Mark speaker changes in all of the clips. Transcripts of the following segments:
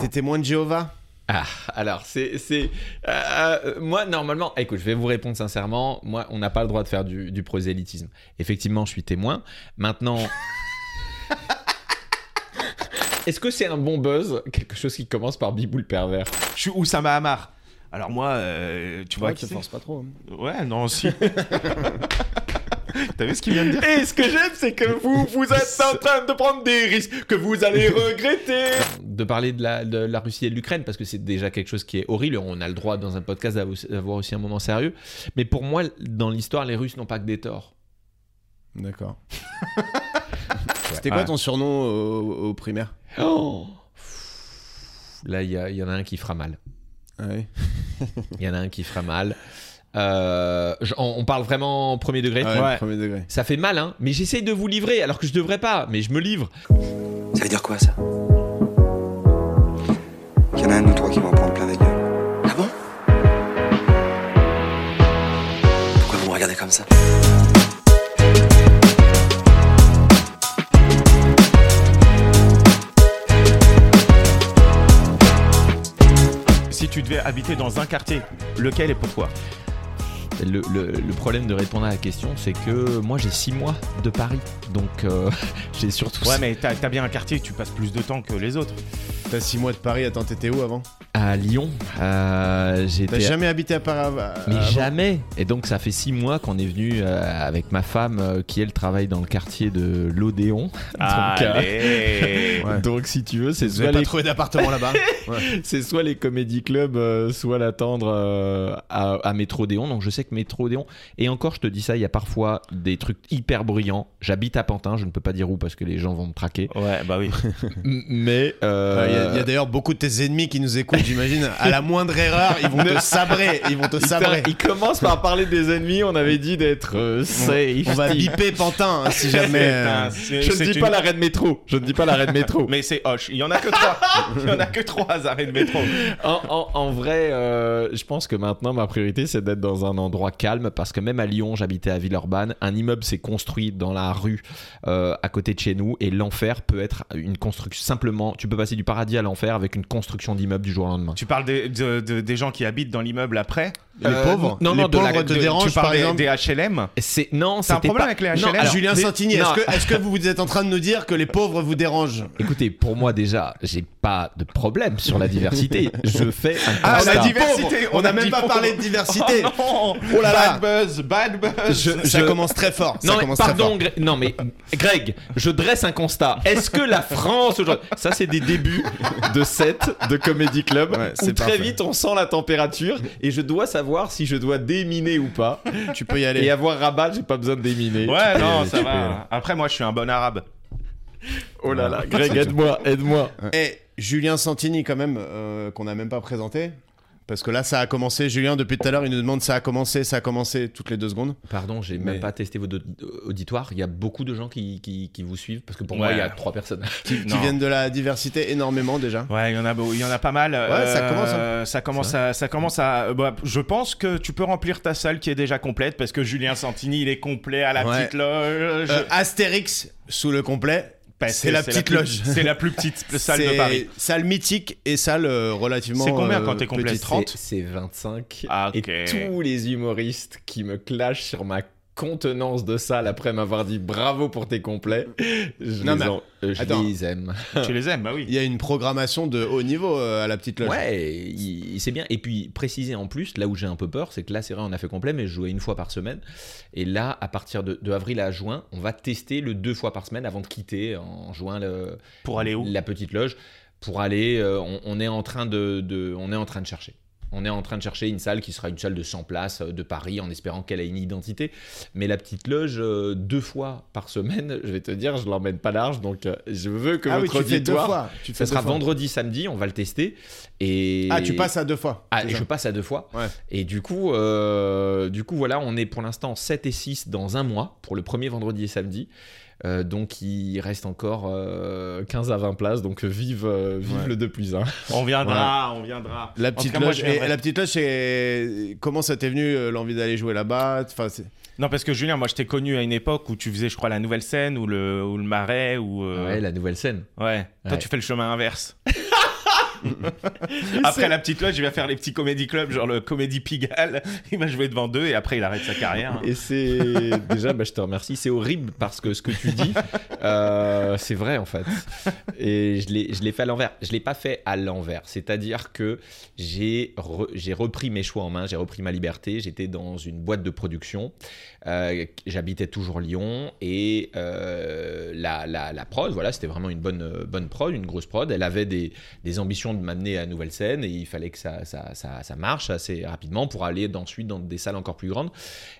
Speaker 1: T'es témoin de Jéhovah
Speaker 2: Ah, alors, c'est. c'est euh, euh, moi, normalement, écoute, je vais vous répondre sincèrement. Moi, on n'a pas le droit de faire du, du prosélytisme. Effectivement, je suis témoin. Maintenant. Est-ce que c'est un bon buzz Quelque chose qui commence par Bibou le pervers.
Speaker 3: Je suis Oussama Hamar. Alors moi, euh, tu vois
Speaker 1: Ouais,
Speaker 3: qui
Speaker 1: tu
Speaker 3: c'est
Speaker 1: forces pas trop. hein.
Speaker 3: Ouais, non, si. T'as vu ce qu'il vient de dire
Speaker 2: Et ce que j'aime, c'est que vous, vous êtes en train de prendre des risques que vous allez regretter. De parler de la, de la Russie et de l'Ukraine, parce que c'est déjà quelque chose qui est horrible. On a le droit dans un podcast d'avoir d'avoir aussi un moment sérieux. Mais pour moi, dans l'histoire, les Russes n'ont pas que des torts.
Speaker 1: D'accord. C'était
Speaker 3: Ouais.
Speaker 1: quoi ton surnom au, au primaire
Speaker 2: Oh. Là, il y, a- il y en a un qui fera mal.
Speaker 1: ah, oui.
Speaker 2: Il y en a un qui fera mal. Euh, je- on, on parle vraiment en premier degré.
Speaker 1: Ah ouais,
Speaker 3: Ouais.
Speaker 1: Premier degré.
Speaker 2: Ça fait mal, hein. Mais j'essaye de vous livrer, alors que je devrais pas. Mais je me livre.
Speaker 4: Ça veut dire quoi ça Il y en a un de nous trois qui va en prendre plein la gueule. Ah bon Pourquoi vous me regardez comme ça
Speaker 3: Si tu devais habiter dans un quartier, lequel et pourquoi
Speaker 2: Le, le- le problème de répondre à la question, c'est que moi, j'ai 6 mois de Paris. Donc, euh, j'ai surtout.
Speaker 3: Ouais, mais t'as t'as bien un quartier, tu passes plus de temps que les autres.
Speaker 1: T'as 6 mois de Paris, attends, t'étais où avant
Speaker 2: À Lyon, euh,
Speaker 1: T'as
Speaker 2: j'étais.
Speaker 1: jamais Ah, habité à Paris avant
Speaker 2: Mais
Speaker 1: avant
Speaker 2: jamais Et donc ça fait six mois qu'on est venu euh, avec ma femme euh, qui elle travaille dans le quartier de l'Odéon. Donc, euh,
Speaker 3: Allez
Speaker 1: Ouais.
Speaker 2: Donc si tu veux, c'est
Speaker 1: Vous
Speaker 2: soit,
Speaker 1: avez pas
Speaker 2: les,
Speaker 1: trouvé d'appartement là-bas
Speaker 2: c'est soit les comédie clubs, euh, soit l'attendre euh, à, à Métrodéon. Donc je sais que Métrodéon, et encore je te dis ça, il y a parfois des trucs hyper bruyants. J'habite à Pantin, je ne peux pas dire où parce que les gens vont me traquer.
Speaker 3: Ouais, bah
Speaker 2: Euh,
Speaker 3: oui.
Speaker 2: M- Mais...
Speaker 1: Il y
Speaker 2: euh,
Speaker 1: a, y a d'ailleurs beaucoup de tes ennemis qui nous écoutent, j'imagine. À la moindre erreur, ils vont te sabrer. Ils vont te
Speaker 2: putain,
Speaker 1: sabrer.
Speaker 2: il commence par parler des ennemis, on avait dit d'être euh, safe.
Speaker 1: On va
Speaker 2: Steve.
Speaker 1: biper Pantin hein, si jamais. euh,
Speaker 2: Je ne dis pas la reine métro. Je ne dis pas la reine métro.
Speaker 3: Mais c'est Hoche, il y en a que trois. Il y en a que trois arrêts de métro.
Speaker 2: En, en- en vrai, euh, je pense que maintenant, ma priorité, c'est d'être dans un endroit calme parce que même à Lyon, j'habitais à Villeurbanne. Un immeuble s'est construit dans la rue euh, à côté de chez nous et l'enfer peut être une construction. Simplement, tu peux passer du paradis à l'enfer avec une construction d'immeuble du jour au lendemain.
Speaker 3: Tu parles des, de- de- des gens qui habitent dans l'immeuble après
Speaker 1: Les
Speaker 2: Euh,
Speaker 1: pauvres
Speaker 2: non,
Speaker 1: Les
Speaker 2: non, de la-
Speaker 1: pauvres te
Speaker 2: de- tu
Speaker 1: dérangent
Speaker 3: Tu parles
Speaker 1: par
Speaker 3: des,
Speaker 1: exemple
Speaker 3: des HLM
Speaker 2: C'est non,
Speaker 3: T'as un
Speaker 2: c'était
Speaker 3: problème
Speaker 2: pas-
Speaker 3: avec les
Speaker 2: Non,
Speaker 3: HLM
Speaker 2: alors,
Speaker 1: Julien
Speaker 2: mais-
Speaker 1: Santini, est-ce
Speaker 2: non,
Speaker 1: que, est-ce que vous êtes en train de nous dire que les pauvres vous dérangent
Speaker 2: Écoutez, pour moi déjà, j'ai pas de problème sur la diversité. Je fais un
Speaker 3: Ah,
Speaker 2: constat.
Speaker 3: la diversité
Speaker 1: On n'a même
Speaker 3: dit
Speaker 1: pas
Speaker 3: pauvre.
Speaker 1: parlé de diversité
Speaker 3: Oh non
Speaker 1: Oh là là.
Speaker 3: Bad buzz, bad buzz
Speaker 2: Je-
Speaker 1: Ça commence très fort. ça
Speaker 2: Non mais
Speaker 1: commence très
Speaker 2: pardon,
Speaker 1: fort.
Speaker 2: Gre- non mais Greg, je dresse un constat. Est-ce que la France aujourd'hui, ça c'est des débuts de set de comédie club
Speaker 1: Ouais,
Speaker 2: où
Speaker 1: c'est
Speaker 2: très
Speaker 1: parfait.
Speaker 2: vite on sent la température et je dois savoir si je dois déminer ou pas.
Speaker 1: Tu peux y
Speaker 2: Et
Speaker 1: aller.
Speaker 2: avoir rabat, j'ai pas besoin de déminer.
Speaker 3: Ouais,
Speaker 2: Tu
Speaker 3: non,
Speaker 2: peux-
Speaker 3: ça
Speaker 2: tu peux y aller.
Speaker 3: va. Après, moi, je suis un bon arabe.
Speaker 2: Oh là là, Greg, aide-moi, aide-moi.
Speaker 1: Et Eh, Julien Santini, quand même, euh, qu'on n'a même pas présenté. Parce que là, ça a commencé. Julien, depuis tout à l'heure, il nous demande ça a commencé, ça a commencé toutes les deux secondes.
Speaker 2: Pardon, j'ai
Speaker 1: même
Speaker 2: même
Speaker 1: Mais-
Speaker 2: pas testé votre auditoire. Il y a beaucoup de gens qui, vous suivent parce que pour
Speaker 3: moi,
Speaker 2: moi
Speaker 3: Ouais.
Speaker 2: il
Speaker 3: il
Speaker 2: y
Speaker 3: y
Speaker 2: a
Speaker 3: a
Speaker 2: trois personnes.
Speaker 1: Qui viennent de la diversité énormément déjà.
Speaker 3: Ouais, il y en a, beau- il y en a pas mal. Euh,
Speaker 1: ça commence, hein.
Speaker 3: Ça commence à, ça commence à. euh, bah, je pense que tu peux remplir ta salle qui est déjà complète parce que Julien Santini, il est complet à la
Speaker 1: Ouais.
Speaker 3: petite loge.
Speaker 1: Euh, Astérix, sous le complet,
Speaker 3: Bah,
Speaker 1: c'est la petite
Speaker 3: plus-
Speaker 1: loge.
Speaker 3: C'est la plus petite salle
Speaker 1: C'est
Speaker 3: de Paris.
Speaker 1: Salle mythique et salle euh, relativement.
Speaker 3: C'est combien
Speaker 1: euh,
Speaker 3: quand t'es complet
Speaker 1: petite.
Speaker 3: 30.
Speaker 2: C'est 25.
Speaker 3: Ah, ok.
Speaker 2: Et tous les humoristes qui me clashent sur ma contenance de salle après m'avoir dit bravo pour tes complets, je,
Speaker 1: Non,
Speaker 2: les,
Speaker 1: mais-
Speaker 2: en- euh, je
Speaker 1: attends.
Speaker 2: les aime.
Speaker 3: tu les aimes, bah oui.
Speaker 1: Il y a une programmation de haut niveau euh, à la petite loge.
Speaker 2: Ouais, il- il- c'est bien. Et puis, préciser en plus, là où j'ai un peu peur, c'est que là, c'est vrai, on a fait complet, mais je jouais une fois par semaine. Et là, à partir de, de avril à juin, on va tester le deux fois par semaine avant de quitter en juin le-
Speaker 3: Pour aller où
Speaker 2: la petite loge. Pour aller, euh, on, on est en train de, de- on est en train de chercher. On est en train de chercher une salle qui sera une salle de 100 places euh, de Paris en espérant qu'elle ait une identité. Mais la petite loge, euh, deux fois par semaine, je vais te dire, je l'emmène pas large. Donc, euh, je veux que
Speaker 1: ah oui,
Speaker 2: votre
Speaker 1: tu fais deux
Speaker 2: auditoire-
Speaker 1: fois. Tu fais
Speaker 2: ça
Speaker 1: deux
Speaker 2: sera
Speaker 1: fois.
Speaker 2: vendredi, samedi, on va le tester. Et...
Speaker 1: Ah, tu passes à deux fois.
Speaker 2: Ah,
Speaker 1: c'est ça.
Speaker 2: je passe à deux fois.
Speaker 1: Ouais.
Speaker 2: Et du coup, euh, du coup, voilà, on est pour l'instant 7 et 6 dans un mois, pour le premier vendredi et samedi. Euh, donc il reste encore euh, 15 à 20 places, donc vive, euh, vive
Speaker 3: Ouais.
Speaker 2: le 2 plus 1.
Speaker 3: On viendra, on viendra.
Speaker 1: La
Speaker 3: En tout
Speaker 1: petite
Speaker 3: cas, moi,
Speaker 1: loge.
Speaker 3: je
Speaker 1: et
Speaker 3: viendrai.
Speaker 1: la petite loge, c'est comment ça t'est venu euh, l'envie d'aller jouer là-bas Enfin, c'est-
Speaker 3: Non, parce que Julien, moi, je t'ai connu à une époque où tu faisais, je crois, la nouvelle scène ou le, ou le marais ou. euh,
Speaker 2: Ouais, la nouvelle scène.
Speaker 3: ouais. Toi,
Speaker 2: Ouais.
Speaker 3: tu fais le chemin inverse. Après la petite loge, il va faire les petits comédie clubs, genre le comédie Pigalle. Il va jouer devant deux et après il arrête sa carrière.
Speaker 2: Et c'est déjà, bah, je te remercie. C'est horrible parce que ce que tu dis, euh, c'est vrai en fait. Et je l'ai je l'ai fait à l'envers. Je l'ai pas fait à l'envers. C'est-à-dire que j'ai re- j'ai repris mes choix en main, j'ai repris ma liberté. J'étais dans une boîte de production. Euh, J'habitais toujours Lyon et euh, la, la, la prod, voilà, c'était vraiment une bonne euh, bonne prod, une grosse prod. Elle avait des, des ambitions de m'amener à nouvelle scène et il fallait que ça ça, ça ça marche assez rapidement pour aller ensuite dans des salles encore plus grandes.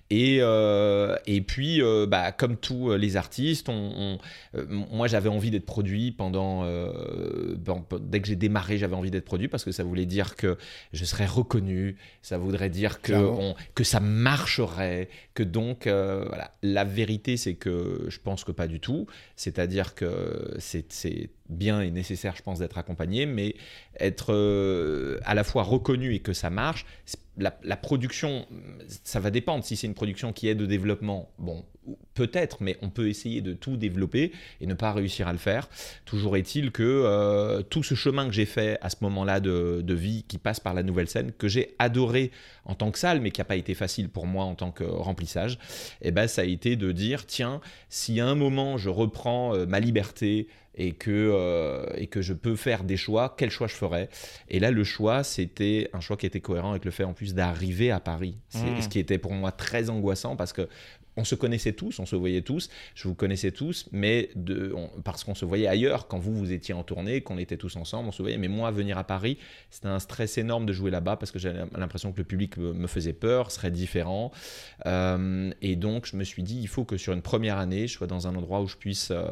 Speaker 2: Et, euh, et puis, euh, bah, comme tous euh, les artistes, on, on- euh, moi j'avais envie d'être produit pendant. euh, pen- pen- dès que j'ai démarré, j'avais envie d'être produit parce que ça voulait dire que je serais reconnu, ça voudrait dire que,
Speaker 1: Clairement.
Speaker 2: on- que ça marcherait, que donc. euh, voilà. La vérité, c'est que je pense que pas du tout. C'est-à-dire que c'est c'est bien et nécessaire, je pense, d'être accompagné, mais être euh, à la fois reconnu et que ça marche. c'est- La, la production, ça va dépendre. Si c'est une production qui aide au développement, bon, ou- peut-être, mais on peut essayer de tout développer et ne pas réussir à le faire. Toujours est-il que euh, tout ce chemin que j'ai fait à ce moment-là de, de vie, qui passe par la nouvelle scène, que j'ai adoré en tant que salle, mais qui n'a pas été facile pour moi en tant que remplissage, eh ben, ça a été de dire, tiens, si à un moment je reprends euh, ma liberté et que, euh, et que je peux faire des choix, quel choix je ferais Et là, le choix, c'était un choix qui était cohérent avec le fait en plus d'arriver à Paris. C'est
Speaker 3: Mm.
Speaker 2: ce qui était pour moi très angoissant parce que on se connaissait tous, on se voyait tous, je vous connaissais tous, mais de, on- parce qu'on se voyait ailleurs, quand vous, vous étiez en tournée, qu'on était tous ensemble, on se voyait, mais moi, venir à Paris, c'était un stress énorme de jouer là-bas parce que j'avais l'impression que le public me me faisait peur, serait différent, euh, et donc, je me suis dit, il faut que sur une première année, je sois dans un endroit où je puisse euh,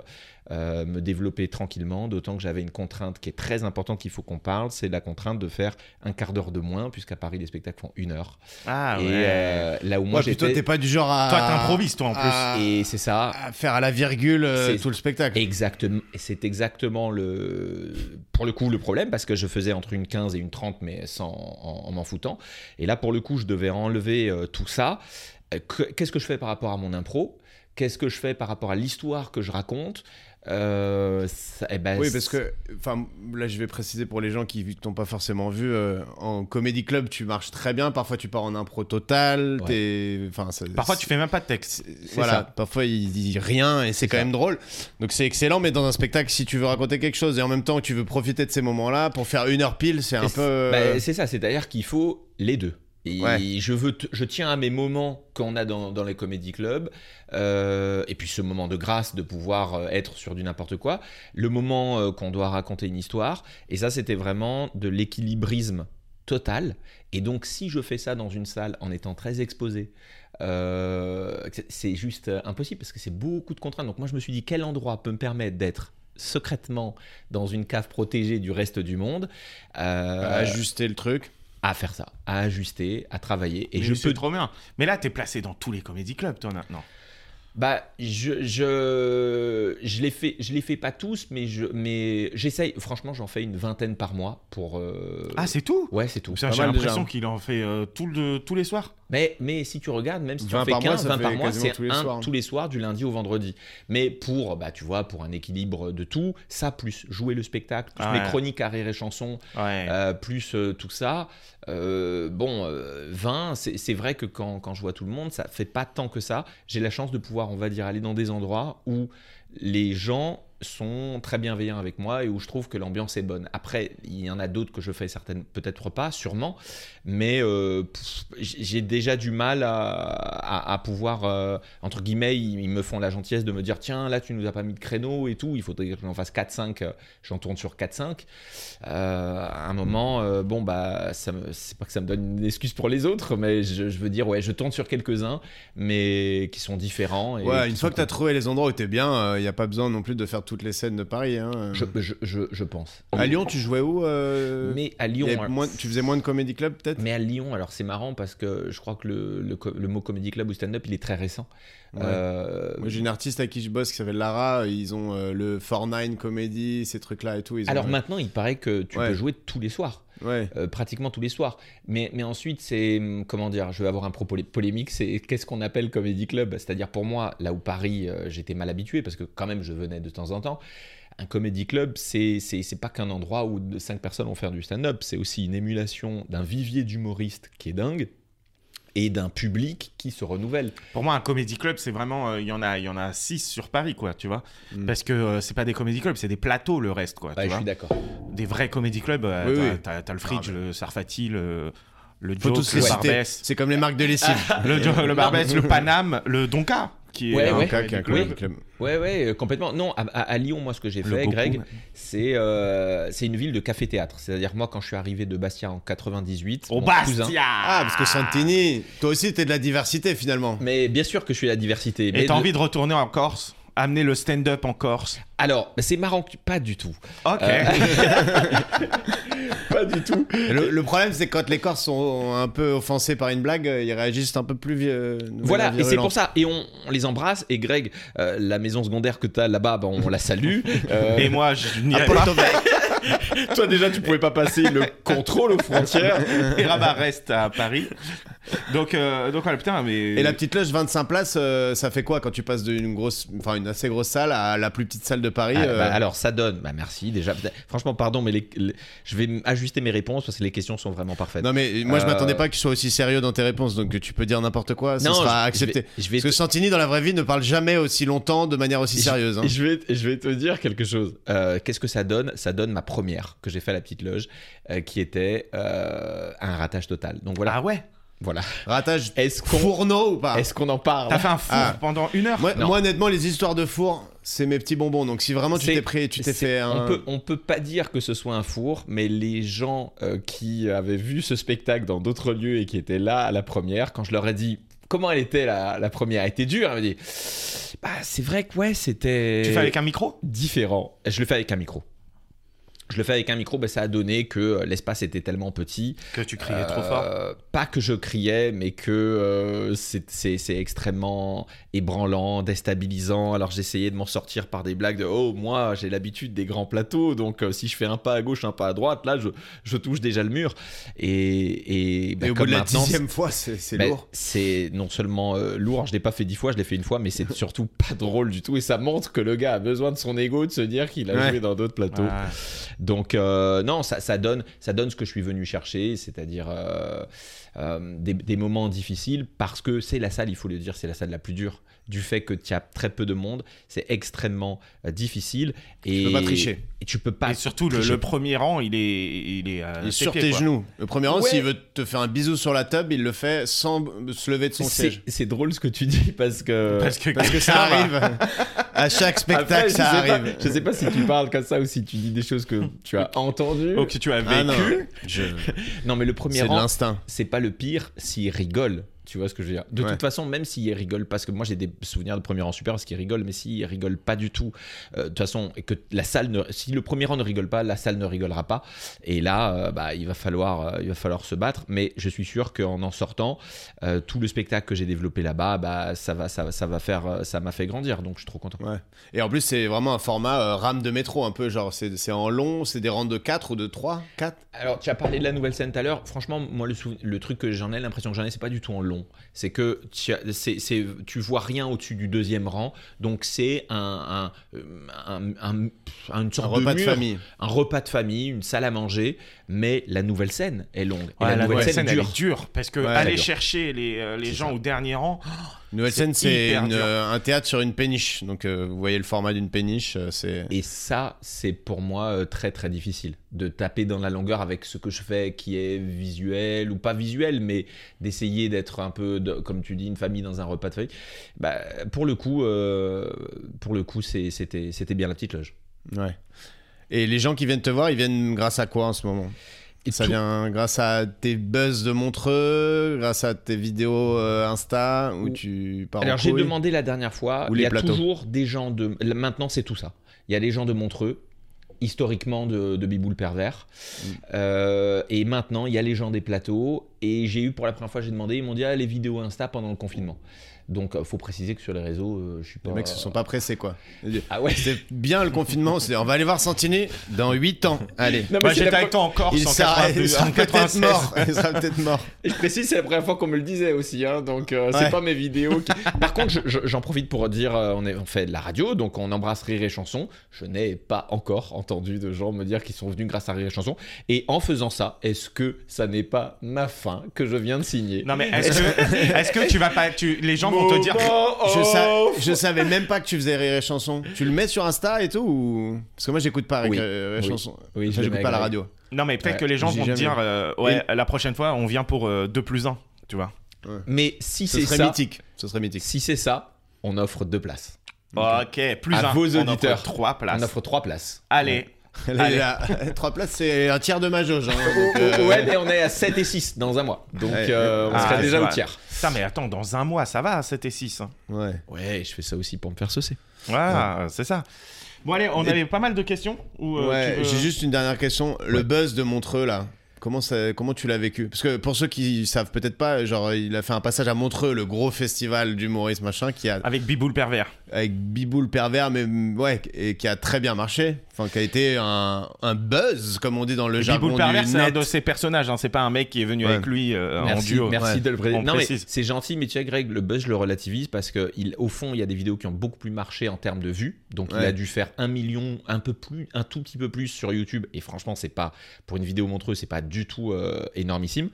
Speaker 2: euh, me développer tranquillement, d'autant que j'avais une contrainte qui est très importante qu'il faut qu'on parle, c'est la contrainte de faire un quart d'heure de moins, puisqu'à Paris, les spectacles font une heure.
Speaker 3: Ah
Speaker 2: et euh, là où moi,
Speaker 1: Moi, plutôt, t'es
Speaker 2: j'étais...
Speaker 1: pas du genre à.
Speaker 3: Toi, t'improvises, toi, en plus.
Speaker 1: à-
Speaker 2: Et c'est ça,
Speaker 1: à faire à la virgule euh,
Speaker 2: C'est-
Speaker 1: tout le spectacle.
Speaker 2: Exactement, et c'est exactement le, pour le coup le problème parce que je faisais entre une 15 et une 30 mais sans en, en m'en foutant. Et là pour le coup je devais enlever euh, tout ça. Euh, que- Qu'est-ce que je fais par rapport à mon impro Qu'est-ce que je fais par rapport à l'histoire que je raconte Euh, ça- eh ben,
Speaker 1: Oui, parce que, enfin, là, je vais préciser pour les gens qui t'ont pas forcément vu, euh, en comédie club, tu marches très bien. Parfois, tu pars en impro total.
Speaker 2: Ouais.
Speaker 1: t'es- Enfin, ça-
Speaker 3: Parfois, tu fais même pas de texte.
Speaker 1: Voilà,
Speaker 2: ça.
Speaker 1: parfois il dit rien et c'est quand
Speaker 2: ça.
Speaker 1: même drôle. Donc c'est excellent, mais dans un spectacle, si tu veux raconter quelque chose et en même temps tu veux profiter de ces moments-là pour faire une heure pile, c'est un peu. euh,
Speaker 2: Bah, c'est ça, c'est-à-dire qu'il faut les deux. Et
Speaker 1: Ouais.
Speaker 2: je, veux t- je tiens à mes moments qu'on a dans, dans les comédie clubs, euh, et puis ce moment de grâce de pouvoir euh, être sur du n'importe quoi, le moment euh, qu'on doit raconter une histoire, et ça c'était vraiment de l'équilibrisme total. Et donc si je fais ça dans une salle en étant très exposé, euh, c'est- c'est juste euh, impossible parce que c'est beaucoup de contraintes. Donc moi je me suis dit quel endroit peut me permettre d'être secrètement dans une cave protégée du reste du monde. euh,
Speaker 1: à
Speaker 3: Bah,
Speaker 1: ajuster le truc.
Speaker 2: à faire ça, à ajuster, à travailler. Et
Speaker 3: Et
Speaker 2: je peux.
Speaker 3: trop bien. Mais là, t'es placé dans tous les comédie clubs, toi, maintenant.
Speaker 2: Bah, je je je les fais, je les fais pas tous, mais je mais j'essaye. Franchement, j'en fais une vingtaine par mois pour. euh,
Speaker 3: Ah, c'est tout
Speaker 2: Ouais, c'est tout.
Speaker 3: Putain,
Speaker 1: pas
Speaker 3: J'ai
Speaker 1: mal
Speaker 3: l'impression
Speaker 1: déjà.
Speaker 3: qu'il en fait euh, tout le- tous les soirs.
Speaker 2: Mais, mais si tu regardes, même si tu
Speaker 1: 20
Speaker 2: en fais
Speaker 1: par mois,
Speaker 2: 15,
Speaker 1: ça
Speaker 2: 20 par
Speaker 1: fait
Speaker 2: mois,
Speaker 1: quasiment
Speaker 2: c'est
Speaker 1: tous les
Speaker 2: un
Speaker 1: soirs. hein.
Speaker 2: tous les soirs, du lundi au vendredi. Mais pour, bah, tu vois, pour un équilibre de tout, ça plus jouer le spectacle, plus
Speaker 3: Ah ouais.
Speaker 2: mes chroniques à rire et chansons,
Speaker 1: Eh
Speaker 3: Ouais.
Speaker 2: Euh, plus euh, tout ça. Euh, bon, euh, 20, c'est c'est vrai que quand, quand je vois tout le monde, ça fait pas tant que ça. J'ai la chance de pouvoir, on va dire, aller dans des endroits où les gens sont très bienveillants avec moi et où je trouve que l'ambiance est bonne. Après, il y en a d'autres que je fais certaines, peut-être pas, sûrement, mais euh, pff, j'ai déjà du mal à, à- à pouvoir, euh, entre guillemets, ils, ils me font la gentillesse de me dire, tiens, là, tu nous as pas mis de créneau et tout, il faudrait que j'en fasse 4-5, euh, j'en tourne sur 4-5. Euh, à un moment, euh, bon, bah, ça me- c'est pas que ça me donne une excuse pour les autres, mais je, je veux dire, ouais, je tourne sur quelques-uns, mais qui sont différents. Et
Speaker 1: Ouais,
Speaker 2: qui
Speaker 1: une
Speaker 2: sont
Speaker 1: fois que t'as
Speaker 2: cool.
Speaker 1: trouvé les endroits où t'es bien, il y a pas besoin non plus de faire toutes les scènes de Paris. hein.
Speaker 2: Je, je, je, je pense.
Speaker 1: À Lyon, tu jouais où euh,
Speaker 2: Mais à
Speaker 1: il
Speaker 2: Lyon.
Speaker 1: y avait
Speaker 2: alors-
Speaker 1: moins- Tu faisais moins de comédie club peut-être
Speaker 2: hein. Mais à Lyon, alors c'est marrant parce que je crois que le, le, co- le mot comedy club ou stand-up, il est très récent.
Speaker 1: Ouais.
Speaker 2: Euh,
Speaker 1: Moi, j'ai une artiste à qui je bosse qui s'appelle Lara. Ils ont euh, le 49 comédie, ces trucs-là et tout. Ils ont-
Speaker 2: alors maintenant, il paraît que tu
Speaker 1: Ouais.
Speaker 2: peux jouer tous les soirs.
Speaker 1: Ouais.
Speaker 2: euh, pratiquement tous les soirs. Mais, mais ensuite, c'est, hum, comment dire, je vais avoir un propos lé- polémique, c'est qu'est-ce qu'on appelle comédie club C'est-à-dire pour moi, là où Paris, euh, j'étais mal habitué, parce que quand même, je venais de temps en temps, un comedy club, c'est c'est c'est pas qu'un endroit où de- cinq personnes vont faire du stand-up, c'est aussi une émulation d'un vivier d'humoristes qui est dingue et d'un public qui se renouvelle.
Speaker 3: Pour moi, un comédie club, c'est vraiment. euh, Il y en a, il y en a six sur Paris, quoi, tu vois.
Speaker 1: Mm. Bah,
Speaker 3: Parce que euh, c'est pas des comédie clubs, c'est des plateaux, le reste, quoi.
Speaker 2: Ouais,
Speaker 3: tu
Speaker 2: je
Speaker 3: vois.
Speaker 2: suis d'accord.
Speaker 3: Des vrais comédie clubs, euh,
Speaker 1: Oui,
Speaker 3: t'as,
Speaker 1: oui.
Speaker 3: t'as- t'as le Fridge,
Speaker 1: Ah,
Speaker 3: le Sarfati, le. Le
Speaker 1: Faut
Speaker 3: Joke,
Speaker 1: tous
Speaker 3: le
Speaker 1: les citer.
Speaker 3: Barbès.
Speaker 1: C'est comme les marques de lessive.
Speaker 2: Ah,
Speaker 3: Ah, le, Jo- le Barbès, le Paname, le Donka, qui est
Speaker 2: Ouais,
Speaker 3: un
Speaker 2: eh ouais.
Speaker 1: Donc, ok,
Speaker 3: comédie
Speaker 1: ok,
Speaker 3: club.
Speaker 1: club.
Speaker 2: Ouais, ouais, euh, complètement. Non, à, à- à Lyon, moi, ce que j'ai
Speaker 3: Le
Speaker 2: fait,
Speaker 3: Goku.
Speaker 2: Greg, c'est euh, c'est une ville de café-théâtre. C'est-à-dire, moi, quand je suis arrivé de Bastia en 98,
Speaker 3: Au
Speaker 2: mon cousin-
Speaker 3: Bastia
Speaker 1: Ah, parce que Santini, toi aussi, t'es de la diversité finalement.
Speaker 2: Mais bien sûr que je suis la diversité. mais
Speaker 3: Et t'as
Speaker 2: de-
Speaker 3: envie de retourner en Corse Amener le stand-up en Corse
Speaker 2: Alors, bah, c'est marrant, que- pas du tout.
Speaker 3: Ok.
Speaker 1: Euh,
Speaker 2: Pas du tout.
Speaker 1: Le, le problème, c'est que quand les Corses sont un peu offensés par une blague, euh, ils réagissent un peu plus euh, vieux.
Speaker 2: Voilà, et c'est pour ça. Et on, on les embrasse. Et Greg, euh, la maison secondaire que t'as là-bas, bah, on la salue. Euh,
Speaker 3: Et moi, je
Speaker 1: Ah,
Speaker 3: n'irai pas.
Speaker 1: Apollo
Speaker 2: toi, déjà, tu pouvais pas passer le contrôle aux frontières.
Speaker 3: Et Rabat reste à Paris. Donc, euh, donc voilà, putain, mais.
Speaker 1: Et la petite loge 25 places, euh, ça fait quoi quand tu passes d'une grosse, enfin une assez grosse salle à la plus petite salle de Paris
Speaker 2: Ah,
Speaker 1: euh,
Speaker 2: bah, alors ça donne, bah merci déjà. Franchement, pardon, mais les- les- je vais m- ajuster mes réponses parce que les questions sont vraiment parfaites.
Speaker 1: Non mais moi je
Speaker 2: Euh,
Speaker 1: m'attendais pas que tu sois aussi sérieux dans tes réponses, donc tu peux dire n'importe quoi, ça
Speaker 2: Non,
Speaker 1: sera
Speaker 2: je-
Speaker 1: accepté.
Speaker 2: Je
Speaker 1: Parce
Speaker 2: vais,
Speaker 1: que
Speaker 2: je vais,
Speaker 1: Santini dans la vraie vie ne parle jamais aussi longtemps de manière aussi
Speaker 2: Je-
Speaker 1: sérieuse. hein.
Speaker 2: je vais, je vais te dire quelque chose. Euh, Qu'est-ce que ça donne Ça donne ma première que j'ai fait à la petite loge, euh, qui était euh, un ratage total. Donc voilà,
Speaker 3: Ah ouais
Speaker 2: voilà.
Speaker 1: Ratage
Speaker 2: Est-ce qu'on,
Speaker 1: fourneau ou pas
Speaker 2: est-ce qu'on en parle
Speaker 3: T'as fait un four
Speaker 1: Ah.
Speaker 3: pendant une heure
Speaker 1: moi,
Speaker 2: Non.
Speaker 1: moi, honnêtement les histoires de four, c'est mes petits bonbons. Donc si vraiment tu
Speaker 2: C'est-
Speaker 1: t'es pris, tu t'es
Speaker 2: C'est-
Speaker 1: fait un.
Speaker 2: on, peut, on peut pas dire que ce soit un four, mais les gens euh, qui avaient vu ce spectacle dans d'autres lieux et qui étaient là à la première, quand je leur ai dit comment elle était la, la première, elle était dure, elle m'a dit bah, c'est vrai que ouais, c'était
Speaker 3: Tu fais avec un micro
Speaker 2: différent. Je le fais avec un micro. Je le fais avec un micro, bah, ça a donné que euh, l'espace était tellement petit.
Speaker 3: Que tu criais
Speaker 2: euh,
Speaker 3: trop fort.
Speaker 2: Pas que je criais, mais que euh, c'est- c'est c'est extrêmement ébranlant, déstabilisant. Alors j'essayais de m'en sortir par des blagues de Oh, moi j'ai l'habitude des grands plateaux, donc euh, si je fais un pas à gauche, un pas à droite, là je, je touche déjà le mur. Et, et, bah,
Speaker 1: Et au bout
Speaker 2: comme
Speaker 1: de la
Speaker 2: maintenant,
Speaker 1: dixième fois, c'est c'est
Speaker 2: bah,
Speaker 1: lourd.
Speaker 2: C'est non seulement euh, lourd, je l'ai pas fait dix fois, je l'ai fait une fois, mais c'est surtout pas drôle du tout. Et ça montre que le gars a besoin de son ego de se dire qu'il a
Speaker 1: Ouais.
Speaker 2: joué dans d'autres plateaux.
Speaker 3: Ah.
Speaker 2: Donc euh, non, ça, ça donne, ça donne ce que je suis venu chercher, c'est-à-dire euh, euh, des, des moments difficiles parce que c'est la salle, il faut le dire, c'est la salle la plus dure du fait que tu as très peu de monde, c'est extrêmement euh, difficile et
Speaker 1: Tu peux pas tricher.
Speaker 2: Et tu peux pas.
Speaker 3: Et surtout, le,
Speaker 2: tricher.
Speaker 3: le premier rang, il est. Il est, euh,
Speaker 1: Il est sur
Speaker 3: TP,
Speaker 1: tes
Speaker 3: quoi.
Speaker 1: genoux. Le premier rang,
Speaker 2: Ouais.
Speaker 1: s'il veut te faire un bisou sur la table, il le fait sans b- se lever de son
Speaker 2: C'est
Speaker 1: siège.
Speaker 2: c'est drôle ce que tu dis parce que
Speaker 3: Parce que,
Speaker 1: euh, Parce que ça arrive. à chaque spectacle,
Speaker 2: Après, je
Speaker 1: ça
Speaker 2: sais pas-
Speaker 1: arrive.
Speaker 2: je sais pas si tu parles comme ça ou si tu dis des choses que tu as entendues.
Speaker 3: Oh, que tu as vécu.
Speaker 1: Ah non, je-
Speaker 2: Non, mais le premier
Speaker 1: c'est de
Speaker 2: rang,
Speaker 1: l'instinct.
Speaker 2: c'est pas le pire s'il rigole. Tu vois ce que je veux dire De
Speaker 1: Ouais.
Speaker 2: toute façon, même s'il rigole, parce que moi j'ai des souvenirs de premier rang super parce qu'il rigole, mais s'il rigole pas du tout, euh, de toute façon, et que la salle ne, si le premier rang ne rigole pas, la salle ne rigolera pas. Et là, euh, bah, il va falloir, euh, il va falloir se battre. Mais je suis sûr qu'en en sortant, euh, tout le spectacle que j'ai développé là-bas, bah, ça va, ça, va- ça va faire, euh, ça m'a fait grandir. Donc je suis trop content.
Speaker 1: Ouais. Et en plus, c'est vraiment un format euh, rame de métro, un peu. Genre, c'est c'est en long, c'est des rangs de 4 ou de 3, 4.
Speaker 2: Alors, tu as parlé de la nouvelle scène tout à l'heure. Franchement, moi, le, souven- le truc que j'en ai, l'impression que j'en ai, c'est pas du tout en long. C'est que tu, as- c'est- c'est- tu vois rien au-dessus du deuxième rang. Donc, c'est un, un, euh, un- un- pff, une
Speaker 1: Un
Speaker 2: sorte de,
Speaker 1: repas de
Speaker 2: mur,
Speaker 1: famille.
Speaker 2: un repas de famille, une salle à manger. Mais la nouvelle scène est longue. Et
Speaker 3: Ouais,
Speaker 2: la, nouvelle scène,
Speaker 3: elle
Speaker 2: dure.
Speaker 3: est dure. Parce que
Speaker 1: Ouais, elle
Speaker 3: aller
Speaker 2: est dure.
Speaker 3: chercher les, euh, les
Speaker 2: C'est
Speaker 3: gens
Speaker 2: ça.
Speaker 3: au dernier rang,
Speaker 1: Nouvelle
Speaker 3: C'est
Speaker 1: scène, c'est
Speaker 3: hyper
Speaker 1: une,
Speaker 3: dur.
Speaker 1: euh, un théâtre sur une péniche. Donc, euh, vous voyez le format d'une péniche, euh, c'est.
Speaker 2: Et ça, c'est pour moi euh, très très difficile de taper dans la longueur avec ce que je fais qui est visuel ou pas visuel, mais d'essayer d'être un peu, de- comme tu dis, une famille dans un repas de famille. Bah, pour le coup, euh, pour le coup, c'est- c'était c'était bien la petite loge.
Speaker 1: Ouais. Et les gens qui viennent te voir, ils viennent grâce à quoi en ce moment
Speaker 2: Et
Speaker 1: Ça
Speaker 2: tout-
Speaker 1: vient grâce à tes buzz de Montreux, grâce à tes vidéos euh, Insta où
Speaker 2: Ou-
Speaker 1: tu pars en
Speaker 2: Alors j'ai
Speaker 1: couille.
Speaker 2: demandé la dernière fois.
Speaker 1: Ou
Speaker 2: il y
Speaker 1: les
Speaker 2: a
Speaker 1: plateaux.
Speaker 2: toujours des gens de. là, Maintenant c'est tout ça. Il y a les gens de Montreux, historiquement de, de Biboule pervers,
Speaker 1: Mm.
Speaker 2: Euh, et maintenant il y a les gens des plateaux. Et j'ai eu pour la première fois j'ai demandé, ils m'ont dit ah, les vidéos Insta pendant le confinement. Donc, euh, faut préciser que sur les réseaux, euh, je suis pas.
Speaker 1: Les mecs se sont Bah, pas pressés, quoi.
Speaker 2: Ah ouais.
Speaker 1: C'est bien le confinement. c'est- On va aller voir Santini dans 8 ans. Allez.
Speaker 2: Non, mais
Speaker 3: Bah,
Speaker 2: c'est la
Speaker 3: j'étais
Speaker 2: pre-
Speaker 3: avec toi encore,
Speaker 1: Il
Speaker 3: 182,
Speaker 1: sera peut-être
Speaker 3: 196.
Speaker 1: mort. Il sera peut-être mort.
Speaker 2: Et je précise, c'est la première fois qu'on me le disait aussi, hein, donc euh, c'est
Speaker 1: Ouais.
Speaker 2: pas mes vidéos. qui- Par contre, je- je- j'en profite pour dire, euh, on, est, on fait de la radio, donc on embrasse Rire et Chanson. Je n'ai pas encore entendu de gens me dire qu'ils sont venus grâce à Rire et Chanson. Et en faisant ça, est-ce que ça n'est pas ma fin que je viens de signer
Speaker 3: Non mais est-ce que, est-ce que tu vas pas, tu, les gens vont te dire,
Speaker 2: Oh,
Speaker 1: Je, sa- je savais même pas que tu faisais rire et chanson. Tu le mets sur Insta et tout ou... Parce que moi j'écoute pas euh, rire
Speaker 2: Oui.
Speaker 1: et
Speaker 2: Oui.
Speaker 1: chanson.
Speaker 2: Oui,
Speaker 1: Enfin,
Speaker 2: je
Speaker 1: j'écoute
Speaker 2: l'ai
Speaker 1: pas la
Speaker 2: avec-
Speaker 1: radio.
Speaker 3: non mais peut-être
Speaker 2: Ouais,
Speaker 3: que les gens
Speaker 1: j'ai
Speaker 3: vont te
Speaker 1: jamais.
Speaker 3: dire, euh, ouais, la prochaine fois, on vient pour 2 plus 1, tu vois.
Speaker 2: Mais si
Speaker 1: Ce
Speaker 2: c'est
Speaker 1: serait
Speaker 2: ça,
Speaker 1: mythique. Ce serait mythique.
Speaker 2: si c'est ça, on offre deux places.
Speaker 3: Ok, plus
Speaker 2: À
Speaker 3: un.
Speaker 2: vos
Speaker 3: On
Speaker 2: auditeurs.
Speaker 3: offre trois places.
Speaker 2: On offre trois places.
Speaker 3: Allez,
Speaker 1: Là,
Speaker 3: Allez.
Speaker 1: il a- Trois places, c'est un tiers de ma jauge. hein, donc, euh,
Speaker 2: Ouais, mais on est à 7 et 6 dans un mois, donc
Speaker 1: Ouais.
Speaker 2: euh, on
Speaker 3: Ah,
Speaker 2: serait
Speaker 3: c'est
Speaker 2: déjà au
Speaker 3: vrai.
Speaker 2: tiers.
Speaker 3: ça mais attends, dans un mois, ça va, 7 et 6. hein.
Speaker 1: ouais.
Speaker 2: Ouais, je fais ça aussi pour me faire saucer.
Speaker 3: Ouais, c'est ça. Bon allez, on
Speaker 1: Et-
Speaker 3: avait pas mal de questions. Ou, euh,
Speaker 1: Ouais,
Speaker 3: tu veux-
Speaker 1: J'ai juste une dernière question. Le buzz de Montreux là. Comment, ça, comment tu l'as vécu Parce que pour ceux qui savent peut-être pas, genre il a fait un passage à Montreux, le gros festival d'humorisme machin, qui a
Speaker 3: Avec Biboule pervers.
Speaker 1: avec Bibou le pervers, mais mm, ouais, et qui a très bien marché. Enfin, qui a été un, un buzz, comme on dit
Speaker 2: Euh,
Speaker 1: dans le jargon
Speaker 3: Biboule pervers,
Speaker 1: du
Speaker 3: c'est un
Speaker 1: net.
Speaker 3: de ses personnages. hein, C'est pas un mec qui est venu
Speaker 1: Ouais.
Speaker 3: avec lui euh, en
Speaker 2: Merci,
Speaker 3: duo.
Speaker 2: merci
Speaker 1: Ouais.
Speaker 2: de le préciser.
Speaker 3: On
Speaker 2: Non, mais
Speaker 3: précise.
Speaker 2: c'est gentil, mais tu sais, Greg, le buzz, je le relativise parce que il, au fond, il y a des vidéos qui ont beaucoup plus marché en termes de vues. Donc, il
Speaker 1: Ouais.
Speaker 2: a dû faire un million, un peu plus, un tout petit peu plus sur YouTube. Et franchement, c'est pas pour une vidéo montreuse, c'est pas du tout euh, énormissime.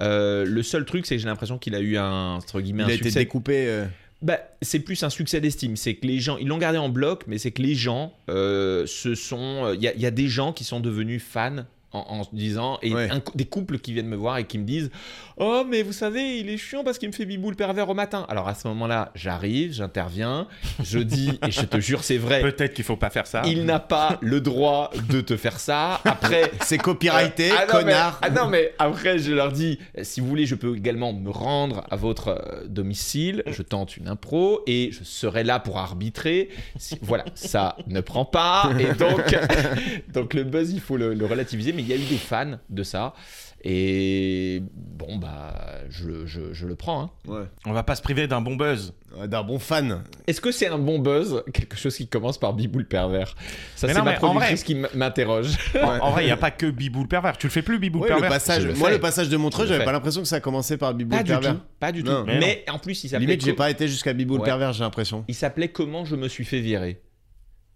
Speaker 2: Euh, le seul truc, c'est que j'ai l'impression qu'il a eu un entre guillemets
Speaker 1: Il
Speaker 2: un
Speaker 1: a été
Speaker 2: succès.
Speaker 1: découpé. euh,
Speaker 2: Bah, c'est plus un succès d'estime. C'est que les gens, ils l'ont gardé en bloc, mais c'est que les gens euh, se sont. Il y, a- il y a des gens qui sont devenus fans. En, en se disant, et
Speaker 1: Ouais.
Speaker 2: un cou- des couples qui viennent me voir et qui me disent Oh, mais vous savez, il est chiant parce qu'il me fait bibou le pervers au matin. Alors à ce moment-là, j'arrive, j'interviens, je dis, et je te jure, c'est vrai,
Speaker 3: Peut-être qu'il faut pas faire ça.
Speaker 2: eh, il n'a pas le droit de te faire ça. Après,
Speaker 1: C'est copyrighté,
Speaker 2: euh, ah non, mais-
Speaker 1: connard.
Speaker 2: ah non, mais après, je leur dis, euh, si vous voulez, je peux également me rendre à votre euh, domicile. Je tente une impro et je serai là pour arbitrer. Si- voilà, ça ne prend pas. Et donc, donc le buzz, il faut le, le relativiser. Mais il y a eu des fans de ça. Et bon, bah, je, le- je- je le prends. hein.
Speaker 3: On va pas se priver d'un bon buzz.
Speaker 1: Ouais, D'un bon fan.
Speaker 2: Est-ce que c'est un bon buzz Quelque chose qui commence par Bibou le pervers. Ça,
Speaker 3: Mais
Speaker 2: c'est
Speaker 3: non,
Speaker 2: ma
Speaker 3: mais en vrai-
Speaker 2: productrice qui m- m'interroge.
Speaker 3: En, en vrai, il y a pas que Biboule pervers. Tu le fais plus Biboule
Speaker 1: Ouais, le
Speaker 3: pervers.
Speaker 1: passage,
Speaker 2: Je le
Speaker 1: moi,
Speaker 2: fais.
Speaker 1: le passage de Montreux,
Speaker 2: Je le
Speaker 1: j'avais
Speaker 2: fais.
Speaker 1: pas l'impression que ça commençait par Bibou
Speaker 2: Pas
Speaker 1: le
Speaker 2: du
Speaker 1: pervers.
Speaker 2: tout. Pas du
Speaker 1: Non.
Speaker 2: tout.
Speaker 3: Mais
Speaker 2: Mais en plus, il s'appelait.
Speaker 1: Limite, j'ai
Speaker 2: Co-
Speaker 1: pas été jusqu'à Bibou le
Speaker 2: Ouais.
Speaker 1: pervers, j'ai l'impression.
Speaker 2: Il s'appelait Comment je me suis fait virer.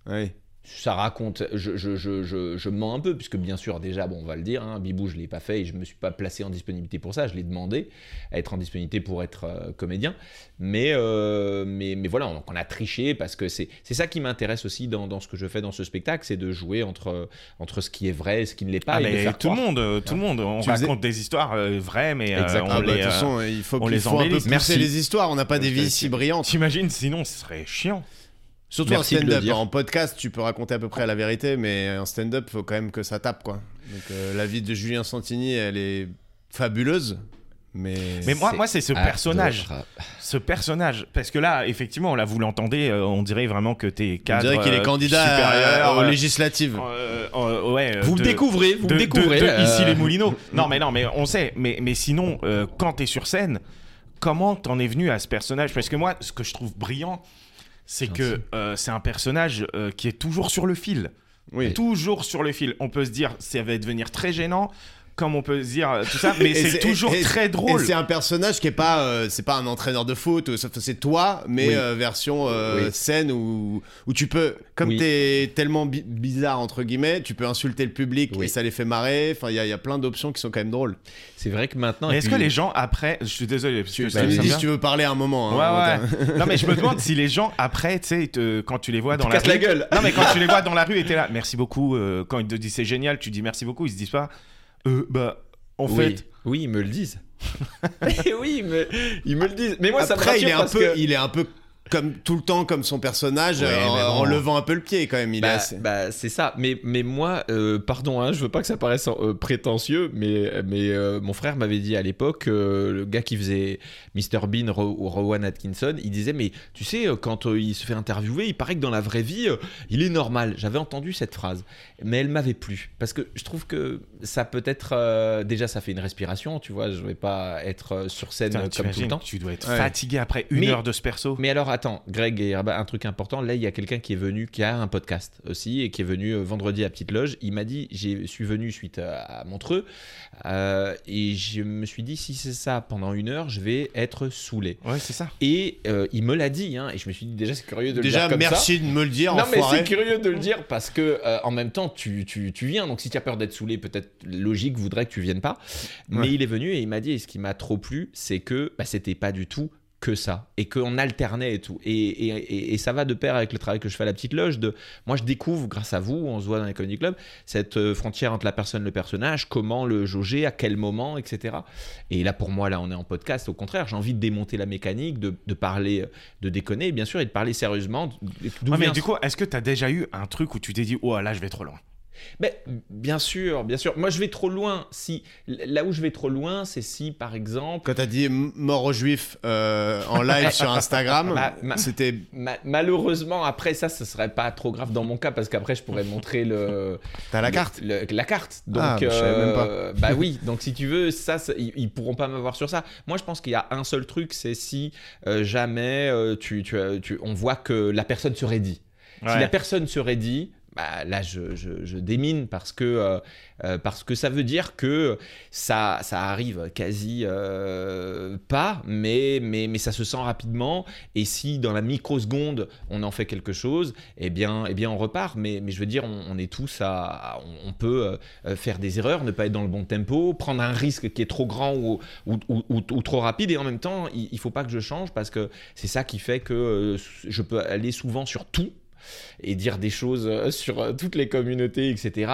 Speaker 1: Ouais.
Speaker 2: Ça raconte, je, je, je, je, je mens un peu, puisque bien sûr, déjà, bon, on va le dire, hein, Bibou, je ne l'ai pas fait et je ne me suis pas placé en disponibilité pour ça. Je l'ai demandé à être en disponibilité pour être euh, comédien. Mais, euh, mais, mais voilà, donc on a triché parce que c'est c'est ça qui m'intéresse aussi dans, dans ce que je fais dans ce spectacle, c'est de jouer entre, entre ce qui est vrai et ce qui ne l'est pas.
Speaker 3: Ah,
Speaker 2: et de
Speaker 3: mais
Speaker 2: faire
Speaker 3: tout le
Speaker 2: croire.
Speaker 3: monde, euh, tout le monde. On
Speaker 1: Tu faisais-
Speaker 3: raconte des histoires euh, vraies, mais euh,
Speaker 2: Exactement.
Speaker 3: on
Speaker 1: Ah bah,
Speaker 3: les,
Speaker 1: de
Speaker 3: euh,
Speaker 1: toute façon, il faut,
Speaker 3: on
Speaker 1: qu'il
Speaker 3: les
Speaker 1: faut un peu
Speaker 3: embellisse.
Speaker 1: pousser
Speaker 3: Merci.
Speaker 1: les histoires, on n'a pas des vies
Speaker 3: Merci.
Speaker 1: si brillantes.
Speaker 3: T'imagines, sinon, ce serait chiant.
Speaker 1: Surtout
Speaker 2: Merci
Speaker 1: en
Speaker 2: de le
Speaker 1: stand-up,
Speaker 2: dire.
Speaker 1: en podcast, tu peux raconter à peu près la vérité, mais en stand-up, faut quand même que ça tape, quoi. Donc euh, la vie de Julien Santini, elle est fabuleuse, mais,
Speaker 3: Mais moi,
Speaker 2: C'est
Speaker 3: moi c'est ce personnage.
Speaker 2: Adorable.
Speaker 3: Ce personnage. Parce que là, effectivement, là, vous l'entendez, euh, on dirait vraiment que t'es
Speaker 1: on
Speaker 3: cadre.
Speaker 1: dirait qu'il est
Speaker 3: euh,
Speaker 1: candidat à-
Speaker 3: supérieur,
Speaker 1: aux
Speaker 3: euh,
Speaker 1: législatives.
Speaker 3: euh, euh, ouais, euh,
Speaker 2: Vous
Speaker 3: de-
Speaker 2: me découvrez, vous
Speaker 3: de-
Speaker 2: me
Speaker 3: de-
Speaker 2: découvrez.
Speaker 3: de
Speaker 2: euh,
Speaker 3: ici les Moulineaux. Non, mais non, mais on sait. Mais, mais sinon, euh, quand t'es sur scène, comment t'en es venu à ce personnage Parce que moi, ce que je trouve brillant, c'est que euh, c'est un personnage euh, qui est toujours sur le fil.
Speaker 1: Oui.
Speaker 3: Toujours sur le fil. On peut se dire, ça va devenir très gênant, comme on peut se dire euh, tout ça, mais
Speaker 1: Et
Speaker 3: c'est toujours
Speaker 1: et-
Speaker 3: très drôle.
Speaker 1: Et c'est un personnage qui est pas, euh, c'est pas un entraîneur de foot, ou- sauf que c'est toi, mais
Speaker 2: Oui.
Speaker 1: euh, version euh,
Speaker 2: Oui.
Speaker 1: scène où, où tu peux, comme
Speaker 2: Oui.
Speaker 1: t'es tellement bi- bizarre entre guillemets, tu peux insulter le public
Speaker 2: Oui.
Speaker 1: et ça les fait marrer. Enfin, il y, a- il y a plein d'options qui sont quand même drôles.
Speaker 2: C'est vrai que maintenant.
Speaker 3: Mais
Speaker 2: et
Speaker 3: est-ce que
Speaker 2: puis-
Speaker 3: les gens après, je suis désolé, parce que
Speaker 1: Tu,
Speaker 3: ça
Speaker 1: tu
Speaker 3: me
Speaker 1: me dis
Speaker 3: vient.
Speaker 1: si tu veux parler à un moment.
Speaker 3: Ouais,
Speaker 1: hein,
Speaker 3: ouais. non mais je me demande si les gens après, tu sais, ils te- quand tu les vois dans la
Speaker 2: cassent la
Speaker 3: rue,
Speaker 2: gueule.
Speaker 3: non mais quand tu les vois dans la rue, et t'es là, merci beaucoup. euh, quand ils te disent c'est génial, tu dis merci beaucoup, ils se disent pas, euh, bah en
Speaker 2: oui,
Speaker 3: fait,
Speaker 2: oui, ils me le disent. oui, mais ils me le disent. Mais moi, ça me
Speaker 1: Après, il
Speaker 2: rassure
Speaker 1: est un
Speaker 2: parce
Speaker 1: peu,
Speaker 2: que-
Speaker 1: il est un peu comme tout le temps comme son personnage
Speaker 2: Ouais,
Speaker 1: euh, en,
Speaker 2: mais bon.
Speaker 1: en levant un peu le pied quand même. Il est
Speaker 2: Bah,
Speaker 1: assez-
Speaker 2: bah, c'est ça. Mais, mais moi, euh, pardon, hein, je veux pas que ça paraisse euh, prétentieux, mais, mais euh, mon frère m'avait dit à l'époque, euh, le gars qui faisait Mr Bean Ro- ou Rowan Atkinson, il disait mais tu sais euh, quand euh, il se fait interviewer, il paraît que dans la vraie vie, euh, il est normal. J'avais entendu cette phrase, mais elle m'avait plu parce que je trouve que ça peut être euh, déjà ça fait une respiration, tu vois. Je vais pas être euh, sur scène
Speaker 3: Putain,
Speaker 2: euh, comme tout le
Speaker 3: t'imagines,
Speaker 2: temps.
Speaker 3: tu dois être
Speaker 1: Ouais.
Speaker 3: fatigué après une
Speaker 2: Mais-
Speaker 3: heure de ce perso.
Speaker 2: Mais alors attends, Greg, et Herba, un truc important, là il y a quelqu'un qui est venu, qui a un podcast aussi, et qui est venu euh, vendredi à Petite Loge, il m'a dit, je suis venu suite à, à Montreux, euh, et je me suis dit, si c'est ça pendant une heure, je vais être saoulé.
Speaker 3: Ouais, c'est ça.
Speaker 2: Et euh, il me l'a dit, hein, et je me suis dit, déjà c'est curieux de
Speaker 1: Déjà
Speaker 2: le dire comme ça.
Speaker 1: merci de me le dire.
Speaker 2: Non mais
Speaker 1: enfoiré.
Speaker 2: c'est curieux de le dire parce que euh, en même temps tu, tu, tu viens donc si tu as peur d'être saoulé peut-être logique voudrait que tu viennes pas mais
Speaker 1: Ouais.
Speaker 2: il est venu et il m'a dit et ce qui m'a trop plu c'est que bah, c'était pas du tout que ça et qu'on alternait et tout et, et, et- et ça va de pair avec le travail que je fais à la petite loge de moi je découvre grâce à vous on se voit dans les comedy clubs cette euh, frontière entre la personne et le personnage comment le jauger à quel moment etc et là pour moi là on est en podcast au contraire j'ai envie de démonter la mécanique de, de parler euh, de déconner bien sûr et de parler sérieusement d'où
Speaker 3: Ouais, mais
Speaker 2: vient
Speaker 3: du coup, est-ce que t'as déjà eu un truc où tu t'es dit, oh là, je vais trop loin
Speaker 2: ben, bien sûr, bien sûr. Moi, je vais trop loin. Si là où je vais trop loin, c'est si, par exemple,
Speaker 1: Quand t'as dit m- mort aux juifs euh, en live sur Instagram,
Speaker 2: Ma- ma-
Speaker 1: c'était
Speaker 2: ma- malheureusement, après ça, ce serait pas trop grave dans mon cas parce qu'après, je pourrais montrer le
Speaker 1: t'as la
Speaker 2: le-
Speaker 1: carte.
Speaker 2: le- la carte. Donc,
Speaker 1: Ah, bah, je savais même pas.
Speaker 2: euh, bah oui. Donc, si tu veux, ça, ça- ils, ils pourront pas m'avoir sur ça. Moi, je pense qu'il y a un seul truc, c'est si euh, jamais euh, tu, tu, as- tu- on voit que la personne serait dit. Si la
Speaker 3: Ouais.
Speaker 2: personne serait dit, bah, là je, je- je démine parce que, euh, euh, parce que ça veut dire que ça, ça arrive quasi euh, pas, mais, mais, mais ça se sent rapidement. Et si dans la microseconde on en fait quelque chose, eh bien, eh bien on repart. Mais, mais je veux dire, on, on est tous à. On, on peut euh, faire des erreurs, ne pas être dans le bon tempo, prendre un risque qui est trop grand ou, ou, ou- ou- ou trop rapide. Et en même temps, il ne faut pas que je change parce que c'est ça qui fait que euh, je peux aller souvent sur tout et dire des choses euh, sur euh, toutes les communautés, etc.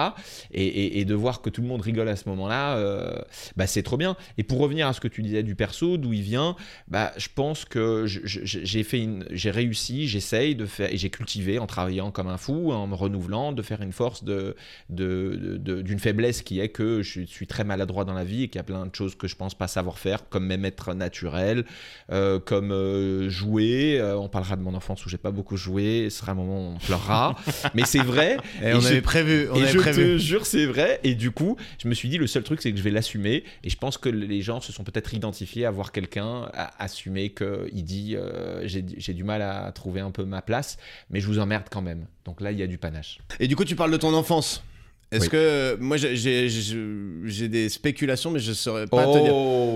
Speaker 2: Et, et- et de voir que tout le monde rigole à ce moment-là, euh, bah, c'est trop bien. Et pour revenir à ce que tu disais du perso, d'où il vient, bah, je pense que je- je- je- j'ai fait une, j'ai réussi, j'essaye de faire, et j'ai cultivé en travaillant comme un fou, en me renouvelant, de faire une force de, de- de- de- d'une faiblesse qui est que je suis très maladroit dans la vie et qu'il y a plein de choses que je pense pas savoir faire, comme même être naturel, euh, comme euh, jouer. Euh, on parlera de mon enfance où j'ai pas beaucoup joué. Ce sera un moment où on pleurera. Mais c'est vrai.
Speaker 1: Et on
Speaker 2: je-
Speaker 1: avait prévu. On
Speaker 2: et
Speaker 1: avait
Speaker 2: je
Speaker 1: prévu.
Speaker 2: te jure, c'est vrai. Et du coup, je me suis dit, le seul truc, c'est que je vais l'assumer. Et je pense que les gens se sont peut-être identifiés à voir quelqu'un à- assumer qu'il dit euh, j'ai j'ai du mal à trouver un peu ma place, mais je vous emmerde quand même. Donc là, il y a du panache.
Speaker 1: Et du coup, tu parles de ton enfance. Est-ce
Speaker 2: Oui.
Speaker 1: que euh, moi j'ai- j'ai j'ai- j'ai des spéculations, mais je saurais pas
Speaker 2: Oh.
Speaker 1: te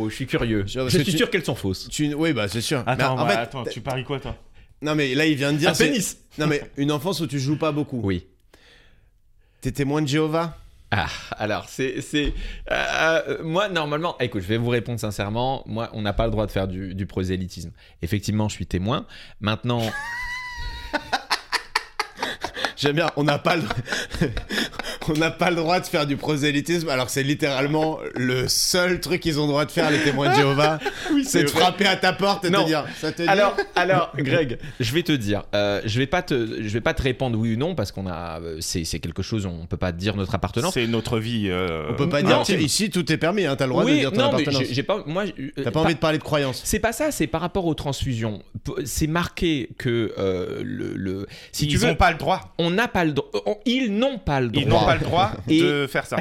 Speaker 1: dire.
Speaker 2: je suis curieux.
Speaker 1: Je-
Speaker 2: Je,
Speaker 1: parce que
Speaker 2: suis
Speaker 1: tu-
Speaker 2: sûr qu'elles sont fausses.
Speaker 1: Tu- Oui, bah c'est sûr.
Speaker 3: Attends,
Speaker 1: Mais en
Speaker 3: bah,
Speaker 1: fait,
Speaker 3: attends, tu paries quoi, toi
Speaker 1: non mais là il vient de dire.
Speaker 2: Un
Speaker 1: c'est-
Speaker 2: pénis
Speaker 1: Non mais une enfance où tu joues pas beaucoup.
Speaker 2: Oui.
Speaker 1: T'es témoin de Jéhovah.
Speaker 2: Ah, alors, c'est. c'est- euh, euh, moi, normalement, écoute, je vais vous répondre sincèrement. Moi, on n'a pas le droit de faire du, du prosélytisme. Effectivement, je suis témoin. Maintenant,
Speaker 1: J'aime bien. On n'a pas le. On n'a pas le droit de faire du prosélytisme, alors que c'est littéralement le seul truc qu'ils ont le droit de faire, les témoins de Jéhovah. c'est de
Speaker 2: vrai.
Speaker 1: frapper à ta porte et de
Speaker 2: Non.
Speaker 1: te dire ça te dit
Speaker 2: alors, alors, Greg, je vais te dire, euh, je vais pas te, je vais pas te répondre oui ou non parce qu'on a, euh, c'est c'est quelque chose, on peut pas dire notre appartenance.
Speaker 3: C'est notre vie. euh,
Speaker 1: On peut pas
Speaker 2: non.
Speaker 1: dire tiens, ici tout est permis, hein, t'as le droit
Speaker 2: euh, oui,
Speaker 1: de dire ton
Speaker 2: non, mais
Speaker 1: appartenance.
Speaker 2: j'ai- j'ai pas, moi, j'ai- euh,
Speaker 1: T'as pas
Speaker 2: par-
Speaker 1: envie de parler de croyance.
Speaker 2: C'est pas ça, c'est par rapport aux transfusions. P- C'est marqué que euh, le, le- si
Speaker 3: Ils
Speaker 2: tu veux,
Speaker 3: n'ont pas le droit.
Speaker 2: on n'a pas le droit, on- ils n'ont pas le droit.
Speaker 3: Ils n'ont pas le droit
Speaker 2: Et-
Speaker 3: de faire ça.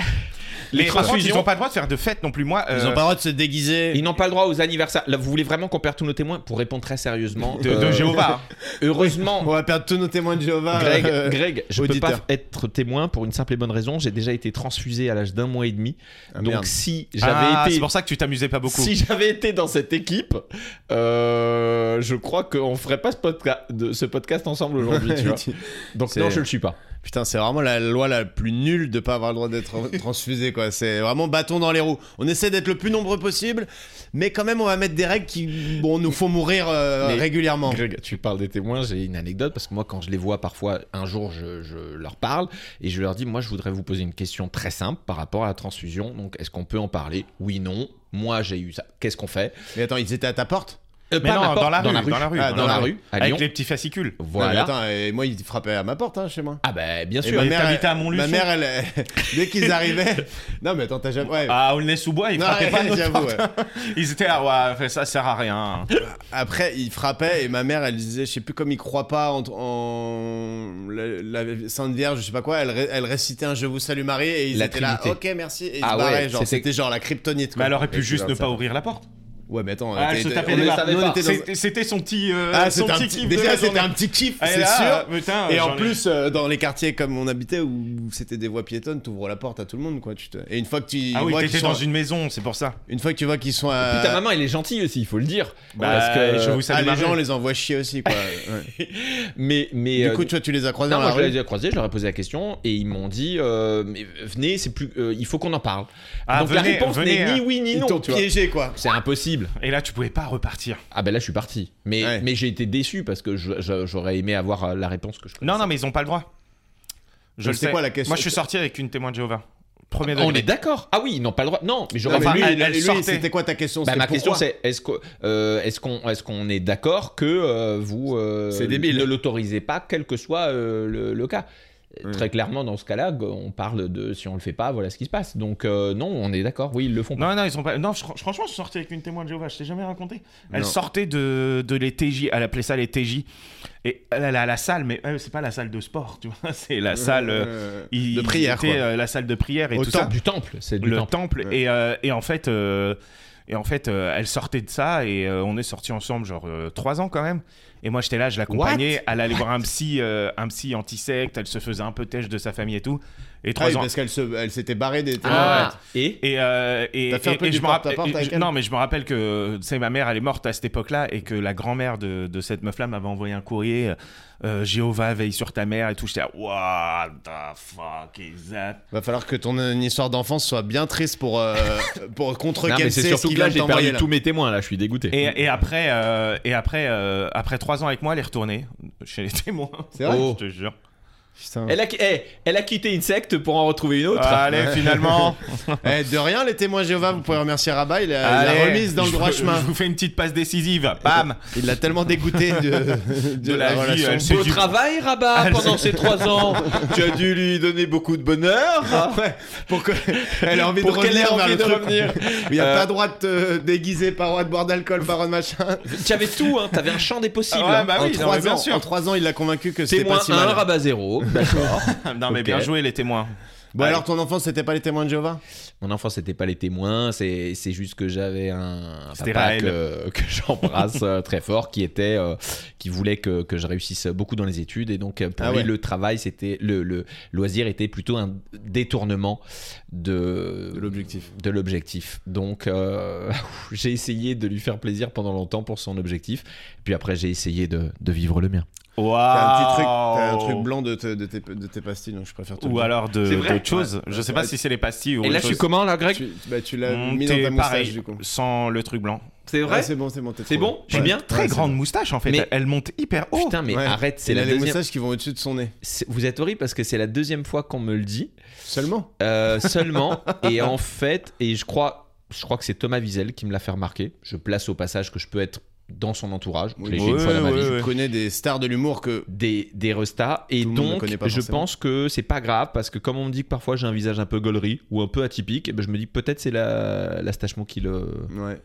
Speaker 2: Les
Speaker 3: Mais par contre, ils
Speaker 2: transfusions-
Speaker 3: n'ont pas le droit de faire de fête non plus. Moi,
Speaker 1: Ils ont
Speaker 3: euh,
Speaker 1: pas le droit de se déguiser.
Speaker 2: Ils n'ont pas le droit aux anniversaires. Là, vous voulez vraiment qu'on perde tous nos témoins pour répondre très sérieusement
Speaker 3: de, de
Speaker 2: euh,
Speaker 3: Jéhovah. hein.
Speaker 2: Heureusement,
Speaker 1: On va perdre tous nos témoins de Jéhovah.
Speaker 2: Greg,
Speaker 1: euh,
Speaker 2: Greg, je
Speaker 1: auditeur.
Speaker 2: peux pas être témoin pour une simple et bonne raison. J'ai déjà été transfusé à l'âge d'un mois et demi.
Speaker 1: ah,
Speaker 2: donc
Speaker 1: merde.
Speaker 2: si
Speaker 3: Ah,
Speaker 2: j'avais
Speaker 3: C'est
Speaker 2: été,
Speaker 3: pour ça que tu t'amusais pas beaucoup.
Speaker 2: si j'avais été dans cette équipe, euh, je crois qu'on ferait pas ce, podca- de- ce podcast ensemble aujourd'hui. tu vois. Donc
Speaker 1: C'est-
Speaker 2: non, je le suis pas.
Speaker 1: Putain, c'est vraiment la loi la plus nulle de pas avoir le droit d'être transfusé, quoi. C'est vraiment bâton dans les roues. On essaie d'être le plus nombreux possible, mais quand même, on va mettre des règles qui bon, nous font mourir euh,
Speaker 2: Mais-
Speaker 1: régulièrement.
Speaker 2: Greg, tu parles des témoins, j'ai une anecdote parce que moi, quand je les vois parfois, un jour, je, je leur parle et je leur dis Moi, je voudrais vous poser une question très simple par rapport à la transfusion. Donc, est-ce qu'on peut en parler Oui, non. Moi, j'ai eu ça. Qu'est-ce qu'on fait
Speaker 1: Mais attends, ils étaient à ta porte
Speaker 2: Euh,
Speaker 3: Mais
Speaker 2: pas à
Speaker 3: non,
Speaker 2: ma porte,
Speaker 3: dans la rue,
Speaker 2: rue.
Speaker 3: dans la rue,
Speaker 2: Ah, dans la rue, à
Speaker 3: Avec
Speaker 2: Lyon.
Speaker 3: les Bah, petits fascicules.
Speaker 1: Non, mais
Speaker 2: Voilà.
Speaker 1: attends, et moi, il frappait à ma porte hein, chez moi.
Speaker 2: Ah bah bien
Speaker 1: Et
Speaker 2: sûr.
Speaker 1: ma
Speaker 3: mais
Speaker 1: mère,
Speaker 3: t'habitais
Speaker 1: elle-
Speaker 3: à Montluçon
Speaker 1: Ma mère, elle, dès qu'ils arrivaient. Non, mais attends, t'as jamais.
Speaker 2: Ah,
Speaker 1: Ouais.
Speaker 3: À Aulnay-sous-Bois, ils
Speaker 1: Non,
Speaker 3: frappaient
Speaker 1: ouais,
Speaker 3: pas à notre
Speaker 1: j'avoue,
Speaker 3: porte.
Speaker 1: ouais.
Speaker 3: Ils étaient là, ouais, ça sert à rien.
Speaker 1: Après, il frappait et ma mère, elle disait, je sais plus comme il croit pas en, en la, la Sainte Vierge, je sais pas quoi, elle, ré- elle récitait un Je vous salue Marie et ils
Speaker 2: La
Speaker 1: étaient là, ok
Speaker 2: Trinité.
Speaker 1: merci, et ils
Speaker 2: Ah
Speaker 1: se
Speaker 2: ouais,
Speaker 1: barraient, genre
Speaker 2: c'était-
Speaker 1: c'était genre la kryptonite. Quoi.
Speaker 3: Mais elle aurait pu
Speaker 1: Et
Speaker 3: juste
Speaker 1: c'est
Speaker 3: ne
Speaker 1: ça.
Speaker 3: pas ouvrir la porte.
Speaker 1: Ouais, mais attends,
Speaker 3: Ah,
Speaker 1: t'es-
Speaker 3: elle se
Speaker 1: t'es-
Speaker 3: tapait
Speaker 1: on
Speaker 3: des
Speaker 1: est-
Speaker 3: barres.
Speaker 1: nous, on était dans-
Speaker 3: C'était c'était son petit, euh,
Speaker 1: Ah,
Speaker 3: son
Speaker 1: c'était un
Speaker 3: petit
Speaker 1: petit-
Speaker 3: kiff. de la
Speaker 1: déjà c'était
Speaker 3: journée.
Speaker 1: un petit kiff,
Speaker 3: Ah, et
Speaker 1: c'est
Speaker 3: là,
Speaker 1: sûr.
Speaker 3: euh, putain,
Speaker 1: Et
Speaker 3: euh,
Speaker 1: en
Speaker 3: j'en ai-
Speaker 1: plus, euh, dans les quartiers comme on habitait où c'était des voies piétonnes, t'ouvres la porte à tout le monde quoi. Tu te... Et une fois que tu
Speaker 3: Ah oui,
Speaker 1: vois qu'ils
Speaker 3: t'étais
Speaker 1: sont-
Speaker 3: dans une maison, c'est pour ça.
Speaker 1: une fois que tu vois qu'ils sont à...
Speaker 2: Puis ta maman, elle est gentille aussi, il faut le dire.
Speaker 3: euh, Bah,
Speaker 2: Parce que-
Speaker 3: je vous
Speaker 1: Ah,
Speaker 3: salue,
Speaker 1: les
Speaker 3: Marie.
Speaker 1: gens on les envoie chier aussi quoi. Ouais.
Speaker 2: Mais mais
Speaker 1: Du
Speaker 2: euh,
Speaker 1: coup, tu vois, tu les as croisés
Speaker 2: Non,
Speaker 1: dans la
Speaker 2: moi, je les
Speaker 1: rue.
Speaker 2: ai croisés, je leur ai posé la question et ils m'ont dit euh, mais venez, c'est plus, euh, il faut qu'on en parle.
Speaker 3: Ah,
Speaker 2: Donc la
Speaker 3: venez,
Speaker 2: réponse
Speaker 3: venez,
Speaker 2: n'est ni
Speaker 3: hein.
Speaker 2: oui ni
Speaker 1: Ils
Speaker 2: non.
Speaker 1: t'ont
Speaker 2: tu vois.
Speaker 1: piégé quoi.
Speaker 2: C'est impossible.
Speaker 3: Et là, tu pouvais pas repartir.
Speaker 2: Ah ben là, je suis parti. Mais
Speaker 1: Ouais.
Speaker 2: mais j'ai été déçu parce que je- je- j'aurais aimé avoir euh, la réponse que je.
Speaker 3: Non, non, mais ils ont pas le droit. Je
Speaker 1: Mais
Speaker 3: le
Speaker 1: c'est
Speaker 3: sais.
Speaker 1: quoi la question
Speaker 3: Moi, je suis sorti avec une témoin de Jéhovah. Premier
Speaker 2: On
Speaker 3: degré.
Speaker 2: est d'accord. Ah oui, ils n'ont pas le droit. Non, mais
Speaker 1: Non,
Speaker 2: j'aurais.
Speaker 1: mais
Speaker 3: Enfin,
Speaker 1: lui,
Speaker 3: elle-
Speaker 1: lui,
Speaker 3: elle sortait.
Speaker 1: c'était quoi ta question
Speaker 2: Bah,
Speaker 1: C'était
Speaker 2: ma question
Speaker 1: pourquoi
Speaker 2: c'est est-ce que euh, est-ce qu'on est-ce qu'on est d'accord que euh, vous euh,
Speaker 1: C'est débile.
Speaker 2: ne l'autorisez pas quel que soit euh, le, le cas
Speaker 1: Ouais.
Speaker 2: Très clairement dans ce cas-là, g- on parle de si on le fait pas, voilà ce qui se passe. Donc euh, non, on est d'accord. Oui, ils le font. pas.
Speaker 3: Non, non, ils sont pas. Non, je- franchement, je suis sorti avec une témoin de Jéhovah, je t'ai jamais raconté. Elle
Speaker 1: Non.
Speaker 3: sortait de, de les TJ, elle appelait ça les TJ. Et elle allait à la salle, mais euh, c'est pas la salle de sport, tu vois, c'est la salle. euh,
Speaker 1: Euh,
Speaker 3: il-
Speaker 1: de prière,
Speaker 3: C'était
Speaker 1: quoi.
Speaker 3: euh, la salle de prière et
Speaker 2: Au
Speaker 3: tout
Speaker 2: temple,
Speaker 3: ça.
Speaker 2: du temple, c'est du
Speaker 3: le
Speaker 2: temple.
Speaker 3: temple.
Speaker 1: Ouais.
Speaker 3: Et, euh, et en fait, euh, et en fait euh, elle sortait de ça et euh, on est sortis ensemble, genre euh, trois ans quand même. Et moi, j'étais là, je l'accompagnais.
Speaker 2: What
Speaker 3: Elle allait
Speaker 2: What
Speaker 3: voir un psy, euh, un psy antisecte, elle se faisait un peu têche de sa famille et tout.
Speaker 1: Ah
Speaker 3: Et
Speaker 1: oui,
Speaker 3: trois ans.
Speaker 1: parce qu'elle se- elle s'était barrée des.
Speaker 2: Ah, et
Speaker 3: Et, euh, et,
Speaker 1: T'as fait un
Speaker 3: et-
Speaker 1: peu
Speaker 3: et
Speaker 1: du
Speaker 3: je me rappelle,
Speaker 1: porte-à-porte
Speaker 3: et-
Speaker 1: avec
Speaker 3: je-
Speaker 1: elle
Speaker 3: non mais je me rappelle que tu sais ma mère elle est morte à cette époque-là et que la grand-mère de, de cette meuf-là m'avait envoyé un courrier euh, Jéhovah veille sur ta mère et tout j'étais là, what the fuck is that
Speaker 1: Va falloir que ton euh, histoire d'enfance soit bien triste pour euh, pour contre
Speaker 2: Non, mais c'est
Speaker 1: ce
Speaker 2: surtout
Speaker 1: qui
Speaker 2: que là,
Speaker 1: vient de
Speaker 2: j'ai perdu
Speaker 1: t'envoyer là.
Speaker 2: tous mes témoins, là, je suis dégoûté.
Speaker 3: et, et après euh, et après euh, après trois ans avec moi elle est retournée chez les témoins Oh,
Speaker 1: C'est vrai
Speaker 3: je te jure
Speaker 1: Putain.
Speaker 2: Elle, a, eh, elle a quitté Insect pour en retrouver une autre.
Speaker 3: allez finalement
Speaker 1: Eh, de rien, les témoins Jéhovah, vous pouvez remercier Rabat, il a, il a
Speaker 3: allez,
Speaker 1: remise dans le
Speaker 3: je
Speaker 1: droit
Speaker 3: vous-
Speaker 1: chemin.
Speaker 3: je vous fais une petite passe décisive bam
Speaker 1: Il l'a tellement dégoûté de, de,
Speaker 3: De la vie,
Speaker 1: relation.
Speaker 3: elle- c'est
Speaker 2: Beau
Speaker 3: du-
Speaker 2: travail, Rabat,
Speaker 3: Ah,
Speaker 2: pendant
Speaker 3: c'est-
Speaker 2: ces trois ans. tu as dû lui donner beaucoup de bonheur.
Speaker 1: Ouais, pour que- elle a envie
Speaker 2: Pour
Speaker 1: de
Speaker 2: qu'elle ait
Speaker 1: revenir vers
Speaker 2: envie
Speaker 1: le
Speaker 2: de
Speaker 1: truc.
Speaker 2: revenir.
Speaker 1: Il n'y a
Speaker 2: Euh,
Speaker 1: pas droit de te déguiser, pas droit de boire d'alcool, pas droit de machin.
Speaker 2: tu avais tout, hein, t'avais un champ des possibles.
Speaker 3: Ah ouais,
Speaker 2: hein.
Speaker 3: bah
Speaker 1: en,
Speaker 3: oui, non,
Speaker 1: trois
Speaker 3: mais bien
Speaker 1: ans,
Speaker 3: sûr.
Speaker 1: en trois ans, il l'a convaincu que c'était
Speaker 2: Témoin
Speaker 1: pas si
Speaker 2: 1,
Speaker 1: mal.
Speaker 2: Rabat 0. D'accord.
Speaker 3: non mais
Speaker 2: Ok.
Speaker 3: bien joué les témoins
Speaker 1: Bon, alors ton enfant, c'était pas les témoins de Jéhovah
Speaker 2: Mon enfant, c'était pas les témoins, c'est c'est juste que j'avais un
Speaker 3: C'était
Speaker 2: papa
Speaker 3: Raël.
Speaker 2: que, que j'embrasse euh, très fort, qui était, euh, qui voulait que, que je réussisse beaucoup dans les études, et donc euh, pour
Speaker 1: Ah
Speaker 2: lui
Speaker 1: ouais.
Speaker 2: le travail, c'était le, le loisir était plutôt un détournement de
Speaker 1: De l'objectif.
Speaker 2: de l'objectif. Donc euh, j'ai essayé de lui faire plaisir pendant longtemps pour son objectif, puis après j'ai essayé de, de vivre le mien.
Speaker 3: waouh
Speaker 1: T'as un petit truc, t'as un truc blanc de, te- de tes, de tes pastilles, donc je préfère te le
Speaker 3: ou
Speaker 1: dire.
Speaker 3: alors de
Speaker 2: C'est vrai
Speaker 3: d'autres choses je sais pas
Speaker 1: Ouais.
Speaker 3: si c'est les pastilles ou
Speaker 2: et là,
Speaker 3: autre
Speaker 2: je
Speaker 3: chose.
Speaker 2: suis comment là, Greg
Speaker 1: Tu, bah, tu l'as
Speaker 3: Mm,
Speaker 1: mis dans
Speaker 3: t'es
Speaker 1: ta moustache,
Speaker 3: pareil,
Speaker 1: du coup.
Speaker 3: Sans le truc blanc.
Speaker 2: C'est
Speaker 1: Ouais, c'est bon, c'est bon. t'es
Speaker 2: C'est
Speaker 1: trop
Speaker 2: bon Je suis
Speaker 1: Ouais.
Speaker 2: bien
Speaker 3: Très
Speaker 1: Ouais, c'est
Speaker 3: grande
Speaker 1: bon.
Speaker 3: moustache en fait.
Speaker 2: Mais-
Speaker 3: Elle monte hyper haut.
Speaker 2: Putain, mais
Speaker 1: Ouais.
Speaker 2: arrête, c'est
Speaker 1: Il
Speaker 2: la
Speaker 1: a les
Speaker 2: deuxième.
Speaker 1: moustaches qui vont au-dessus de son nez.
Speaker 2: c'est- Vous êtes horrible parce que c'est la deuxième fois qu'on me le dit.
Speaker 1: Seulement
Speaker 2: Euh, seulement. et en fait, et je crois, je crois que c'est Thomas Wiesel qui me l'a fait remarquer. Je place au passage que je peux être dans son entourage. Je l'ai fait une
Speaker 3: Ouais,
Speaker 2: fois dans ma vie.
Speaker 3: ouais,
Speaker 1: Je
Speaker 3: ouais.
Speaker 1: connais des stars de l'humour que.
Speaker 2: Des, des restas et
Speaker 1: Tout le monde ne
Speaker 2: donc
Speaker 1: connaît pas
Speaker 2: je
Speaker 1: forcément.
Speaker 2: pense que c'est pas grave parce que comme on me dit que parfois j'ai un visage un peu gaulerie ou un peu atypique eh ben, je me dis que peut-être c'est la, la stachement qui le,
Speaker 1: Ouais.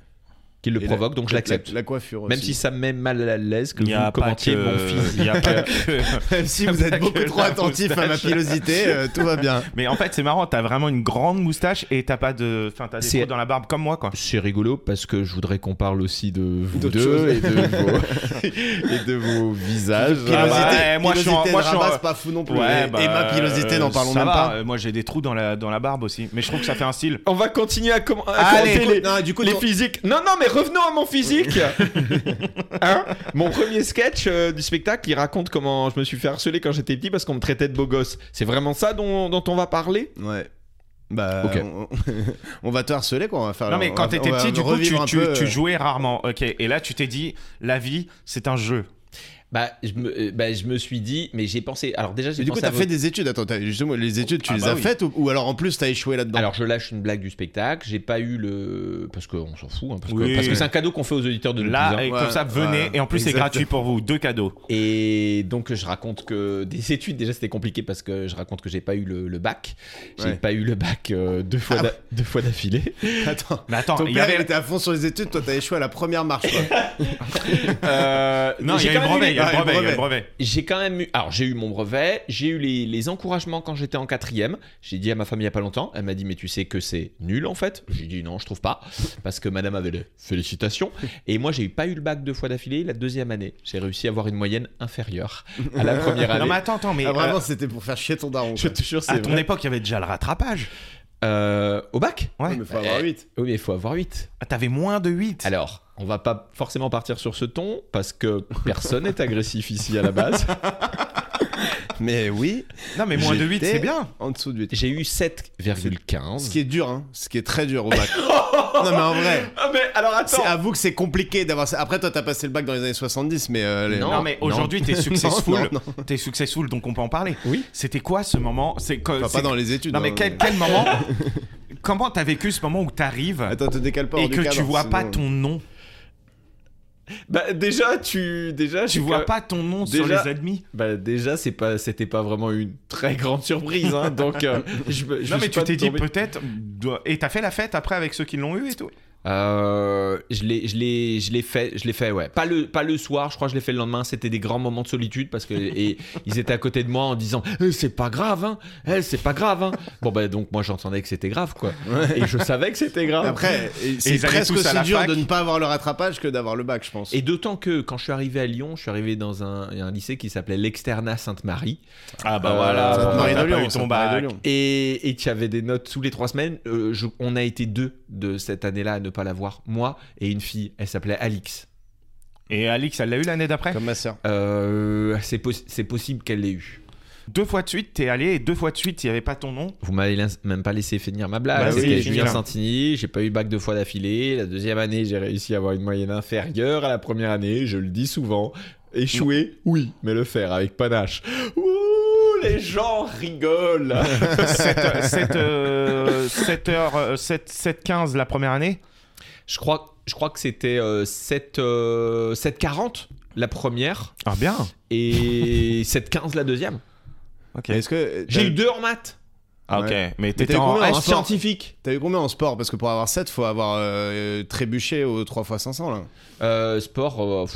Speaker 2: qui le
Speaker 1: Et
Speaker 2: provoque
Speaker 1: la-
Speaker 2: donc je
Speaker 1: la-
Speaker 2: l'accepte
Speaker 1: La, coiffure aussi.
Speaker 2: même si ça me met mal à l'aise que
Speaker 3: Il y a
Speaker 2: vous
Speaker 3: pas
Speaker 2: commentiez
Speaker 3: que-
Speaker 2: mon fils
Speaker 3: Il y a pas que-
Speaker 1: Même si vous êtes beaucoup trop attentif à ma pilosité, euh, tout va bien.
Speaker 3: Mais en fait, c'est marrant. T'as vraiment une grande moustache et t'as pas de. Enfin, t'as des
Speaker 2: C'est-
Speaker 3: trous dans la barbe comme moi quoi.
Speaker 2: C'est rigolo parce que je voudrais qu'on parle aussi de vous
Speaker 1: D'autres
Speaker 2: deux
Speaker 1: choses.
Speaker 2: et de vos, et de vos visages.
Speaker 3: Ah bah, eh, moi, je suis en-
Speaker 1: pilosité
Speaker 3: moi,
Speaker 1: de
Speaker 3: je suis en-
Speaker 1: Rabat, c'est pas fou non plus.
Speaker 3: Ouais,
Speaker 1: et,
Speaker 3: bah,
Speaker 1: et ma pilosité, n'en
Speaker 3: euh,
Speaker 1: parlons
Speaker 3: ça
Speaker 1: même
Speaker 3: va.
Speaker 1: pas.
Speaker 3: Euh, Moi, j'ai des trous dans la dans la barbe aussi. Mais je trouve que ça fait un style.
Speaker 2: On va continuer à, com- à
Speaker 1: Allez,
Speaker 2: commenter les,
Speaker 1: non, du coup,
Speaker 2: les
Speaker 1: ton-
Speaker 2: physiques. Non, non, mais revenons à mon physique. Hein mon premier sketch euh, du spectacle, il raconte comment je me suis fait harceler quand j'étais petit parce qu'on me traitait de beau gosse. C'est vraiment ça dont, dont on va parler
Speaker 1: Ouais. Bah,
Speaker 2: Ok.
Speaker 1: on, on va te harceler quoi, on va faire.
Speaker 3: Non mais
Speaker 1: Euh, on
Speaker 3: quand
Speaker 1: va-
Speaker 3: t'étais
Speaker 1: on va
Speaker 3: petit, du coup, tu,
Speaker 1: revivre un
Speaker 3: tu,
Speaker 1: peu,
Speaker 3: tu
Speaker 1: euh,
Speaker 3: jouais rarement. Ok. Et là, tu t'es dit, la vie, c'est un jeu.
Speaker 2: Bah, je me, euh, bah, je me suis dit, mais j'ai pensé. Alors, déjà, j'ai
Speaker 1: Mais du
Speaker 2: pensé
Speaker 1: coup, t'as
Speaker 2: à
Speaker 1: fait des études. Attends, t'as- justement, les études, tu
Speaker 3: Ah
Speaker 1: les
Speaker 3: bah
Speaker 1: as
Speaker 3: oui.
Speaker 1: faites ou, ou alors en plus, t'as échoué là-dedans
Speaker 2: Alors je lâche une blague du spectacle, j'ai pas eu le parce qu'on s'en fout hein, parce que
Speaker 3: Oui.
Speaker 2: parce que c'est un cadeau qu'on fait aux auditeurs de nos
Speaker 3: Là,
Speaker 2: petits-uns.
Speaker 3: et
Speaker 1: Ouais,
Speaker 3: comme ça, venez.
Speaker 1: ouais.
Speaker 3: Et en plus, c'est
Speaker 1: Exact.
Speaker 3: gratuit pour vous. Deux cadeaux.
Speaker 2: et donc je raconte que des études déjà c'était compliqué parce que je raconte que j'ai pas eu le, le bac, j'ai
Speaker 1: Ouais.
Speaker 2: pas eu le bac euh, deux fois
Speaker 1: Ah
Speaker 2: d'a- deux fois d'affilée.
Speaker 1: Attends.
Speaker 3: Mais attends,
Speaker 1: Ton
Speaker 3: Oh, il y
Speaker 1: père,
Speaker 3: avait-
Speaker 1: il était à fond sur les études, toi t'as échoué à la première marche. quoi.
Speaker 2: Euh,
Speaker 3: Non, il y
Speaker 2: j'ai
Speaker 3: a eu le
Speaker 2: quand même
Speaker 3: brevet. Il y a
Speaker 1: Ah,
Speaker 3: le brevet. il y a le brevet.
Speaker 2: J'ai quand même eu. Alors, j'ai eu mon brevet, j'ai eu les, les encouragements quand j'étais en quatrième. J'ai dit à ma femme il n'y a pas longtemps. Elle m'a dit, mais tu sais que c'est nul en fait J'ai dit, non, je trouve pas. Parce que madame avait les félicitations. Et moi, j'ai eu pas eu le bac deux fois d'affilée. La deuxième année, j'ai réussi à avoir une moyenne inférieure à la première
Speaker 3: Non,
Speaker 2: année.
Speaker 3: mais attends, attends. Mais
Speaker 1: Ah, vraiment,
Speaker 3: euh,
Speaker 1: c'était pour faire chier ton daron.
Speaker 2: Je
Speaker 1: quoi.
Speaker 2: te jure, c'est
Speaker 3: à ton
Speaker 2: vrai.
Speaker 3: époque, il y avait déjà le rattrapage.
Speaker 2: Euh, au bac
Speaker 1: Ouais,
Speaker 3: Ouais.
Speaker 1: mais faut avoir
Speaker 2: Eh.
Speaker 1: 8.
Speaker 2: Oui, mais il faut avoir 8.
Speaker 3: Ah, T'avais moins de 8.
Speaker 2: Alors, on va pas forcément partir sur ce ton parce que personne n'est agressif ici à la base.
Speaker 1: Mais oui,
Speaker 3: Non, mais moins de 8,
Speaker 1: J'étais-
Speaker 3: c'est bien.
Speaker 1: en dessous de 8.
Speaker 2: J'ai eu
Speaker 1: Ce
Speaker 2: 7,15.
Speaker 1: qui est dur, hein. Ce qui est très dur au bac. non, mais en vrai.
Speaker 2: Ah, mais alors
Speaker 1: C'est, avoue que c'est compliqué d'avoir ça. Après, toi, t'as passé le bac dans les années 70, mais. euh, les-
Speaker 2: Non,
Speaker 3: Non, mais
Speaker 2: non.
Speaker 3: aujourd'hui, t'es successful.
Speaker 1: non,
Speaker 3: T'es successful, donc on peut en parler.
Speaker 2: Oui.
Speaker 3: C'était quoi ce moment C'est quoi-
Speaker 1: Enfin,
Speaker 3: euh, c'est-
Speaker 1: pas dans les études.
Speaker 3: Non, mais
Speaker 1: hein.
Speaker 3: quel, quel moment Comment t'as vécu ce moment où t'arrives
Speaker 1: Attends, te décale pas. hors
Speaker 3: et
Speaker 1: du
Speaker 3: que tu
Speaker 1: cadre,
Speaker 3: vois pas
Speaker 1: sinon-
Speaker 3: ton nom
Speaker 2: Bah déjà tu déjà
Speaker 3: Tu vois pas ton nom sur
Speaker 2: Déjà-
Speaker 3: les admis
Speaker 2: Bah déjà c'est pas c'était pas vraiment une très grande surprise hein, donc euh, je, me- je
Speaker 3: Non,
Speaker 2: me
Speaker 3: mais
Speaker 2: suis
Speaker 3: tu
Speaker 2: pas
Speaker 3: t'es dit
Speaker 2: tombé-
Speaker 3: peut-être. dois- Et t'as fait la fête après avec ceux qui l'ont eu et tout
Speaker 2: Euh, je l'ai je l'ai je l'ai fait je l'ai fait ouais pas le pas le soir je crois que je l'ai fait le lendemain c'était des grands moments de solitude parce que et ils étaient à côté de moi en disant Eh, c'est pas grave hein Eh, c'est pas grave hein bon bah donc moi j'entendais que c'était grave quoi et je savais que c'était grave
Speaker 1: Après, et c'est
Speaker 3: Ah ils allaient
Speaker 1: presque
Speaker 3: tous à
Speaker 1: aussi
Speaker 3: la
Speaker 1: dur
Speaker 3: fac.
Speaker 1: de ne pas avoir le rattrapage que d'avoir le bac, je pense.
Speaker 2: Et d'autant que quand je suis arrivé à Lyon, je suis arrivé dans un, un lycée qui s'appelait l'Externat Sainte-Marie.
Speaker 3: Ah,
Speaker 2: bah voilà,
Speaker 1: Ça te
Speaker 2: Marie
Speaker 1: Euh, marie
Speaker 2: t'as
Speaker 1: de Lyon, ça
Speaker 3: ton
Speaker 1: te marie de
Speaker 3: bac.
Speaker 1: Lyon.
Speaker 2: et, et qui avait des notes tous les trois semaines. Euh, je- on a été deux de cette année-là à ne pas l'avoir. Moi et une fille, elle s'appelait Alix.
Speaker 3: Et Alix, elle l'a eu l'année d'après
Speaker 1: Comme ma sœur.
Speaker 2: Euh, c'est, possi- c'est possible qu'elle l'ait eu.
Speaker 3: Deux fois de suite, t'es allé et deux fois de suite, il n'y avait pas ton nom.
Speaker 2: Vous m'avez la- même pas laissé finir ma blague.
Speaker 3: Bah
Speaker 2: parce
Speaker 3: oui,
Speaker 2: qu'il y a
Speaker 3: je suis
Speaker 2: Julien
Speaker 3: là.
Speaker 2: Santini, j'ai pas eu bac deux fois d'affilée. La deuxième année, j'ai réussi à avoir une moyenne inférieure à la première année. Je le dis souvent. Échouer, oui, mais le faire avec panache. Ouh, les gens rigolent.
Speaker 3: 7, 7, 7 h 7, 7 15 la première année
Speaker 2: je crois, je crois que c'était euh, 7, 7,40 la première.
Speaker 3: Ah, bien.
Speaker 2: et 7-15 la deuxième.
Speaker 3: Ok.
Speaker 1: Est-ce que
Speaker 2: J'ai eu Ah, deux en maths,
Speaker 3: Ah, ok.
Speaker 1: Ouais.
Speaker 3: Mais
Speaker 1: t'as
Speaker 3: t'étais
Speaker 1: eu
Speaker 3: en.
Speaker 1: combien
Speaker 2: en
Speaker 1: sport.
Speaker 2: scientifique.
Speaker 1: t'as eu combien en sport Parce que pour avoir 7, faut avoir euh, trébuché aux 3 x 500 là.
Speaker 2: Euh, sport, euh, pff,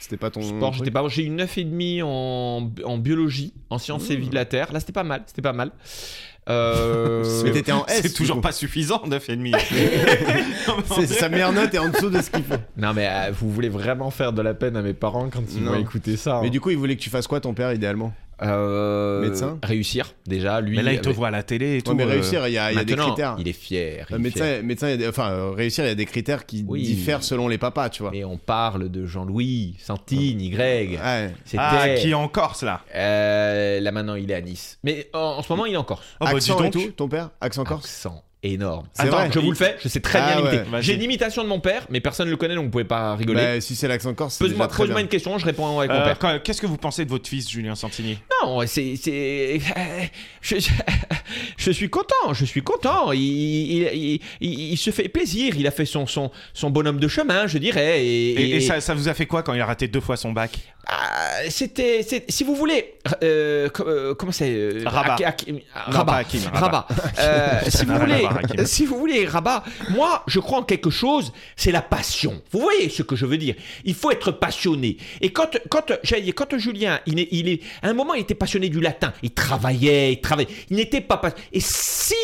Speaker 1: C'était pas ton.
Speaker 2: sport, j'étais pas. J'ai eu 9,5 en, en biologie, en sciences
Speaker 1: Mmh.
Speaker 2: et vie de la terre. Là, c'était pas mal, c'était pas mal. Euh,
Speaker 1: Mais t'étais en S.
Speaker 3: C'est
Speaker 1: du
Speaker 3: toujours
Speaker 1: coup.
Speaker 3: pas suffisant, 9,5.
Speaker 1: C'est- Sa meilleure note est en dessous de ce qu'il faut.
Speaker 2: non, mais euh, vous voulez vraiment faire de la peine à mes parents quand ils
Speaker 1: Non.
Speaker 2: vont écouter ça.
Speaker 1: Mais
Speaker 2: hein.
Speaker 1: du coup, il voulait que tu fasses quoi ton père idéalement
Speaker 2: Euh,
Speaker 1: Médecin
Speaker 2: réussir déjà lui.
Speaker 3: Mais là, il te
Speaker 2: avec-
Speaker 3: voit à la télé et tout.
Speaker 1: Ouais, mais
Speaker 3: euh,
Speaker 1: réussir, il y a, il y a des
Speaker 2: Maintenant,
Speaker 1: critères.
Speaker 2: Il est fier. il
Speaker 1: Euh,
Speaker 2: est
Speaker 1: médecin,
Speaker 2: fier.
Speaker 1: médecin, il y a des- enfin, euh, réussir, il y a des critères qui
Speaker 2: Oui.
Speaker 1: diffèrent selon les papas, tu vois.
Speaker 2: Mais on parle de Jean-Louis, Santini, Greg.
Speaker 1: Ouais.
Speaker 2: C'était
Speaker 3: Ah, qui est en Corse, là
Speaker 2: Euh, là maintenant, il est à Nice. Mais en, en ce moment, il est en Corse.
Speaker 3: Oh, bah, dis
Speaker 1: accent et
Speaker 3: donc. Ah,
Speaker 1: tout, ton père Accent corse
Speaker 2: Accent énorme.
Speaker 1: Ah. C'est
Speaker 2: Attends,
Speaker 1: vrai.
Speaker 2: je vous le fais, je sais très
Speaker 1: Ah
Speaker 2: bien
Speaker 1: ouais,
Speaker 2: l'imiter.
Speaker 3: vas-y.
Speaker 2: J'ai une imitation de mon père, mais personne ne le connaît, donc vous pouvez pas rigoler.
Speaker 1: Bah, si c'est l'accent corse, c'est
Speaker 2: Pose-moi
Speaker 1: déjà très
Speaker 2: pose-moi
Speaker 1: bien.
Speaker 2: une question, je réponds avec mon
Speaker 3: Euh,
Speaker 2: père.
Speaker 3: quand- Qu'est-ce que vous pensez de votre fils, Julien Santini
Speaker 2: Non, c'est. c'est- Je, je suis content, je suis content. Il, il, il- il- il se fait plaisir, il a fait son, son, son bonhomme de chemin, je dirais. Et,
Speaker 3: Et, et ça, ça vous a fait quoi quand il a raté deux fois son bac
Speaker 2: Ah, C'était. c'est- Si vous voulez. euh, co- euh, comment c'est euh,
Speaker 3: Rabat.
Speaker 2: Hak- Hak-
Speaker 3: Non,
Speaker 2: Rabat.
Speaker 3: pas Hakim, Rabat.
Speaker 2: Rabat. Euh, si, vous
Speaker 3: n'a rien à
Speaker 2: voulez,
Speaker 3: voir, Hakim.
Speaker 2: si vous voulez, Rabat, moi, je crois en quelque chose, c'est la passion. Vous voyez ce que je veux dire Il faut être passionné. Et quand, quand, j'allais dire, quand Julien, il est, il est, à un moment, il était passionné du latin. Il travaillait, il travaillait. Il n'était pas pas- Et si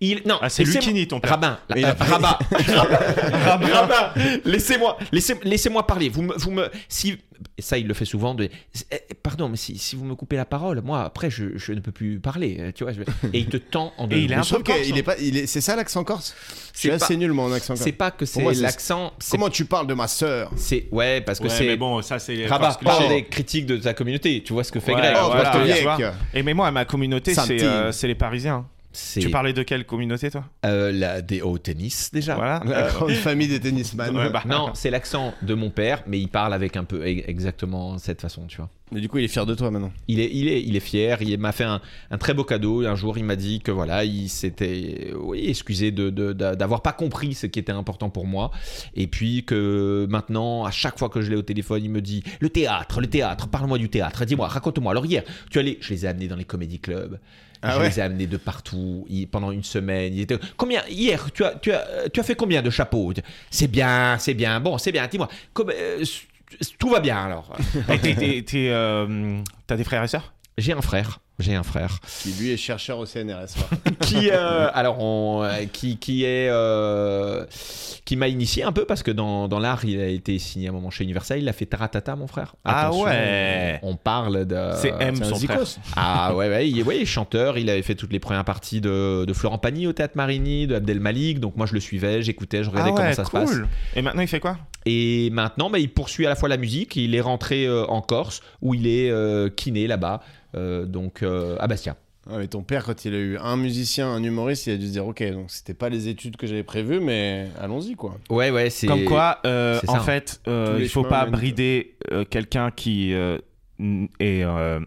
Speaker 2: il, non,
Speaker 3: Ah, c'est
Speaker 2: laissez-moi-
Speaker 3: Lucchini, ton père.
Speaker 2: Rabin,
Speaker 1: il
Speaker 2: euh,
Speaker 1: a-
Speaker 2: Rabat, Rabat, Rabat. Laissez-moi, laissez, laissez-moi parler. Vous me, vous me, si ça, il le fait souvent. De, eh, pardon, mais si, si vous me coupez la parole, moi après, je, je ne peux plus parler. euh, Tu vois, je- et il te tend en deux.
Speaker 3: Et il est
Speaker 2: mots.
Speaker 1: Je trouve
Speaker 3: peu corse,
Speaker 1: qu'il
Speaker 3: hein.
Speaker 1: est pas, il est, c'est ça l'accent corse Je suis
Speaker 2: C'est pas,
Speaker 1: assez nul, moi, en accent corse.
Speaker 2: c'est pas que c'est
Speaker 1: moi, c'est-
Speaker 2: l'accent. c'est-
Speaker 1: Comment tu parles de ma sœur
Speaker 2: C'est ouais, parce que
Speaker 3: Ouais,
Speaker 2: c'est
Speaker 3: mais bon, ça c'est.
Speaker 2: Rabat
Speaker 3: Corse
Speaker 2: parle
Speaker 3: cliché.
Speaker 2: des critiques de ta communauté. Tu vois ce que fait
Speaker 3: Ouais,
Speaker 1: Oh,
Speaker 2: Greg. tu
Speaker 3: ouais,
Speaker 2: vois ce
Speaker 1: voilà,
Speaker 2: que-
Speaker 3: ouais.
Speaker 1: Yek.
Speaker 3: Et mais moi, à ma communauté, c'est
Speaker 1: Santini.
Speaker 3: euh, c'est les Parisiens.
Speaker 2: C'est
Speaker 3: Tu parlais de quelle communauté, toi
Speaker 2: euh, la des au tennis déjà.
Speaker 3: Voilà.
Speaker 1: La grande famille des tennisman.
Speaker 3: Euh, Ouais, bah.
Speaker 2: Non, c'est l'accent de mon père, mais il parle avec un peu e- exactement cette façon, tu vois.
Speaker 1: Mais du coup, il est fier de toi maintenant.
Speaker 2: Il est, il est, il est fier. Il m'a fait un, un très beau cadeau. Un jour, il m'a dit que voilà, il s'était, oui, excusé de de- d'a- d'avoir pas compris ce qui était important pour moi. Et puis que maintenant, à chaque fois que je l'ai au téléphone, il me dit le théâtre, le théâtre. Parle-moi du théâtre. Dis-moi, raconte-moi. Alors hier, tu allais, je les ai amenés dans les comédie clubs.
Speaker 1: Ah
Speaker 2: je
Speaker 1: ouais.
Speaker 2: les ai amenés de partout Ils- pendant une semaine. Ils étaient- Combien hier tu as, tu, as, euh, tu as fait combien de chapeaux C'est bien, c'est bien. Bon, c'est bien. Dis-moi, comme- euh, s- s- tout va bien alors.
Speaker 3: Et t'es- t'es- t'es, euh, T'as des frères et sœurs
Speaker 2: J'ai un frère. J'ai un frère
Speaker 1: Qui lui est chercheur au CNRS.
Speaker 2: qui, euh, alors on, euh, qui, qui est, euh, qui m'a initié un peu parce que dans, dans l'art, il a été signé à un moment chez Universal. Il a fait Taratata, mon frère.
Speaker 3: Ah
Speaker 2: Attention,
Speaker 3: ouais.
Speaker 2: On parle de.
Speaker 3: C'est M
Speaker 1: c'est un
Speaker 3: son frère.
Speaker 1: zikos.
Speaker 2: Ah ouais, ouais, il est ouais, chanteur, il avait fait toutes les premières parties de, de Florent Pagny au Théâtre Marigny, de Abdel Malik, donc moi je le suivais, j'écoutais, je regardais
Speaker 3: Ah
Speaker 2: comment
Speaker 3: ouais,
Speaker 2: ça
Speaker 3: cool.
Speaker 2: se passe.
Speaker 3: Et maintenant, il fait quoi
Speaker 2: Et maintenant, bah, il poursuit à la fois la musique, il est rentré euh, en Corse, où il est euh, kiné là-bas, euh, donc euh, à Bastia.
Speaker 1: Ah, mais ton père, quand il a eu un musicien, un humoriste, il a dû se dire Ok, donc c'était pas les études que j'avais prévues, mais allons-y quoi.
Speaker 2: Ouais, ouais, c'est...
Speaker 3: Comme quoi, euh,
Speaker 2: c'est
Speaker 3: en
Speaker 2: ça.
Speaker 3: fait, euh,
Speaker 1: Tous les
Speaker 3: il faut
Speaker 1: chemins
Speaker 3: pas
Speaker 1: mènent-
Speaker 3: brider euh, quelqu'un qui euh, n- est. euh,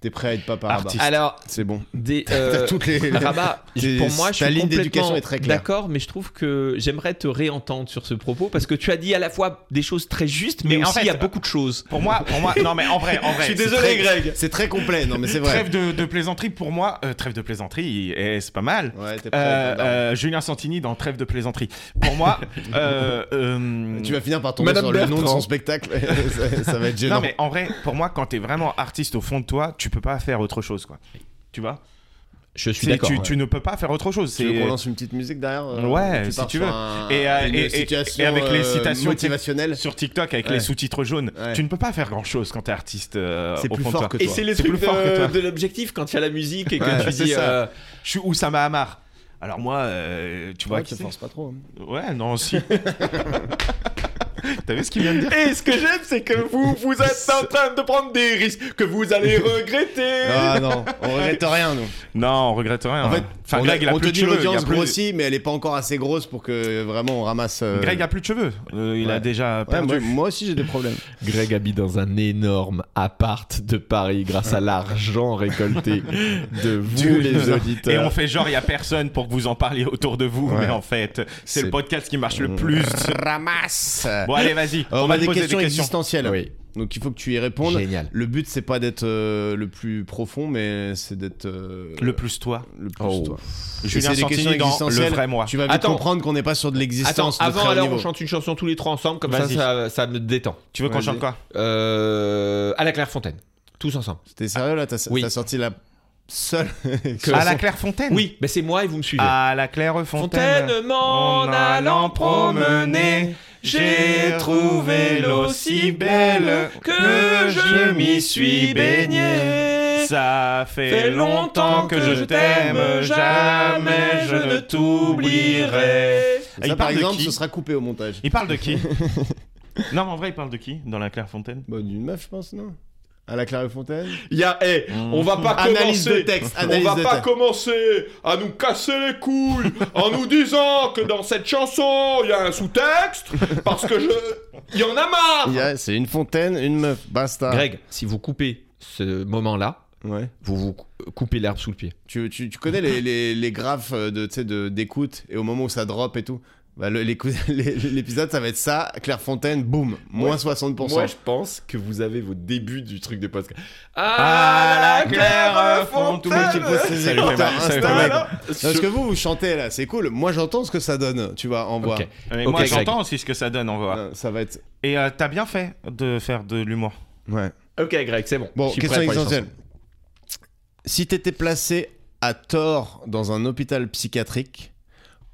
Speaker 1: T'es prêt à être
Speaker 2: Ah
Speaker 1: papa
Speaker 2: bah.
Speaker 1: Rabat.
Speaker 3: Artiste.
Speaker 2: Alors,
Speaker 1: C'est bon.
Speaker 2: des,
Speaker 1: T'as
Speaker 2: euh,
Speaker 1: toutes les.
Speaker 2: Rabat,
Speaker 1: C'est-
Speaker 2: pour moi, je
Speaker 1: ta
Speaker 2: suis
Speaker 1: ligne d'éducation
Speaker 2: complètement
Speaker 1: est très claire.
Speaker 2: d'accord, mais je trouve que j'aimerais te réentendre sur ce propos parce que tu as dit à la fois des choses très justes, mais,
Speaker 3: Mais en
Speaker 2: aussi
Speaker 3: fait,
Speaker 2: il y a beaucoup de choses.
Speaker 3: Pour moi, pour moi, non mais en vrai, en vrai. c'est très-
Speaker 1: Greg. C'est très complet, non mais c'est vrai.
Speaker 3: Trêve de, de plaisanterie pour moi, euh, trêve de plaisanterie, et c'est pas mal.
Speaker 1: Ouais, t'es prêt.
Speaker 3: Euh,
Speaker 1: pardon.
Speaker 3: euh, Julien Santini dans Trêve de plaisanterie. Pour moi, euh, euh,
Speaker 1: Tu vas finir par tomber
Speaker 2: Madame
Speaker 1: sur le nom de
Speaker 2: Bertrand.
Speaker 1: son spectacle. ça, ça va être gênant.
Speaker 3: non mais en vrai, pour moi, quand t'es vraiment artiste au fond de toi, tu peux pas faire autre chose, quoi. Tu vois
Speaker 2: Je suis
Speaker 3: C'est-
Speaker 2: d'accord.
Speaker 3: tu,
Speaker 2: ouais.
Speaker 3: tu ne peux pas faire autre chose.
Speaker 1: Tu veux
Speaker 3: c'est-
Speaker 1: qu'on lance une petite musique derrière euh,
Speaker 3: Ouais,
Speaker 1: tu
Speaker 3: si
Speaker 1: pars
Speaker 3: tu
Speaker 1: sur
Speaker 3: veux.
Speaker 1: un-
Speaker 3: Et, euh,
Speaker 1: une
Speaker 3: et- et-
Speaker 1: situation,
Speaker 3: et avec les
Speaker 1: euh,
Speaker 3: citations, Bah,
Speaker 1: motivationnelle.
Speaker 3: Sur TikTok avec
Speaker 1: Ouais.
Speaker 3: les sous-titres jaunes,
Speaker 1: Ouais.
Speaker 3: tu ne peux pas faire grand chose quand t'es artiste. euh,
Speaker 1: C'est
Speaker 3: au
Speaker 1: plus
Speaker 3: fond de
Speaker 1: fort
Speaker 3: toi.
Speaker 1: que
Speaker 2: Et
Speaker 1: toi.
Speaker 2: c'est le
Speaker 3: C'est
Speaker 2: truc
Speaker 3: plus fort que
Speaker 2: de,
Speaker 3: toi.
Speaker 2: de l'objectif quand il y a la musique et que
Speaker 1: Ouais,
Speaker 2: tu
Speaker 1: c'est
Speaker 2: dis.
Speaker 1: ça.
Speaker 2: euh,
Speaker 3: Je suis Oussama Hamar. Alors moi, euh, tu vois
Speaker 1: Ouais,
Speaker 3: qui
Speaker 1: tu
Speaker 3: c'est
Speaker 1: forces pas trop. hein.
Speaker 3: Ouais, non, si. T'as vu ce qu'il vient de dire
Speaker 2: Et ce que j'aime, c'est que vous, vous êtes en train de prendre des risques que vous allez regretter.
Speaker 1: Ah non, on regrette rien nous.
Speaker 3: Non, on regrette rien. hein.
Speaker 1: En fait,
Speaker 3: enfin,
Speaker 1: on,
Speaker 3: Greg, il a
Speaker 1: on
Speaker 3: plus
Speaker 1: te
Speaker 3: de
Speaker 1: dit
Speaker 3: cheveux. il a
Speaker 1: l'audience
Speaker 3: plus de-
Speaker 1: grossit, mais elle est pas encore assez grosse pour que vraiment on ramasse. euh,
Speaker 3: Greg a plus de cheveux. Euh, il
Speaker 1: ouais.
Speaker 3: a déjà
Speaker 1: Ouais,
Speaker 3: perdu.
Speaker 1: moi, moi aussi j'ai des problèmes.
Speaker 2: Greg habite dans un énorme appart de Paris grâce à l'argent récolté de vous,
Speaker 3: Du-
Speaker 2: les
Speaker 3: Et
Speaker 2: auditeurs.
Speaker 3: on fait genre, il y a personne pour que vous en parliez autour de vous.
Speaker 1: euh, Ouais.
Speaker 3: Mais en fait,
Speaker 1: C'est-
Speaker 3: c'est le podcast qui marche le plus.
Speaker 1: Ramasse.
Speaker 3: Bon, allez, vas-y.
Speaker 1: Alors,
Speaker 3: on
Speaker 1: Euh, on a
Speaker 3: va te
Speaker 1: des
Speaker 3: poser
Speaker 1: questions
Speaker 3: des questions.
Speaker 1: existentielles.
Speaker 2: Oui.
Speaker 1: Donc il faut que tu y répondes.
Speaker 2: Génial.
Speaker 1: Le but c'est pas d'être euh, le plus profond, mais c'est d'être euh,
Speaker 3: Le plus toi.
Speaker 1: le plus
Speaker 2: Oh.
Speaker 1: toi.
Speaker 3: Julien
Speaker 1: Et c'est des questions
Speaker 3: Santini dans Le
Speaker 1: existentielles.
Speaker 3: vrai moi.
Speaker 1: Tu vas vite
Speaker 2: Attends.
Speaker 1: comprendre qu'on n'est pas sur de
Speaker 2: Attends,
Speaker 1: l'existence de
Speaker 2: avant
Speaker 1: très haut
Speaker 2: alors
Speaker 1: niveau.
Speaker 2: on chante une chanson tous les trois ensemble, comme ça,
Speaker 3: Vas-y.
Speaker 2: ça ça me détend.
Speaker 3: Tu veux qu'on
Speaker 1: Vas-y.
Speaker 3: chante quoi
Speaker 2: Euh, à la Clairefontaine, tous ensemble.
Speaker 1: T'es sérieux là T'as
Speaker 2: Ah, Oui.
Speaker 1: t'as sorti la seule.
Speaker 3: À la Clairefontaine
Speaker 2: Oui, mais c'est moi et vous me suivez.
Speaker 3: À la Clairefontaine.
Speaker 2: Fontaine, m'en allant promener, j'ai trouvé l'eau si belle que je m'y suis baigné.
Speaker 3: Ça fait longtemps que je t'aime, jamais je ne t'oublierai.
Speaker 1: Ça, par exemple, ce sera coupé au montage.
Speaker 3: Il parle de qui Non, mais en vrai, il parle de qui dans la Clairefontaine
Speaker 1: Bah, d'une meuf, je pense, non À la Clairefontaine
Speaker 2: Il y a, eh, on
Speaker 3: Hmm.
Speaker 2: va pas
Speaker 1: Analyse de
Speaker 2: commencer.
Speaker 1: texte,
Speaker 2: On
Speaker 1: analyse
Speaker 2: va
Speaker 1: de
Speaker 2: pas
Speaker 1: texte.
Speaker 2: commencer à nous casser les couilles en nous disant que dans cette chanson il y a un sous-texte parce que je, il y en a marre.
Speaker 1: Il y a- C'est une fontaine, une meuf, basta.
Speaker 2: Greg, si vous coupez ce moment-là,
Speaker 1: Ouais.
Speaker 2: vous vous coupez l'herbe sous le pied.
Speaker 1: Tu, tu, tu connais les, les, les graphes euh, de, tu sais, de- d'écoute et au moment où ça drop et tout bah, le- les cou- les- L'épisode, ça va être ça, Clairefontaine, boum, moins
Speaker 2: Ouais.
Speaker 1: 60%.
Speaker 2: Moi, je pense que vous avez vos débuts du truc des podcasts.
Speaker 3: Ah, la
Speaker 1: Mais
Speaker 3: Claire Fontaine.
Speaker 1: tu poses tes
Speaker 3: Ça lui fait
Speaker 1: écouteurs
Speaker 3: mal, ça lui fait
Speaker 1: Insta,
Speaker 3: mal.
Speaker 1: mec. Parce que vous, vous chantez là, c'est cool. Moi, j'entends ce que ça donne, tu vois, en voix.
Speaker 2: Ok.
Speaker 3: Mais
Speaker 2: Ok,
Speaker 3: Moi,
Speaker 2: Greg.
Speaker 3: j'entends aussi ce que ça donne, on va voir.
Speaker 1: Euh, Ça va être.
Speaker 3: Et euh, t'as bien fait de faire de l'humour.
Speaker 1: Ouais.
Speaker 2: Ok, Greg, c'est bon.
Speaker 1: Bon,
Speaker 2: Je suis
Speaker 1: question
Speaker 2: prêt pour les
Speaker 1: existentielle. Si t'étais placé à tort dans un hôpital psychiatrique,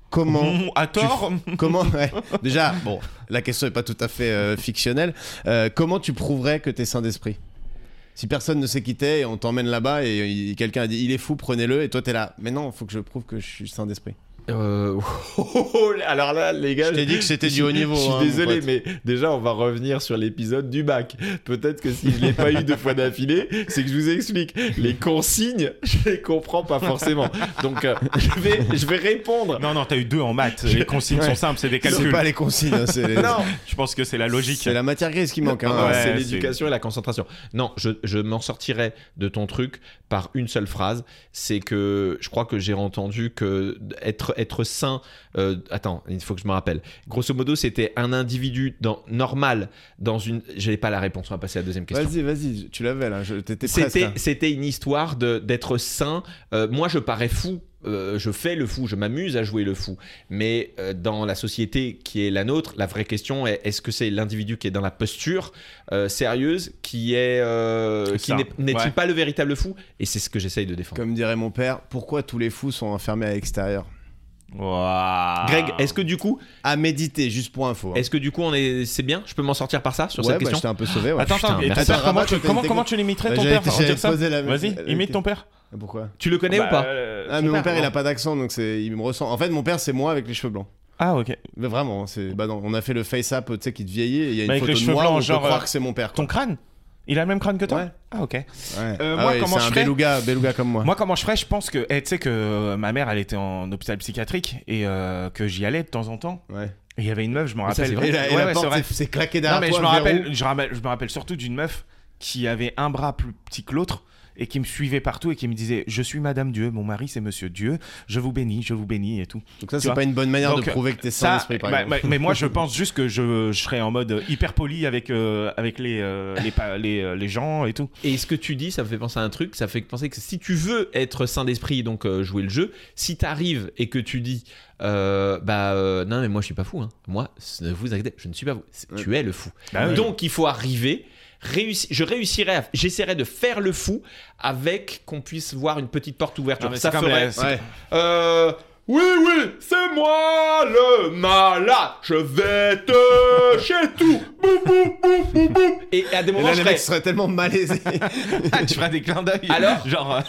Speaker 1: comment
Speaker 3: Mmh, À tort
Speaker 1: Comment ouais. Déjà, bon, la question est pas tout à fait euh, fictionnelle. Euh, comment tu prouverais que t'es sain d'esprit Si personne ne s'est quitté et euh, on t'emmène là-bas et il- quelqu'un a dit il est fou, prenez-le et toi t'es là. Mais non, faut que je prouve que je suis sain d'esprit.
Speaker 2: chansons. Euh, Alors là, les gars,
Speaker 1: Je t'ai dit que c'était
Speaker 2: je-
Speaker 1: du haut niveau,
Speaker 2: Je suis
Speaker 1: hein, mon
Speaker 2: désolé,
Speaker 1: pote.
Speaker 2: mais déjà, on va revenir sur l'épisode du bac. Peut-être que si je l'ai pas eu deux fois d'affilée, c'est que je vous explique. Les consignes, je les comprends pas forcément. Donc, euh, je, vais, je vais répondre.
Speaker 3: Non, non, t'as eu deux en maths. Les consignes sont simples, c'est des
Speaker 1: C'est
Speaker 3: calculs.
Speaker 1: pas les consignes, hein, c'est les-
Speaker 2: Non.
Speaker 3: Je pense que c'est la logique.
Speaker 1: C'est la matière grise qui manque. hein.
Speaker 2: Non,
Speaker 3: ouais,
Speaker 2: c'est
Speaker 3: c'est-
Speaker 2: l'éducation et la concentration. Non, je, je m'en sortirai de ton truc par une seule phrase. C'est que je crois que j'ai entendu que être, être sain. euh, attends, il faut que je me rappelle. Grosso modo, c'était un individu dans, normal dans une. Je n'ai pas la réponse. On va passer à la deuxième question.
Speaker 1: Vas-y, vas-y, tu l'avais là, je- t'étais presque. hein.
Speaker 2: C'était
Speaker 1: là.
Speaker 2: c'était une histoire de- d'être sain. Euh, moi, je parais fou. Euh, je fais le fou, je m'amuse à jouer le fou. Mais euh, dans la société qui est la nôtre, la vraie question est est-ce que c'est l'individu qui est dans la posture euh, sérieuse qui est euh, qui
Speaker 3: Ça,
Speaker 2: n'est- n'est-il
Speaker 3: ouais.
Speaker 2: pas le véritable fou Et c'est ce que j'essaye de défendre.
Speaker 1: Comme dirait mon père, pourquoi tous les fous sont enfermés à l'extérieur
Speaker 3: Waouh.
Speaker 2: Greg, est-ce que du coup,
Speaker 1: À méditer, juste pour info. hein.
Speaker 2: est-ce que du coup, on est, c'est bien Je peux m'en sortir par ça sur
Speaker 1: ouais,
Speaker 2: cette
Speaker 1: bah, je t'ai
Speaker 2: question
Speaker 1: un peu sauvé. Ouais.
Speaker 3: Attends,
Speaker 2: Putain,
Speaker 3: attends, et
Speaker 2: merci.
Speaker 3: ton père,
Speaker 1: Attends,
Speaker 3: comment,
Speaker 1: Rabat,
Speaker 3: tu,
Speaker 1: toi, t'as
Speaker 3: comment,
Speaker 1: une
Speaker 3: comment tu l'imiterais ton
Speaker 1: J'avais-
Speaker 3: père pour
Speaker 1: j'avais
Speaker 3: dire ça
Speaker 1: posé la-
Speaker 3: Vas-y,
Speaker 1: la-
Speaker 3: imite ton père.
Speaker 1: Pourquoi
Speaker 2: Tu le connais
Speaker 3: Bah,
Speaker 2: ou pas
Speaker 3: euh,
Speaker 1: Ah,
Speaker 3: son
Speaker 1: mais mon
Speaker 3: père,
Speaker 1: père, il
Speaker 3: non.
Speaker 1: a pas d'accent, donc c'est, il me ressemble. En fait, mon père, c'est moi avec les cheveux blancs.
Speaker 3: Ah, ok.
Speaker 1: Mais vraiment, c'est. Bah non, on a fait le face-up, tu sais, qui te vieillit. et Il y a une
Speaker 3: Mais Bah, avec les
Speaker 1: photo de
Speaker 3: cheveux
Speaker 1: moi,
Speaker 3: blancs,
Speaker 1: on
Speaker 3: genre,
Speaker 1: peut croire
Speaker 3: euh,
Speaker 1: que c'est mon père. quoi.
Speaker 3: Ton crâne Il a le même crâne que toi
Speaker 1: Ouais.
Speaker 3: Ah, ok.
Speaker 1: Ouais.
Speaker 3: euh,
Speaker 1: Ah
Speaker 3: moi,
Speaker 1: ouais,
Speaker 3: comment
Speaker 1: c'est
Speaker 3: je
Speaker 1: un
Speaker 3: ferais
Speaker 1: beluga, beluga comme moi.
Speaker 3: Moi, comment je ferais Je pense que. eh, tu sais que euh, ma mère, elle était en hôpital psychiatrique et euh, que j'y allais de temps en temps.
Speaker 1: Ouais.
Speaker 3: Et il y avait une meuf, je m'en
Speaker 2: Mais ça,
Speaker 3: rappelle.
Speaker 2: c'est vrai.
Speaker 1: Et la, et
Speaker 3: Ouais,
Speaker 1: la
Speaker 3: ouais, c'est
Speaker 1: porte,
Speaker 3: vrai.
Speaker 1: c'est- c'est claqué
Speaker 3: Non,
Speaker 1: derrière
Speaker 3: mais
Speaker 1: toi.
Speaker 3: je me,
Speaker 1: un verrou.
Speaker 3: rappelle, je, rappelle- je me rappelle surtout d'une meuf qui avait un bras plus petit que l'autre et qui me suivait partout et qui me disait Je suis Madame Dieu, mon mari c'est Monsieur Dieu, je vous bénis, je vous bénis et tout.
Speaker 1: Donc ça,
Speaker 3: tu
Speaker 1: c'est
Speaker 3: vois.
Speaker 1: pas une bonne manière
Speaker 3: Donc,
Speaker 1: de prouver que t'es sain
Speaker 3: Ça,
Speaker 1: d'esprit, par
Speaker 3: bah,
Speaker 1: exemple.
Speaker 3: bah, mais moi je pense juste que je, je serais en mode hyper poli avec, euh, avec les, euh, les, pa- les, euh, les gens et tout.
Speaker 2: Et ce que tu dis, ça me fait penser à un truc, ça fait penser que si tu veux être sain d'esprit, donc euh, jouer le jeu, si t'arrives et que tu dis, euh, bah euh, non mais moi je suis pas fou, hein. moi c- ne vous inquiétez, je ne suis pas fou, C'est- tu es le fou.
Speaker 3: Bah oui.
Speaker 2: Donc il faut arriver, réussi- je réussirai, à- j'essaierai de faire le fou avec qu'on puisse voir une petite porte ouverte.
Speaker 3: Non, Ah, mais
Speaker 2: ça
Speaker 3: c'est comme
Speaker 2: ferait.
Speaker 3: la- c'est-
Speaker 1: Ouais.
Speaker 2: Euh, oui, oui, c'est moi le malade. Je vais te chez tout. Boum, boum, boum, boum, boum. Et à des
Speaker 1: Et
Speaker 2: moments,
Speaker 1: là,
Speaker 2: je
Speaker 1: les
Speaker 2: serais-
Speaker 1: mecs seraient tellement malaisés.
Speaker 3: Ah, tu feras des clins d'œil.
Speaker 2: Alors
Speaker 3: Genre. euh,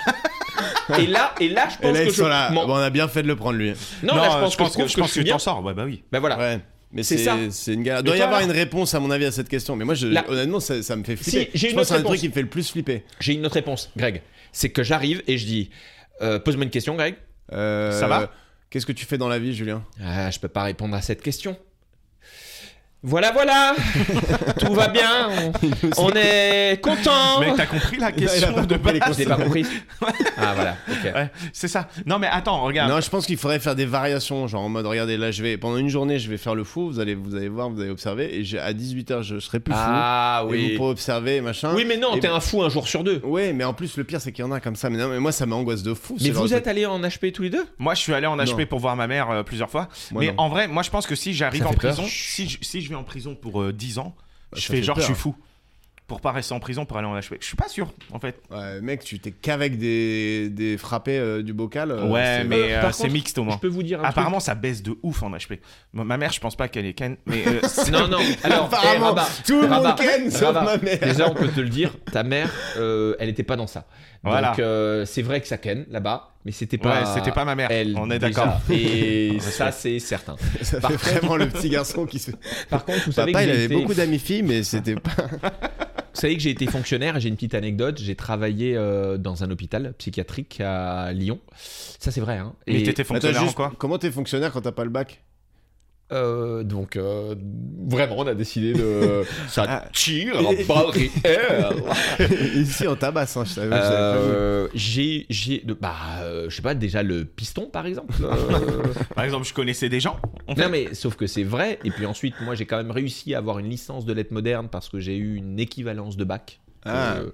Speaker 2: Et là, et là, je
Speaker 1: Et
Speaker 2: pense
Speaker 1: là,
Speaker 2: que
Speaker 1: ils
Speaker 2: je.
Speaker 1: sont là.
Speaker 2: Bon,
Speaker 1: Bon, on a bien fait de le prendre, lui.
Speaker 2: non, là, je pense, que, je trouve
Speaker 3: je
Speaker 2: que
Speaker 3: pense
Speaker 2: je
Speaker 3: que
Speaker 2: suis bien.
Speaker 3: t'en sors. Ouais, bah oui.
Speaker 2: Ben voilà.
Speaker 1: Ouais. Mais
Speaker 2: C'est
Speaker 1: c'est
Speaker 2: ça.
Speaker 1: c'est une galère. doit
Speaker 2: Mais
Speaker 1: y
Speaker 2: toi,
Speaker 1: avoir
Speaker 2: alors-
Speaker 1: une réponse, à mon avis, à cette question. Mais moi, je,
Speaker 2: La-
Speaker 1: honnêtement, ça, ça me fait flipper.
Speaker 2: j'ai
Speaker 1: je
Speaker 2: une
Speaker 1: pense que c'est un
Speaker 2: autre
Speaker 1: truc
Speaker 2: réponse.
Speaker 1: qui me fait le plus flipper.
Speaker 2: J'ai une autre réponse, Greg. C'est que j'arrive et je dis euh, pose-moi une question, Greg.
Speaker 1: Euh,
Speaker 3: Ça va
Speaker 1: Qu'est-ce que tu fais dans la vie, Julien
Speaker 2: Ah, je peux pas répondre à cette question. Voilà, voilà. Tout va bien. On, on est content.
Speaker 3: Mec, t'as compris la question
Speaker 1: pas
Speaker 3: de
Speaker 1: compris les
Speaker 3: base
Speaker 2: Je l'ai pas compris. Ah voilà. ok.
Speaker 3: Ouais, c'est ça. Non, mais attends, regarde.
Speaker 1: Non, je pense qu'il faudrait faire des variations, genre en mode regardez, là je vais pendant une journée, je vais faire le fou, vous allez vous allez voir, vous allez observer et j'ai- à 18h je serai plus fou
Speaker 2: Ah
Speaker 1: et vous
Speaker 2: oui.
Speaker 1: pourrez observer machin.
Speaker 2: Oui, mais non,
Speaker 1: Et-
Speaker 2: t'es un fou un jour sur deux.
Speaker 1: Ouais, mais en plus le pire c'est qu'il y en a comme ça. Mais non, mais moi ça m'angoisse de fou. ce
Speaker 2: Mais
Speaker 1: genre
Speaker 2: vous
Speaker 1: de
Speaker 2: êtes
Speaker 1: truc.
Speaker 2: allés en HP tous les deux
Speaker 3: Moi, je suis allé en HP
Speaker 1: Non.
Speaker 3: pour voir ma mère euh, plusieurs fois.
Speaker 1: Moi,
Speaker 3: mais
Speaker 1: non.
Speaker 3: en vrai, moi, je pense que si j'arrive
Speaker 2: Ça
Speaker 3: en
Speaker 2: fait peur. Bah,
Speaker 3: prison, si je, si je vais en prison pour euh, 10 ans, je
Speaker 1: ça
Speaker 3: fais
Speaker 1: fait
Speaker 3: genre
Speaker 1: peur.
Speaker 3: je suis fou. Pour pas rester en prison pour aller en HP. Je suis pas sûr, en fait.
Speaker 1: Ouais, mec, tu t'es qu'avec des des frappés euh, du bocal. euh,
Speaker 3: ouais,
Speaker 1: c'est-
Speaker 3: mais
Speaker 2: Euh,
Speaker 3: euh,
Speaker 2: par
Speaker 3: c'est
Speaker 2: contre,
Speaker 3: mixte au
Speaker 2: Je
Speaker 3: moins.
Speaker 2: peux vous dire un
Speaker 3: Apparemment, ça baisse de ouf en HP. Ma ma mère, je pense pas qu'elle est ken, mais euh, c'est-
Speaker 2: truc. Non, non. Alors, eh,
Speaker 1: Apparemment,
Speaker 2: Rabat,
Speaker 1: tout le monde
Speaker 2: Rabat,
Speaker 1: ken sauf
Speaker 2: Rabat.
Speaker 1: ma mère.
Speaker 2: Déjà, on peut te le dire, ta mère, euh, elle n'était pas dans ça.
Speaker 3: Voilà.
Speaker 2: Donc, euh, c'est vrai que ça ken là-bas, mais c'était
Speaker 3: ouais,
Speaker 2: pas.
Speaker 3: c'était pas ma mère.
Speaker 2: Elle,
Speaker 3: On est
Speaker 2: déjà.
Speaker 3: d'accord.
Speaker 2: Et ça, c'est certain.
Speaker 1: Ça
Speaker 2: Par
Speaker 1: fait vraiment le petit garçon qui se.
Speaker 2: Par contre, vous savez, que
Speaker 1: Papa, il
Speaker 2: j'ai
Speaker 1: avait
Speaker 2: été-
Speaker 1: beaucoup d'amis filles, mais c'était pas.
Speaker 2: vous savez que j'ai été fonctionnaire et j'ai une petite anecdote. J'ai travaillé euh, dans un hôpital psychiatrique à Lyon. Ça, c'est vrai. Hein.
Speaker 3: Mais
Speaker 2: Et-
Speaker 3: t'étais
Speaker 1: Attends,
Speaker 3: fonctionnaire en
Speaker 1: juste,
Speaker 3: quoi
Speaker 1: comment t'es fonctionnaire quand t'as pas le bac
Speaker 2: Euh, donc, euh, vraiment, on a décidé de.
Speaker 3: Ah.
Speaker 2: Ça tire à la barrière.
Speaker 1: Ici on tabasse, hein, je savais. je savais pas.
Speaker 2: Euh, J'ai. j'ai- de- Bah, euh, je sais pas, déjà le piston, par exemple. Euh,
Speaker 3: Par exemple, je connaissais des gens. en fait.
Speaker 2: Non mais sauf que c'est vrai. Et puis ensuite, moi j'ai quand même réussi à avoir une licence de lettres modernes parce que j'ai eu une équivalence de bac.
Speaker 1: Ah.
Speaker 2: Euh,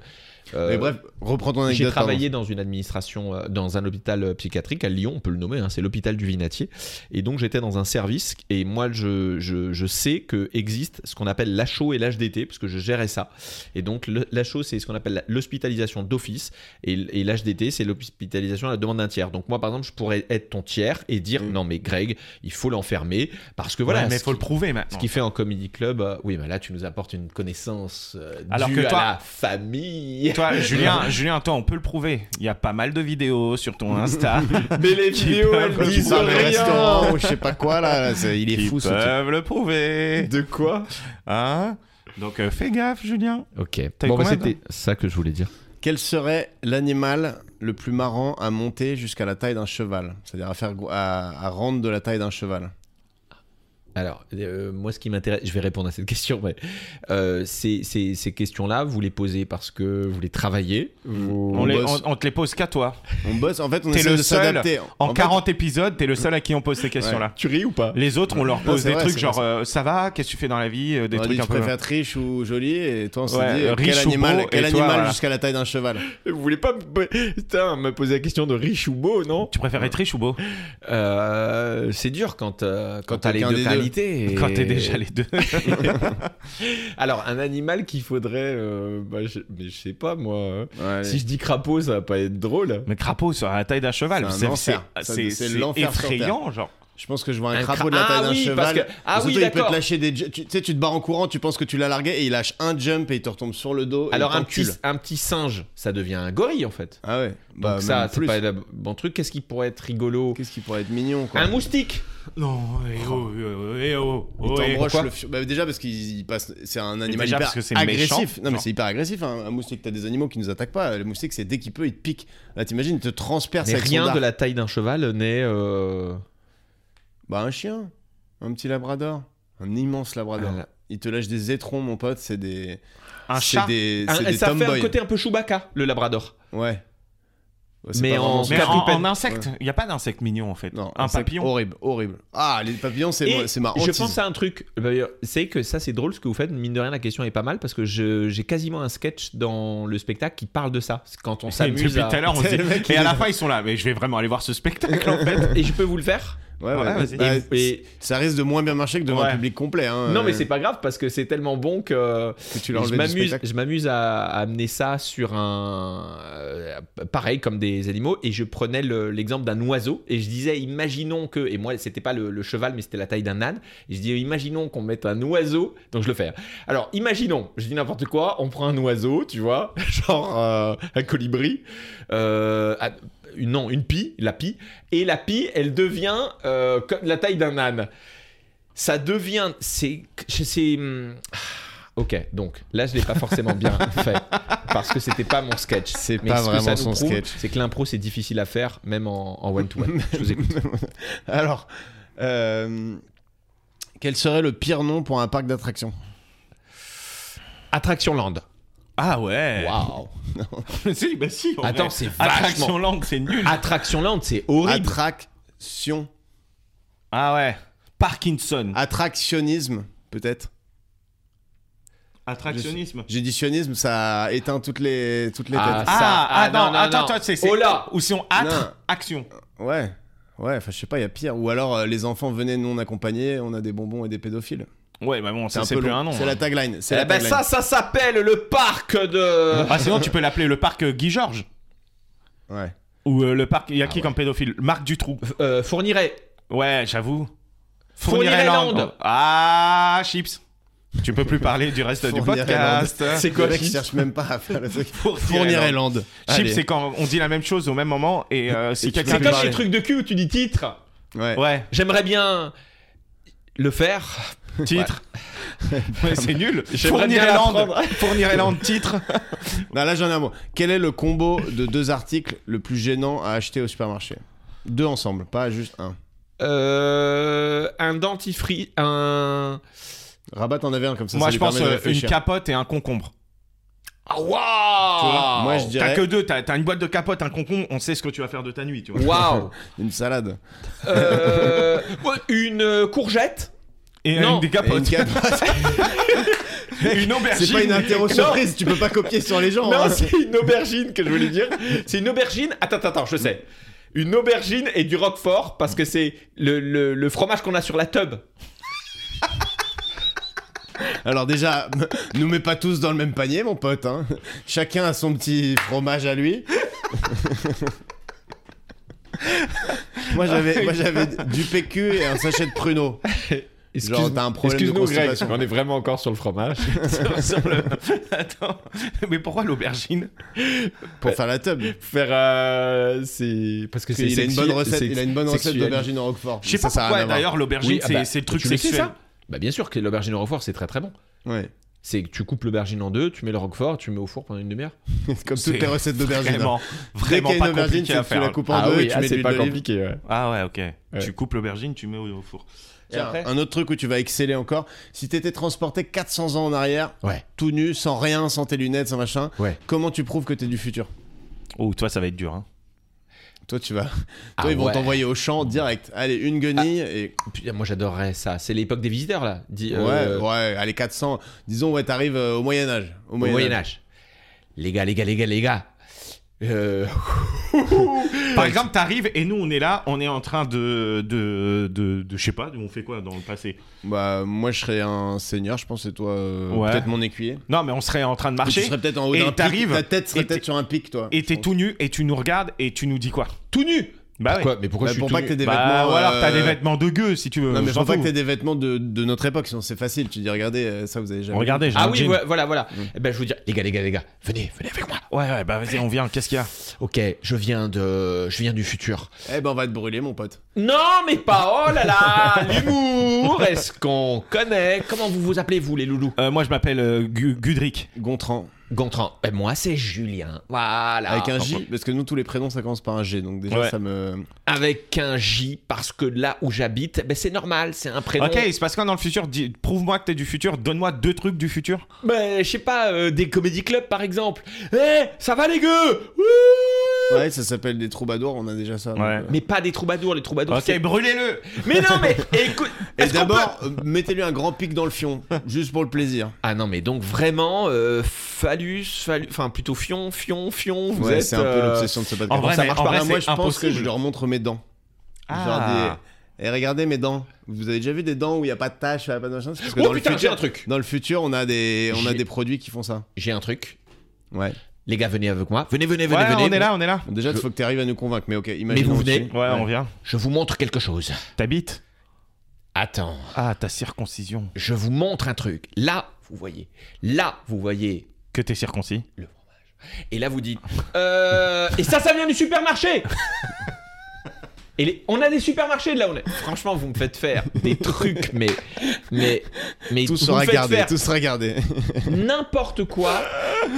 Speaker 2: euh,
Speaker 1: Mais bref, reprends ton anecdote.
Speaker 2: j'ai travaillé dans une administration, euh, dans un hôpital euh, psychiatrique à Lyon, on peut le nommer, hein, c'est l'hôpital du Vinatier. Et donc j'étais dans un service et moi je, je, je sais que existe ce qu'on appelle l'HO et l'HDT parce que je gérais ça. Et donc le- l'HO c'est ce qu'on appelle la- l'hospitalisation d'office et, l- et l'HDT c'est l'hospitalisation à la demande d'un tiers. Donc moi par exemple je pourrais être ton tiers et dire
Speaker 1: Mm.
Speaker 2: non mais Greg il faut l'enfermer parce que
Speaker 3: Ouais,
Speaker 2: voilà.
Speaker 3: mais
Speaker 2: ce
Speaker 3: faut le
Speaker 2: qui-
Speaker 3: prouver
Speaker 2: ce
Speaker 3: maintenant.
Speaker 2: qu'il fait en comedy club, euh, oui, mais là tu nous apportes une connaissance euh,
Speaker 3: Alors
Speaker 2: due
Speaker 3: que
Speaker 2: à
Speaker 3: toi-
Speaker 2: la famille.
Speaker 3: Toi, Julien, Julien, toi, on peut le prouver. Il y a pas mal de vidéos sur ton Insta.
Speaker 2: Mais les
Speaker 3: Qui
Speaker 2: vidéos,
Speaker 3: peuvent
Speaker 2: elles
Speaker 3: le
Speaker 2: disent
Speaker 1: Dans les
Speaker 2: rien.
Speaker 1: restaurants ou je sais pas quoi là, là, c'est- il est
Speaker 3: qui
Speaker 1: fou ce type.
Speaker 3: peuvent le prouver.
Speaker 2: De quoi
Speaker 3: Hein Donc euh, fais gaffe, Julien.
Speaker 2: Ok.
Speaker 3: T'as eu
Speaker 2: Bon, bah,
Speaker 3: combien,
Speaker 2: c'était ça que je voulais dire.
Speaker 1: Quel serait l'animal le plus marrant à monter jusqu'à la taille d'un cheval C'est-à-dire à faire gro- à, à rendre de la taille d'un cheval.
Speaker 2: Alors, euh, moi, ce qui m'intéresse, je vais répondre à cette question, mais euh, ces, ces- ces questions-là, vous les posez parce que vous les travaillez. vous-
Speaker 3: On, les-
Speaker 1: bosse.
Speaker 3: on- on te les pose qu'à toi.
Speaker 1: On bosse, en fait, on
Speaker 3: T'es
Speaker 1: essaie
Speaker 3: le
Speaker 1: de
Speaker 3: seul
Speaker 1: s'adapter.
Speaker 3: En,
Speaker 1: fait,
Speaker 3: 40 épisodes, t'es le seul à qui on pose ces questions-là.
Speaker 2: Tu ris ou pas
Speaker 3: Les autres, on leur pose
Speaker 1: c'est
Speaker 3: des
Speaker 1: vrai,
Speaker 3: trucs
Speaker 1: c'est
Speaker 3: genre
Speaker 1: vrai,
Speaker 3: euh, ça va, qu'est-ce que tu fais dans la vie, Euh, des
Speaker 1: on a dit,
Speaker 3: trucs un
Speaker 1: tu
Speaker 3: peu.
Speaker 1: préfères être riche ou joli et toi on s'est
Speaker 3: Ouais,
Speaker 1: dit euh,
Speaker 3: riche
Speaker 1: quel
Speaker 3: ou
Speaker 1: animal,
Speaker 3: beau, et
Speaker 1: quel
Speaker 3: toi,
Speaker 1: animal
Speaker 3: voilà.
Speaker 1: jusqu'à la taille d'un cheval.
Speaker 2: Vous voulez pas me... Putain, me poser la question de riche ou beau, non
Speaker 3: Tu préfères être riche ou beau
Speaker 2: Euh, C'est dur quand, euh, quand,
Speaker 1: Quand
Speaker 2: t'as les
Speaker 1: aucun
Speaker 2: deux
Speaker 1: des deux.
Speaker 2: qualités. et-
Speaker 3: Quand t'es déjà les deux.
Speaker 2: Alors, un animal qu'il faudrait... euh, bah, je... Mais je sais pas, moi. hein.
Speaker 1: Ouais,
Speaker 2: Si je dis crapaud, ça va pas être drôle.
Speaker 3: Mais crapaud, sur la taille d'un cheval,
Speaker 1: C'est un
Speaker 3: c'est- c'est
Speaker 1: enfer. Ça,
Speaker 3: c'est-
Speaker 1: c'est
Speaker 3: c'est
Speaker 1: l'enfer sur
Speaker 3: effrayant, genre.
Speaker 1: Je pense que je vois un,
Speaker 2: Un
Speaker 1: crapaud
Speaker 2: cra-
Speaker 1: de la taille
Speaker 2: Ah
Speaker 1: d'un
Speaker 2: oui,
Speaker 1: cheval.
Speaker 2: parce que- ah
Speaker 1: Et
Speaker 2: oui,
Speaker 1: surtout, il peut
Speaker 2: d'accord.
Speaker 1: te lâcher des. ju- Tu tu sais, tu te barres en courant, tu penses que tu l'as largué et il lâche un jump et il te retombe sur le dos. et
Speaker 2: Alors,
Speaker 1: il
Speaker 2: un petit,
Speaker 1: t'encule.
Speaker 2: un petit singe, ça devient un gorille, en fait.
Speaker 1: Ah ouais.
Speaker 2: Donc
Speaker 1: Bah,
Speaker 2: ça,
Speaker 1: même
Speaker 2: c'est
Speaker 1: plus.
Speaker 2: pas le bon truc. Qu'est-ce qui pourrait être rigolo
Speaker 1: Qu'est-ce qui pourrait être mignon quoi
Speaker 2: Un moustique
Speaker 3: Non, eh oh, eh oh, eh oh,
Speaker 1: Il
Speaker 3: oh, eh.
Speaker 1: t'embroche
Speaker 2: pourquoi
Speaker 1: le fion- bah, déjà parce qu'il il passe. C'est un animal
Speaker 3: déjà
Speaker 1: hyper
Speaker 3: parce que c'est
Speaker 1: agressif.
Speaker 3: méchant,
Speaker 1: non mais
Speaker 3: genre.
Speaker 1: c'est hyper agressif. hein. Un moustique, t'as des animaux qui nous attaquent pas. Le moustique, c'est dès qu'il peut, il te pique. Là, t'imagines, il te transperce
Speaker 2: Mais
Speaker 1: Ah, avec son
Speaker 2: rien
Speaker 1: dard.
Speaker 2: de la taille d'un cheval n'est. euh,
Speaker 1: Bah un chien, un petit labrador, un immense labrador.
Speaker 2: un-
Speaker 1: Il te lâche des étrons, mon pote. C'est des.
Speaker 3: Un
Speaker 1: c'est
Speaker 3: chat.
Speaker 1: des,
Speaker 2: un-
Speaker 1: c'est des
Speaker 2: ça fait un
Speaker 1: tomboys.
Speaker 2: côté un peu Chewbacca, le Labrador.
Speaker 1: Ouais. Ouais, c'est
Speaker 2: Mais
Speaker 1: pas
Speaker 2: en-
Speaker 1: vraiment son
Speaker 3: Mais en,
Speaker 2: quadrupède.
Speaker 3: en insecte, il n'y a pas d'insecte mignon en fait.
Speaker 1: Non,
Speaker 3: un
Speaker 1: insecte
Speaker 3: papillon.
Speaker 1: Horrible, horrible. Ah, les papillons, c'est
Speaker 2: Et
Speaker 1: moi- c'est ma
Speaker 2: Je
Speaker 1: hantise.
Speaker 2: pense à un truc. d'ailleurs, C'est que ça, c'est drôle ce que vous faites. Mine de rien, la question est pas mal parce que je- j'ai quasiment un sketch dans le spectacle qui parle de ça. C'est Quand on
Speaker 3: Et
Speaker 2: s'amuse.
Speaker 3: Depuis
Speaker 2: à-
Speaker 3: tout à l'heure, on se
Speaker 1: Le mec,
Speaker 3: dit.
Speaker 1: il
Speaker 3: Et à
Speaker 1: est-
Speaker 3: la fin, ils sont là. Mais je vais vraiment aller voir ce spectacle en fait.
Speaker 2: Et je peux vous le faire.
Speaker 1: Ouais, ouais.
Speaker 3: Ouais, vas-y.
Speaker 1: Bah,
Speaker 2: Ah, Et- et-
Speaker 1: Ça risque de moins bien marcher que devant
Speaker 3: Ouais.
Speaker 1: un public complet. hein,
Speaker 2: Non, mais
Speaker 1: euh,
Speaker 2: c'est pas grave parce que c'est tellement bon que.
Speaker 1: que tu l'as
Speaker 2: Je
Speaker 1: enlevé du
Speaker 2: m'amuse,
Speaker 1: spectacle.
Speaker 2: je m'amuse à, à amener ça sur un. euh, pareil, comme des animaux. Et je prenais le- l'exemple d'un oiseau. Et je disais, imaginons que. Et moi, c'était pas le, le cheval, mais c'était la taille d'un âne. Et je dis, imaginons qu'on mette un oiseau. Donc je le fais. Alors, imaginons, je dis n'importe quoi, on prend un oiseau, tu vois, genre euh, un colibri. Euh, ah, une- non, une pie, la pie. Et la pie, elle devient euh, comme la taille d'un âne. Ça devient. C'est. c'est hum, Ok, donc là je l'ai pas forcément bien fait parce que c'était pas mon sketch.
Speaker 1: C'est
Speaker 2: Mais
Speaker 1: pas
Speaker 2: ce que
Speaker 1: vraiment
Speaker 2: ça nous
Speaker 1: son
Speaker 2: prouve,
Speaker 1: sketch.
Speaker 2: C'est que l'impro c'est difficile à faire même en en one to one. Je vous écoute.
Speaker 1: Alors, euh, quel serait le pire nom pour un parc d'attractions
Speaker 2: Attraction Land.
Speaker 3: Ah
Speaker 2: Eh.
Speaker 3: ouais.
Speaker 2: Waouh.
Speaker 3: si, bah si. en
Speaker 2: Attends,
Speaker 3: vrai.
Speaker 2: c'est vachement-
Speaker 3: Attraction langue, c'est nul.
Speaker 2: Attraction Land c'est horrible.
Speaker 1: Attraction.
Speaker 3: Ah ouais. Parkinson.
Speaker 1: Ah, Attractionnisme, peut-être.
Speaker 3: Attractionnisme.
Speaker 1: J'ai dit sionisme, ça éteint toutes les, toutes les
Speaker 2: Ah,
Speaker 1: têtes.
Speaker 2: Ça,
Speaker 3: Ah,
Speaker 2: ah,
Speaker 3: ah,
Speaker 2: non,
Speaker 3: non,
Speaker 2: non,
Speaker 3: attends,
Speaker 2: non.
Speaker 3: attends, c'est. c'est-
Speaker 2: Oh là
Speaker 3: Ou si on atre,
Speaker 1: Non.
Speaker 3: action.
Speaker 1: Ouais. Ouais, enfin, je sais pas, il y a pire. Ou alors, euh, les enfants venaient non accompagnés, on a des bonbons et des pédophiles.
Speaker 3: Ouais, bah bon,
Speaker 1: C'est
Speaker 3: ça
Speaker 1: un
Speaker 3: c'est
Speaker 1: peu
Speaker 3: plus
Speaker 1: long.
Speaker 3: un nom.
Speaker 1: C'est
Speaker 3: hein.
Speaker 1: la tagline. C'est
Speaker 2: Eh
Speaker 1: la
Speaker 2: ben
Speaker 1: tagline.
Speaker 2: ça ça s'appelle le parc de.
Speaker 3: Ah, sinon, tu peux l'appeler le parc euh, Guy Georges.
Speaker 1: Ouais.
Speaker 3: Ou euh, le parc. Il y a
Speaker 2: Ah
Speaker 3: qui
Speaker 2: ouais.
Speaker 3: comme pédophile Marc Dutroux.
Speaker 2: Euh, fournirait.
Speaker 3: Ouais, j'avoue.
Speaker 2: Fournirait-land.
Speaker 3: Fournirait-land. Ah, chips. Tu peux plus parler du reste du
Speaker 1: Fournirait-land.
Speaker 3: podcast.
Speaker 2: C'est quoi,
Speaker 1: Le mec
Speaker 2: Chips
Speaker 1: cherche même pas à faire le truc.
Speaker 3: Fournirait-land.
Speaker 1: Fournirait-land.
Speaker 3: Chips,
Speaker 1: Allez.
Speaker 3: c'est quand on dit la même chose au même moment et euh, si
Speaker 1: Et tu
Speaker 3: quelqu'un
Speaker 2: C'est
Speaker 1: peux
Speaker 3: dit-
Speaker 2: comme
Speaker 1: parler.
Speaker 2: les trucs de cul où tu dis titre.
Speaker 1: Ouais.
Speaker 3: Ouais,
Speaker 2: J'aimerais bien le faire.
Speaker 3: titre. Ouais, c'est nul.
Speaker 2: J'aimerais bien
Speaker 3: Fournirait-land.
Speaker 2: l'apprendre.
Speaker 3: Fournirait-land, titre.
Speaker 1: Non, là, j'en ai un bon. Quel est le combo de deux articles le plus gênant à acheter au supermarché Deux ensemble, pas juste un.
Speaker 2: Euh, un dentifrice, un.
Speaker 1: Rabat en avait un comme ça.
Speaker 3: Moi,
Speaker 1: ça
Speaker 3: je
Speaker 1: lui
Speaker 3: pense
Speaker 1: permet de
Speaker 3: euh, une
Speaker 1: réfléchir.
Speaker 3: capote et un concombre.
Speaker 2: Ah
Speaker 3: vois,
Speaker 2: waouh
Speaker 1: moi, je dis-
Speaker 3: T'as
Speaker 1: dirais-
Speaker 3: que deux, t'as t'as une boîte de capote, un concombre, on sait ce que tu vas faire de ta nuit, tu vois.
Speaker 2: Waouh
Speaker 1: Une salade.
Speaker 2: Euh, Une courgette
Speaker 3: Et
Speaker 2: Non.
Speaker 3: une des
Speaker 1: Et une
Speaker 3: capotes.
Speaker 1: capote.
Speaker 3: Une,
Speaker 1: c'est
Speaker 3: aubergine.
Speaker 1: pas une interro surprise, tu peux pas copier sur les gens.
Speaker 2: Non,
Speaker 1: hein.
Speaker 2: c'est une aubergine que je voulais dire. C'est une aubergine. Attends, attends, attends, je sais. Une aubergine et du roquefort parce que c'est le, le- le fromage qu'on a sur la tub.
Speaker 1: Alors déjà, nous mets pas tous dans le même panier, mon pote. hein. Chacun a son petit fromage à lui. moi j'avais, moi j'avais du PQ et un sachet de pruneaux. Genre, t'as un problème de
Speaker 2: Excuse-nous, Greg,
Speaker 1: constipation.
Speaker 2: on est vraiment encore sur le fromage.
Speaker 3: sur- sur le- Attends, mais pourquoi l'aubergine
Speaker 1: pour faire la tub.
Speaker 2: Faire. euh, c'est... Parce que c'est.
Speaker 1: Il a une
Speaker 2: sexy-
Speaker 1: bonne recette,
Speaker 2: sex-
Speaker 1: il a une bonne recette
Speaker 2: sexuel.
Speaker 1: d'aubergine en Roquefort.
Speaker 3: Je sais
Speaker 1: Ça,
Speaker 3: pas
Speaker 1: ça a rien
Speaker 3: pourquoi,
Speaker 1: à voir.
Speaker 3: d'ailleurs, l'aubergine,
Speaker 2: Oui, ah
Speaker 3: c'est,
Speaker 2: bah,
Speaker 3: c'est le truc
Speaker 2: tu le sais,
Speaker 3: sexuel.
Speaker 2: ça Bah, bien sûr que l'aubergine au roquefort, c'est très très bon.
Speaker 1: Ouais.
Speaker 2: C'est que tu coupes l'aubergine en deux, tu mets le roquefort, tu mets au four pendant une demi-heure.
Speaker 1: Comme
Speaker 3: C'est
Speaker 1: toutes les recettes d'aubergine. hein.
Speaker 3: Vraiment,
Speaker 1: Dès qu'il y a
Speaker 3: vraiment pas
Speaker 1: une aubergine,
Speaker 3: compliqué
Speaker 1: tu,
Speaker 3: à
Speaker 1: tu la
Speaker 3: faire.
Speaker 1: coupes en deux, tu mets de l'huile d'olive.
Speaker 2: ouais.
Speaker 3: Ah ouais, ok. Tu coupes l'aubergine, tu mets au, au four.
Speaker 1: Tiens,
Speaker 2: après
Speaker 1: un autre truc où tu vas exceller encore, si t'étais transporté 400 ans en arrière,
Speaker 2: Ouais.
Speaker 1: tout nu, sans rien, sans tes lunettes, sans machin,
Speaker 2: Ouais.
Speaker 1: comment tu prouves que t'es du futur
Speaker 3: Oh, toi, ça va être dur. Hein.
Speaker 1: Toi, tu vas. Toi,
Speaker 2: Ah
Speaker 1: ils vont
Speaker 2: ouais. Ah,
Speaker 1: t'envoyer au champ direct. Allez, une guenille
Speaker 3: Ah.
Speaker 1: et.
Speaker 2: Putain, moi j'adorerais ça. C'est l'époque des visiteurs là. Dis,
Speaker 1: Ouais,
Speaker 2: euh,
Speaker 1: ouais, allez, 400. Disons, ouais, t'arrives euh, au Moyen-Âge. Au
Speaker 2: Au
Speaker 1: Moyen-Âge.
Speaker 2: Moyen-Âge. Les gars, les gars, les gars, les gars. Euh,
Speaker 3: Par exemple, t'arrives et nous, on est là, on est en train de. de, de, de- je sais pas, de- on fait quoi dans le passé
Speaker 1: Bah, moi, je serais un seigneur, je pense, et toi, euh,
Speaker 3: Ouais.
Speaker 1: peut-être mon écuyer.
Speaker 3: Non, mais on serait en train de
Speaker 1: Tu
Speaker 3: marcher.
Speaker 1: serais peut-être en haut
Speaker 3: Et
Speaker 1: d'un pic.
Speaker 3: t'arrives,
Speaker 1: Ta tête serait
Speaker 3: et t'es-
Speaker 1: peut-être sur un pic, toi. Bah,
Speaker 3: Et
Speaker 1: je
Speaker 3: t'es
Speaker 1: pense.
Speaker 3: tout nu et tu nous regardes et tu nous dis quoi
Speaker 2: tout nu.
Speaker 3: Bah ouais.
Speaker 2: Pourquoi Mais pourquoi
Speaker 1: Bah,
Speaker 2: je suis
Speaker 1: pour
Speaker 2: tout
Speaker 1: pas
Speaker 2: nu
Speaker 1: que t'aies des vêtements.
Speaker 3: Bah, ou alors t'as des
Speaker 1: euh,
Speaker 3: vêtements euh, de gueux si tu veux.
Speaker 1: Non, mais
Speaker 3: on
Speaker 1: faut
Speaker 3: s'en
Speaker 1: pas que
Speaker 3: fout.
Speaker 1: t'aies des vêtements de, de notre époque, sinon c'est facile. Tu dis, regardez, euh, ça vous avez jamais.
Speaker 3: Regardez, j'ai
Speaker 2: Ah
Speaker 3: un
Speaker 2: oui,
Speaker 3: jean.
Speaker 2: voilà, voilà. voilà.
Speaker 1: Mm.
Speaker 2: Eh ben, je vous dis, les gars, les gars, les gars, venez, venez avec moi.
Speaker 3: Ouais, ouais, bah vas-y, on vient, qu'est-ce qu'il y a
Speaker 2: Ok, je viens de, je viens du futur.
Speaker 1: Eh ben, on va te brûler, mon pote.
Speaker 2: Non, mais pas. Oh là là, l'humour. Est-ce qu'on connaît Comment vous vous appelez vous, les loulous
Speaker 3: Euh, Moi, je m'appelle euh, Gu- Gudric.
Speaker 1: Gontran.
Speaker 2: Gontran. Eh, moi, c'est Julien. Voilà.
Speaker 1: Avec un J, parce que nous, tous les prénoms, ça commence par un G. Donc, déjà,
Speaker 3: Ouais.
Speaker 1: ça me.
Speaker 2: Avec un J, parce que là où j'habite, ben, c'est normal, c'est un prénom.
Speaker 3: Ok, il se passe quoi dans le futur Dis- Prouve-moi que t'es du futur, donne-moi deux trucs du futur.
Speaker 2: Ben, je sais pas, euh, des comédie clubs par exemple. Eh, ça va les gueux Ouh
Speaker 1: Ouais, ça s'appelle des troubadours, on a déjà ça. donc,
Speaker 3: Ouais.
Speaker 1: euh.
Speaker 2: Mais pas des troubadours, les troubadours.
Speaker 3: Ok,
Speaker 2: c'est-
Speaker 3: brûlez-le
Speaker 2: Mais non, mais écoute.
Speaker 1: Et
Speaker 2: est-ce qu'on
Speaker 1: d'abord, euh, mettez-lui un grand pic dans le fion, juste pour le plaisir.
Speaker 2: Ah non, mais donc vraiment, euh, phallus, phallus- enfin plutôt fion, fion, fion. Vous
Speaker 1: Ouais,
Speaker 2: êtes,
Speaker 1: c'est un peu
Speaker 2: euh,
Speaker 1: l'obsession de ce podcast.
Speaker 3: en vrai,
Speaker 1: ça
Speaker 3: mais-
Speaker 1: marche
Speaker 3: en
Speaker 1: pas.
Speaker 3: vrai,
Speaker 1: Là, moi,
Speaker 3: c'est
Speaker 1: je pense que je
Speaker 3: impossible.
Speaker 1: leur montre mes dents.
Speaker 3: Ah.
Speaker 1: Je leur dis, eh, regardez mes dents. Vous avez déjà vu des dents où il n'y a pas de taches, il y a pas de machin C'est Parce que
Speaker 2: Oh
Speaker 1: dans,
Speaker 2: putain,
Speaker 1: le
Speaker 2: j'ai un
Speaker 1: futur,
Speaker 2: truc.
Speaker 1: dans le futur, on a des, on a
Speaker 2: J'ai-
Speaker 1: des produits qui font ça.
Speaker 2: J'ai un truc.
Speaker 1: Ouais.
Speaker 2: Les gars, venez avec moi. Venez, venez, venez,
Speaker 3: Ouais,
Speaker 2: venez.
Speaker 3: on est là, on est là.
Speaker 1: Bon, déjà, il
Speaker 2: Je-
Speaker 1: faut que tu arrives à nous convaincre. Mais ok, imagine.
Speaker 2: vous venez.
Speaker 3: Ouais, on vient.
Speaker 2: Je vous montre quelque chose.
Speaker 3: T'habites
Speaker 2: Attends,
Speaker 3: Ah, ta circoncision.
Speaker 2: je vous montre un truc. Là, vous voyez. Là, vous voyez.
Speaker 3: Que t'es circoncis
Speaker 2: Et là, vous dites. Euh, et ça, ça vient du supermarché Et les- on a des supermarchés de là, on est. Franchement, vous me faites faire des trucs, mais. Mais. Mais
Speaker 1: Tout
Speaker 2: vous
Speaker 1: sera
Speaker 2: me faites
Speaker 1: gardé,
Speaker 2: faire
Speaker 1: tout sera gardé.
Speaker 2: n'importe quoi.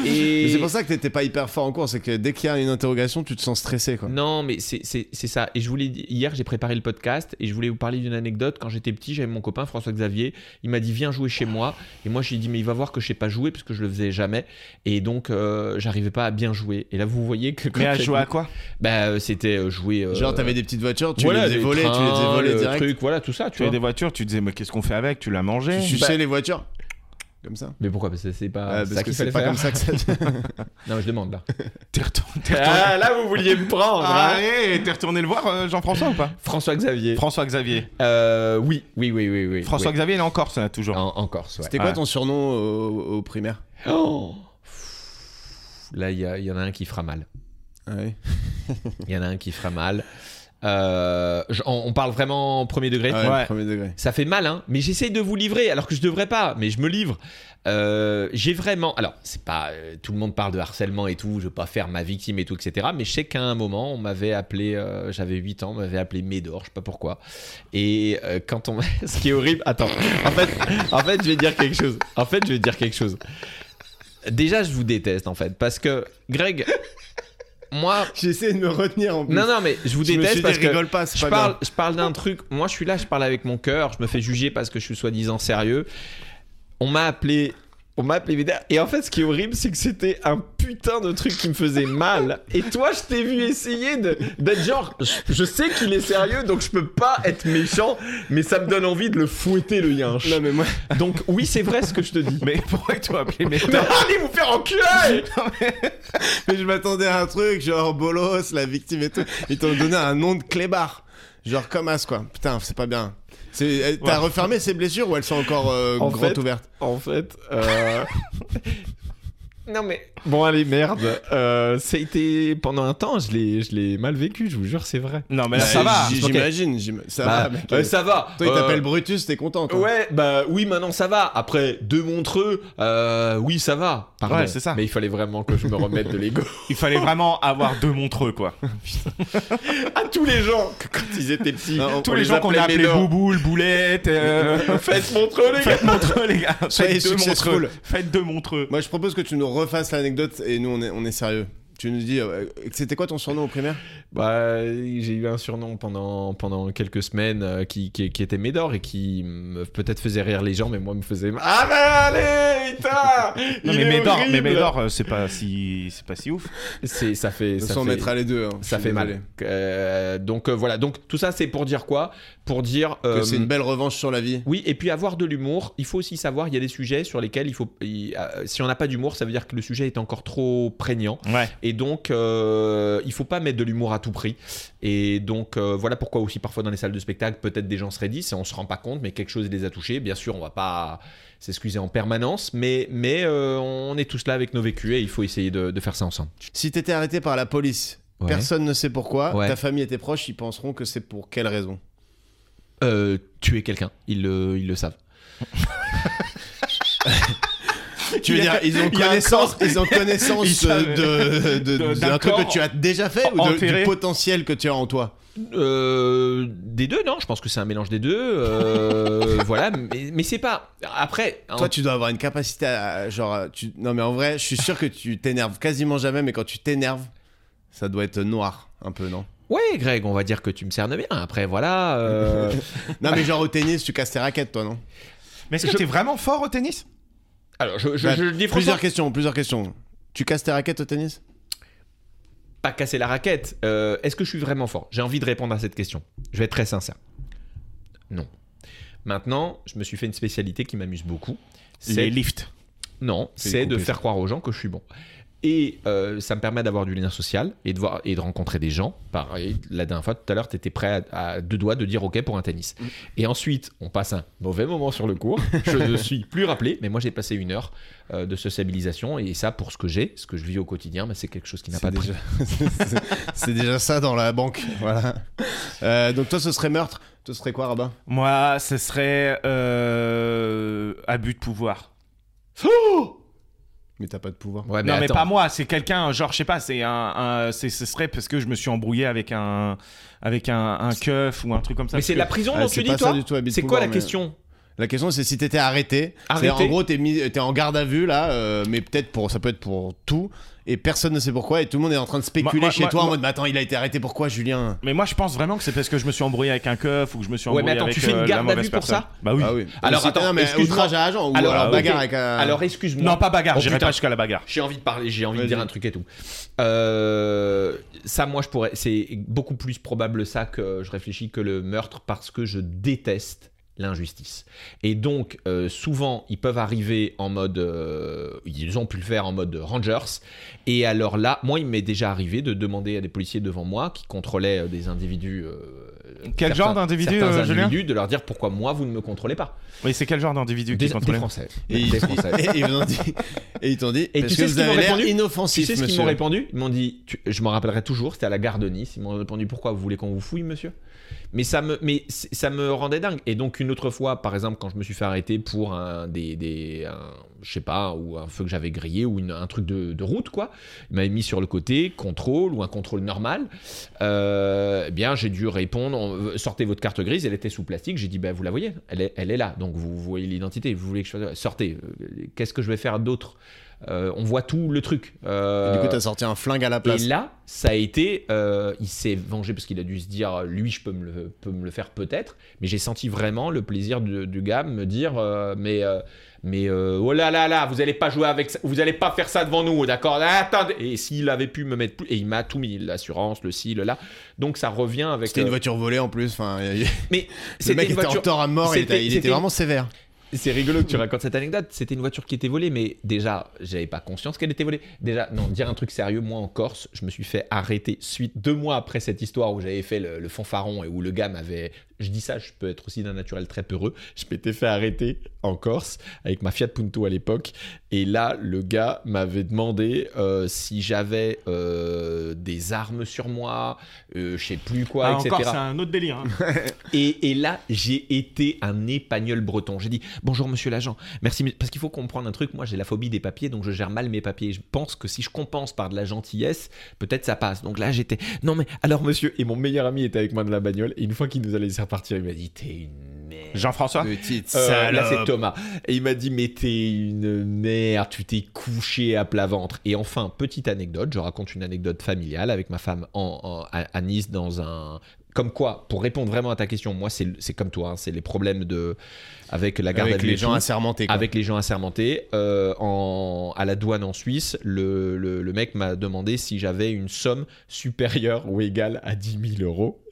Speaker 1: Mais
Speaker 2: Et
Speaker 1: C'est pour ça que t'étais pas hyper fort en cours, c'est que dès qu'il y a une interrogation, tu te sens stressé quoi.
Speaker 2: Non, mais c'est c'est- c'est ça. Et je voulais dire- hier, j'ai préparé le podcast et je voulais vous parler d'une anecdote. Quand j'étais petit, j'avais mon copain François Xavier. Il m'a dit viens jouer chez moi. Et moi, j'ai dit mais il va voir que je sais pas jouer parce que je le faisais jamais. Et donc, euh, j'arrivais pas à bien jouer. Et là, vous voyez que quand
Speaker 3: Mais à
Speaker 2: j'ai-
Speaker 3: jouer à quoi
Speaker 2: bah, euh, c'était euh, jouer. euh,
Speaker 1: Genre t'avais des petites voitures, tu
Speaker 2: voilà,
Speaker 1: les faisais voler, tu les faisais
Speaker 2: trains,
Speaker 1: voler
Speaker 2: le
Speaker 1: direct.
Speaker 2: truc, voilà tout ça, tu
Speaker 3: Tu avais
Speaker 2: vois.
Speaker 3: des voitures, tu disais, mais qu'est-ce qu'on fait avec Tu l'as mangé
Speaker 1: Tu suçais les voitures. Comme ça.
Speaker 2: Mais pourquoi Parce que Bah. Ah, c'est pas
Speaker 1: Euh,
Speaker 2: ça
Speaker 1: parce que
Speaker 2: qu'il
Speaker 1: c'est
Speaker 2: fallait
Speaker 1: pas
Speaker 2: faire. hein.
Speaker 1: comme ça que ça.
Speaker 2: Non, mais je demande là.
Speaker 3: T'es retourné, t'es retourné-
Speaker 2: ah, là, vous vouliez me prendre.
Speaker 3: Ah,
Speaker 1: hein.
Speaker 3: ouais, t'es retourné le voir, euh, Jean-François, ou pas
Speaker 2: François Xavier.
Speaker 3: François Xavier.
Speaker 2: Euh, oui, oui, oui, oui, oui.
Speaker 3: François
Speaker 2: oui.
Speaker 3: Xavier, il est en Corse, là, toujours.
Speaker 2: En, en Corse, ouais.
Speaker 1: C'était quoi
Speaker 3: Ouais.
Speaker 1: ton surnom au, au primaire
Speaker 2: Oh. Là, il y, a- il y en a un qui fera mal.
Speaker 1: Ah
Speaker 2: Il y en a un qui fera mal. Euh, je- on, on parle vraiment en premier degré.
Speaker 1: Ah ouais,
Speaker 3: Ouais.
Speaker 1: Premier degré.
Speaker 2: Ça fait mal, hein, mais j'essaie de vous livrer alors que je devrais pas, mais je me livre. Euh, j'ai vraiment. Alors, c'est pas. euh, tout le monde parle de harcèlement et tout, je veux pas faire ma victime et tout, etc. Mais je sais qu'à un moment, on m'avait appelé. euh, J'avais 8 ans, on m'avait appelé Médor, je sais pas pourquoi. Et euh, quand on. Ce qui est horrible. Attends, en fait, en fait, je vais dire quelque chose. En fait, je vais dire quelque chose. Déjà, je vous déteste, en fait, parce que Greg. Moi,
Speaker 1: J'essaie de me retenir en plus.
Speaker 2: non, non, mais je vous
Speaker 1: je me
Speaker 2: déteste
Speaker 1: suis dit,
Speaker 2: parce que
Speaker 1: rigole pas, c'est
Speaker 2: je
Speaker 1: pas
Speaker 2: parle, je parle d'un truc. Moi, je suis là, je parle avec mon cœur. Je me fais juger parce que je suis soi-disant sérieux. On m'a appelé. On m'a appelé Védère. Et en fait, ce qui est horrible, c'est que c'était un putain de truc qui me faisait mal. Et toi, je t'ai vu essayer de- d'être genre, je, je sais qu'il est sérieux, donc je peux pas être méchant, mais ça me donne envie de le fouetter, le yinche.
Speaker 1: grave. Non mais moi,
Speaker 2: Donc, oui, c'est vrai ce que je te dis.
Speaker 3: Mais pourquoi tu m'as appelé
Speaker 2: Mais allez vous faire enculer
Speaker 1: mais je m'attendais à un truc genre bolos, la victime et tout. Ils t'ont donné un nom de clébard. Genre comme as quoi. Putain, c'est pas bien. C'est- eh, T'as
Speaker 3: Ouais.
Speaker 1: refermé ces blessures ou elles sont encore euh,
Speaker 2: En
Speaker 1: grandes
Speaker 2: fait-
Speaker 1: ouvertes
Speaker 2: En fait, euh, Non mais bon allez merde. Euh, ça a été pendant un temps, je l'ai, je l'ai mal vécu. Je vous jure, c'est vrai.
Speaker 3: Non, mais là,
Speaker 1: Bah,
Speaker 2: ça va,
Speaker 1: j-
Speaker 2: ok.
Speaker 1: J'imagine, j'im- ça
Speaker 2: Bah,
Speaker 1: va. mec.
Speaker 2: euh, ça va.
Speaker 1: Toi, il
Speaker 2: Euh,
Speaker 1: t'appelle Brutus, t'es content. toi.
Speaker 2: Ouais, bah oui, maintenant ça va. Après deux montreux, euh, oui, ça va. Pardon.
Speaker 3: Ouais, c'est ça.
Speaker 2: Mais il fallait vraiment que je me remette de l'ego.
Speaker 3: il fallait vraiment avoir deux montreux, quoi.
Speaker 2: à tous les gens que quand ils étaient petits,
Speaker 1: Non, on-
Speaker 3: Tous les gens qu'on a appelés Bouboule, Boulette, euh,
Speaker 2: Faites montreux les gars.
Speaker 3: faites montreux, les gars. Faites deux
Speaker 1: successful.
Speaker 3: montreux. Faites deux montreux.
Speaker 1: Moi, je propose que tu nous refasses l'anecdote et nous, on est, on est sérieux. Tu nous dis, euh, c'était quoi ton surnom au primaire
Speaker 2: Bah, j'ai eu un surnom pendant, pendant quelques semaines euh, qui, qui, qui était Médor et qui me- peut-être faisait rire les gens, mais moi me faisait. Ah bah allez, putain
Speaker 3: Non,
Speaker 2: il
Speaker 3: mais
Speaker 2: est
Speaker 3: Médor,
Speaker 2: horrible
Speaker 3: mais Médor, euh, c'est pas si, c'est pas si ouf.
Speaker 2: C'est ça fait
Speaker 1: De
Speaker 2: ça
Speaker 1: s'en
Speaker 2: fait,
Speaker 1: mettre à les deux. hein.
Speaker 2: ça
Speaker 1: Je suis
Speaker 2: fait
Speaker 1: désolé.
Speaker 2: mal. Euh, donc euh, voilà, donc tout ça c'est pour dire quoi Pour dire
Speaker 1: Que
Speaker 2: euh,
Speaker 1: c'est une belle revanche sur la vie.
Speaker 2: Oui, et puis avoir de l'humour, il faut aussi savoir, il y a des sujets sur lesquels il faut. il- euh, si on n'a pas d'humour, ça veut dire que le sujet est encore trop prégnant.
Speaker 3: Ouais.
Speaker 2: Et donc, euh, il faut pas mettre de l'humour à tout prix. Et donc, euh, voilà pourquoi aussi parfois dans les salles de spectacle, peut-être des gens se raidissent et on se rend pas compte, mais quelque chose les a touchés. Bien sûr, on va pas s'excuser en permanence, mais, mais euh, on est tous là avec nos vécus et il faut essayer de, de faire ça ensemble.
Speaker 1: Si t'étais arrêté par la police,
Speaker 2: Ouais.
Speaker 1: personne ne sait pourquoi,
Speaker 2: Ouais.
Speaker 1: ta famille et tes proches, ils penseront que c'est pour quelle raison
Speaker 2: Euh, tuer quelqu'un, ils le, ils le savent.
Speaker 1: Tu veux
Speaker 3: Il y
Speaker 1: dire,
Speaker 3: a-
Speaker 1: ils ont
Speaker 3: il y a un
Speaker 1: connaissance, ils ont
Speaker 3: Ils
Speaker 1: connaissance
Speaker 3: savent-
Speaker 1: de, de- d'un
Speaker 3: de- d'un
Speaker 1: truc que
Speaker 3: corps
Speaker 1: tu as déjà fait ou de- du
Speaker 3: enterré.
Speaker 1: potentiel que tu as en toi.
Speaker 2: Euh, des deux, non, je pense que c'est un mélange des deux. euh, voilà, mais, mais c'est pas. Après, hein,
Speaker 1: Toi, tu dois avoir une capacité à, genre, à- tu, non mais en vrai, je suis sûr que tu t'énerves quasiment jamais, mais quand tu t'énerves, ça doit être noir un peu, non
Speaker 2: ouais, Greg, on va dire que tu me cernes bien. Après, voilà. euh,
Speaker 1: Non mais genre au tennis, tu casses tes raquettes, toi, non
Speaker 3: Mais est-ce que t'es vraiment fort au tennis
Speaker 2: Alors, je, je,
Speaker 1: Bah,
Speaker 2: je le dis franchement,
Speaker 1: Plusieurs questions, plusieurs questions. Tu casses tes raquettes au tennis
Speaker 2: pas casser la raquette. euh, Est-ce que je suis vraiment fort J'ai envie de répondre à cette question. Je vais être très sincère. Non. Maintenant, je me suis fait une spécialité qui m'amuse beaucoup.
Speaker 3: Les
Speaker 2: C'est
Speaker 3: lifts.
Speaker 2: non,
Speaker 1: C'est
Speaker 2: c'est de
Speaker 1: coupé,
Speaker 2: faire croire aux gens que je suis bon. Et euh, ça me permet d'avoir du lien social et de, voir, et de rencontrer des gens. Pareil, la dernière fois, tout à l'heure, tu étais prêt à, à deux doigts de dire OK pour un tennis.
Speaker 1: Mm.
Speaker 2: Et ensuite, on passe un mauvais moment sur le cours. Je ne suis plus rappelé, mais moi, j'ai passé une heure euh, de sociabilisation. Et ça, pour ce que j'ai, ce que je vis au quotidien, bah, c'est quelque chose qui n'a pas
Speaker 1: C'est
Speaker 2: de prix.
Speaker 1: déjà... c'est- c'est déjà ça dans la banque, voilà. Euh, donc toi, ce serait meurtre. Toi, ce serait quoi, Rabat
Speaker 3: Moi, ce serait euh, abus de pouvoir.
Speaker 2: Oh
Speaker 1: Mais t'as pas de pouvoir.
Speaker 2: Ouais,
Speaker 3: non, mais
Speaker 2: attends.
Speaker 3: pas moi, c'est quelqu'un, genre, je sais pas, c'est un, un- c'est- ce serait parce que je me suis embrouillé avec un, avec un, un keuf ou un truc comme ça.
Speaker 2: Mais
Speaker 3: parce
Speaker 2: c'est
Speaker 3: que-
Speaker 2: la prison
Speaker 1: Ah,
Speaker 2: dont
Speaker 1: c'est
Speaker 2: tu dis,
Speaker 1: pas ça
Speaker 2: toi
Speaker 1: du tout, habit de
Speaker 2: C'est quoi
Speaker 1: pouvoir,
Speaker 2: la
Speaker 1: mais-
Speaker 2: question
Speaker 1: La question c'est si t'étais arrêté.
Speaker 2: Arrêté.
Speaker 1: C'est-à-dire, En gros, t'es mis, t'es en garde à vue là, euh, mais peut-être pour, ça peut être pour tout, et personne ne sait pourquoi, et tout le monde est en train de spéculer
Speaker 3: Moi- moi-
Speaker 1: chez
Speaker 3: moi-
Speaker 1: toi en
Speaker 3: moi-
Speaker 1: mode, mais attends, il a été arrêté pourquoi, Julien
Speaker 3: Mais moi, je pense vraiment que c'est parce que je me suis embrouillé avec un keuf ou que je me suis
Speaker 2: Ouais, mais
Speaker 3: embrouillé
Speaker 2: attends,
Speaker 3: avec
Speaker 2: tu fais une
Speaker 3: euh, la
Speaker 2: garde à
Speaker 3: mauvaise
Speaker 2: vue pour
Speaker 3: personne.
Speaker 2: ça
Speaker 3: Bah oui.
Speaker 1: Ah oui.
Speaker 2: Alors,
Speaker 1: Si-
Speaker 2: attends,
Speaker 1: non, mais
Speaker 2: excuse-moi.
Speaker 1: outrage à agent ou alors,
Speaker 2: Alors, ok.
Speaker 1: bagarre avec un.
Speaker 2: Alors, excuse-moi.
Speaker 3: Non, pas bagarre,
Speaker 2: Oh,
Speaker 3: j'irai pas
Speaker 2: putain.
Speaker 3: jusqu'à la bagarre.
Speaker 2: J'ai envie de parler, j'ai envie de
Speaker 1: Vas-y.
Speaker 2: dire un truc et tout. Euh, ça, moi, je pourrais. C'est beaucoup plus probable ça que je réfléchis que le meurtre parce que je déteste l'injustice. Et donc, euh, souvent, ils peuvent arriver en mode. euh, ils ont pu le faire en mode Rangers. Et alors là, moi, il m'est déjà arrivé de demander à des policiers devant moi qui contrôlaient euh, des individus. euh,
Speaker 3: Quel
Speaker 2: certains-
Speaker 3: genre d'individus,
Speaker 2: certains
Speaker 3: euh, Julien
Speaker 2: individus, de leur dire pourquoi moi, vous ne me contrôlez pas.
Speaker 3: Oui, c'est quel genre
Speaker 2: Des,
Speaker 3: d'individu
Speaker 2: des
Speaker 3: qui contrôlait
Speaker 2: Français.
Speaker 1: Et ils,
Speaker 2: Des Français.
Speaker 1: et ils vous ont dit, et ils t'ont dit,
Speaker 2: Et
Speaker 1: parce
Speaker 2: tu sais
Speaker 1: que
Speaker 2: ce
Speaker 1: vous
Speaker 2: qu'ils m'ont
Speaker 1: avez l'air
Speaker 2: répondu
Speaker 1: inoffensif,
Speaker 2: Tu sais ce qu'ils
Speaker 1: monsieur.
Speaker 2: m'ont répondu Ils m'ont dit, tu- je m'en rappellerai toujours, c'était à la gare de Nice. Ils m'ont répondu pourquoi vous voulez qu'on vous fouille, monsieur Mais ça me, mais c'est- ça me rendait dingue. Et donc une autre fois, par exemple, quand je me suis fait arrêter pour un des, des un- je sais pas, ou un feu que j'avais grillé ou une- un truc de, de route quoi, ils m'avaient mis sur le côté contrôle ou un contrôle normal. Euh, eh bien, j'ai dû répondre. on- Sortez votre carte grise. Elle était sous plastique. J'ai dit, bah, vous la voyez. Elle est, elle est là. Donc, vous voyez l'identité. Vous voulez que je fasse- Sortez. Euh, Qu'est-ce que je vais faire d'autre Euh, On voit tout le truc. Euh,
Speaker 1: Et Du coup, t'as sorti un flingue à la
Speaker 2: et
Speaker 1: place.
Speaker 2: là, ça a été. euh, il s'est vengé parce qu'il a dû se dire, euh, lui, je peux me le, peux me le faire peut-être. Mais j'ai senti vraiment le plaisir du, du gars me dire, euh, mais, euh, mais euh, oh là là là, vous allez pas jouer avec ça, vous allez pas faire ça devant nous, d'accord Attendez. Et s'il avait pu me mettre plus, et il m'a tout mis, l'assurance, le ci, le là. Donc ça revient avec.
Speaker 1: C'était une
Speaker 2: euh,
Speaker 1: voiture volée en plus. Enfin, il y a-
Speaker 2: mais
Speaker 1: le
Speaker 2: c'était
Speaker 1: mec
Speaker 2: une
Speaker 1: était en
Speaker 2: voiture.
Speaker 1: tort à mort. Il
Speaker 2: C'était-
Speaker 1: était, il
Speaker 2: c'était
Speaker 1: était
Speaker 2: une-
Speaker 1: vraiment sévère.
Speaker 2: C'est rigolo que tu racontes cette anecdote. C'était une voiture qui était volée, mais déjà, j'avais pas conscience qu'elle était volée. Déjà, non, dire un truc sérieux, moi en Corse, je me suis fait arrêter suite deux mois après cette histoire où j'avais fait le, le fanfaron et où le gars m'avait je dis ça, je peux être aussi d'un naturel très peureux. Je m'étais fait arrêter en Corse avec ma Fiat Punto à l'époque. Et là, le gars m'avait demandé euh, si j'avais euh, des armes sur moi, euh, je sais plus quoi,
Speaker 3: Ah,
Speaker 2: etc.
Speaker 3: encore, c'est un autre délire. hein.
Speaker 2: Et, et là, j'ai été un épagnol breton. J'ai dit bonjour monsieur l'agent, merci mais- parce qu'il faut comprendre un truc. Moi, j'ai la phobie des papiers, donc je gère mal mes papiers. Je pense que si je compense par de la gentillesse, peut-être ça passe. Donc là, j'étais non mais alors monsieur et mon meilleur ami était avec moi de la bagnole. Et une fois qu'il nous a laissé repartir, il m'a dit t'es une merde.
Speaker 1: Ah,
Speaker 3: Jean-François
Speaker 1: Petite
Speaker 2: Euh, là,
Speaker 1: salope.
Speaker 2: c'est Thomas. Et il m'a dit, mais t'es une merde, tu t'es couché à plat ventre. Et enfin, petite anecdote, je raconte une anecdote familiale avec ma femme en, en- à, à Nice dans un. Comme quoi, pour répondre vraiment à ta question, moi, c'est c'est comme toi, hein, c'est les problèmes de avec la garde à
Speaker 1: Avec les
Speaker 2: vue et
Speaker 1: gens
Speaker 2: tout.
Speaker 1: assermentés. quoi.
Speaker 2: Avec les gens assermentés, euh, en, à la douane en Suisse, le, le- le mec m'a demandé si j'avais une somme supérieure ou égale à 10 000 euros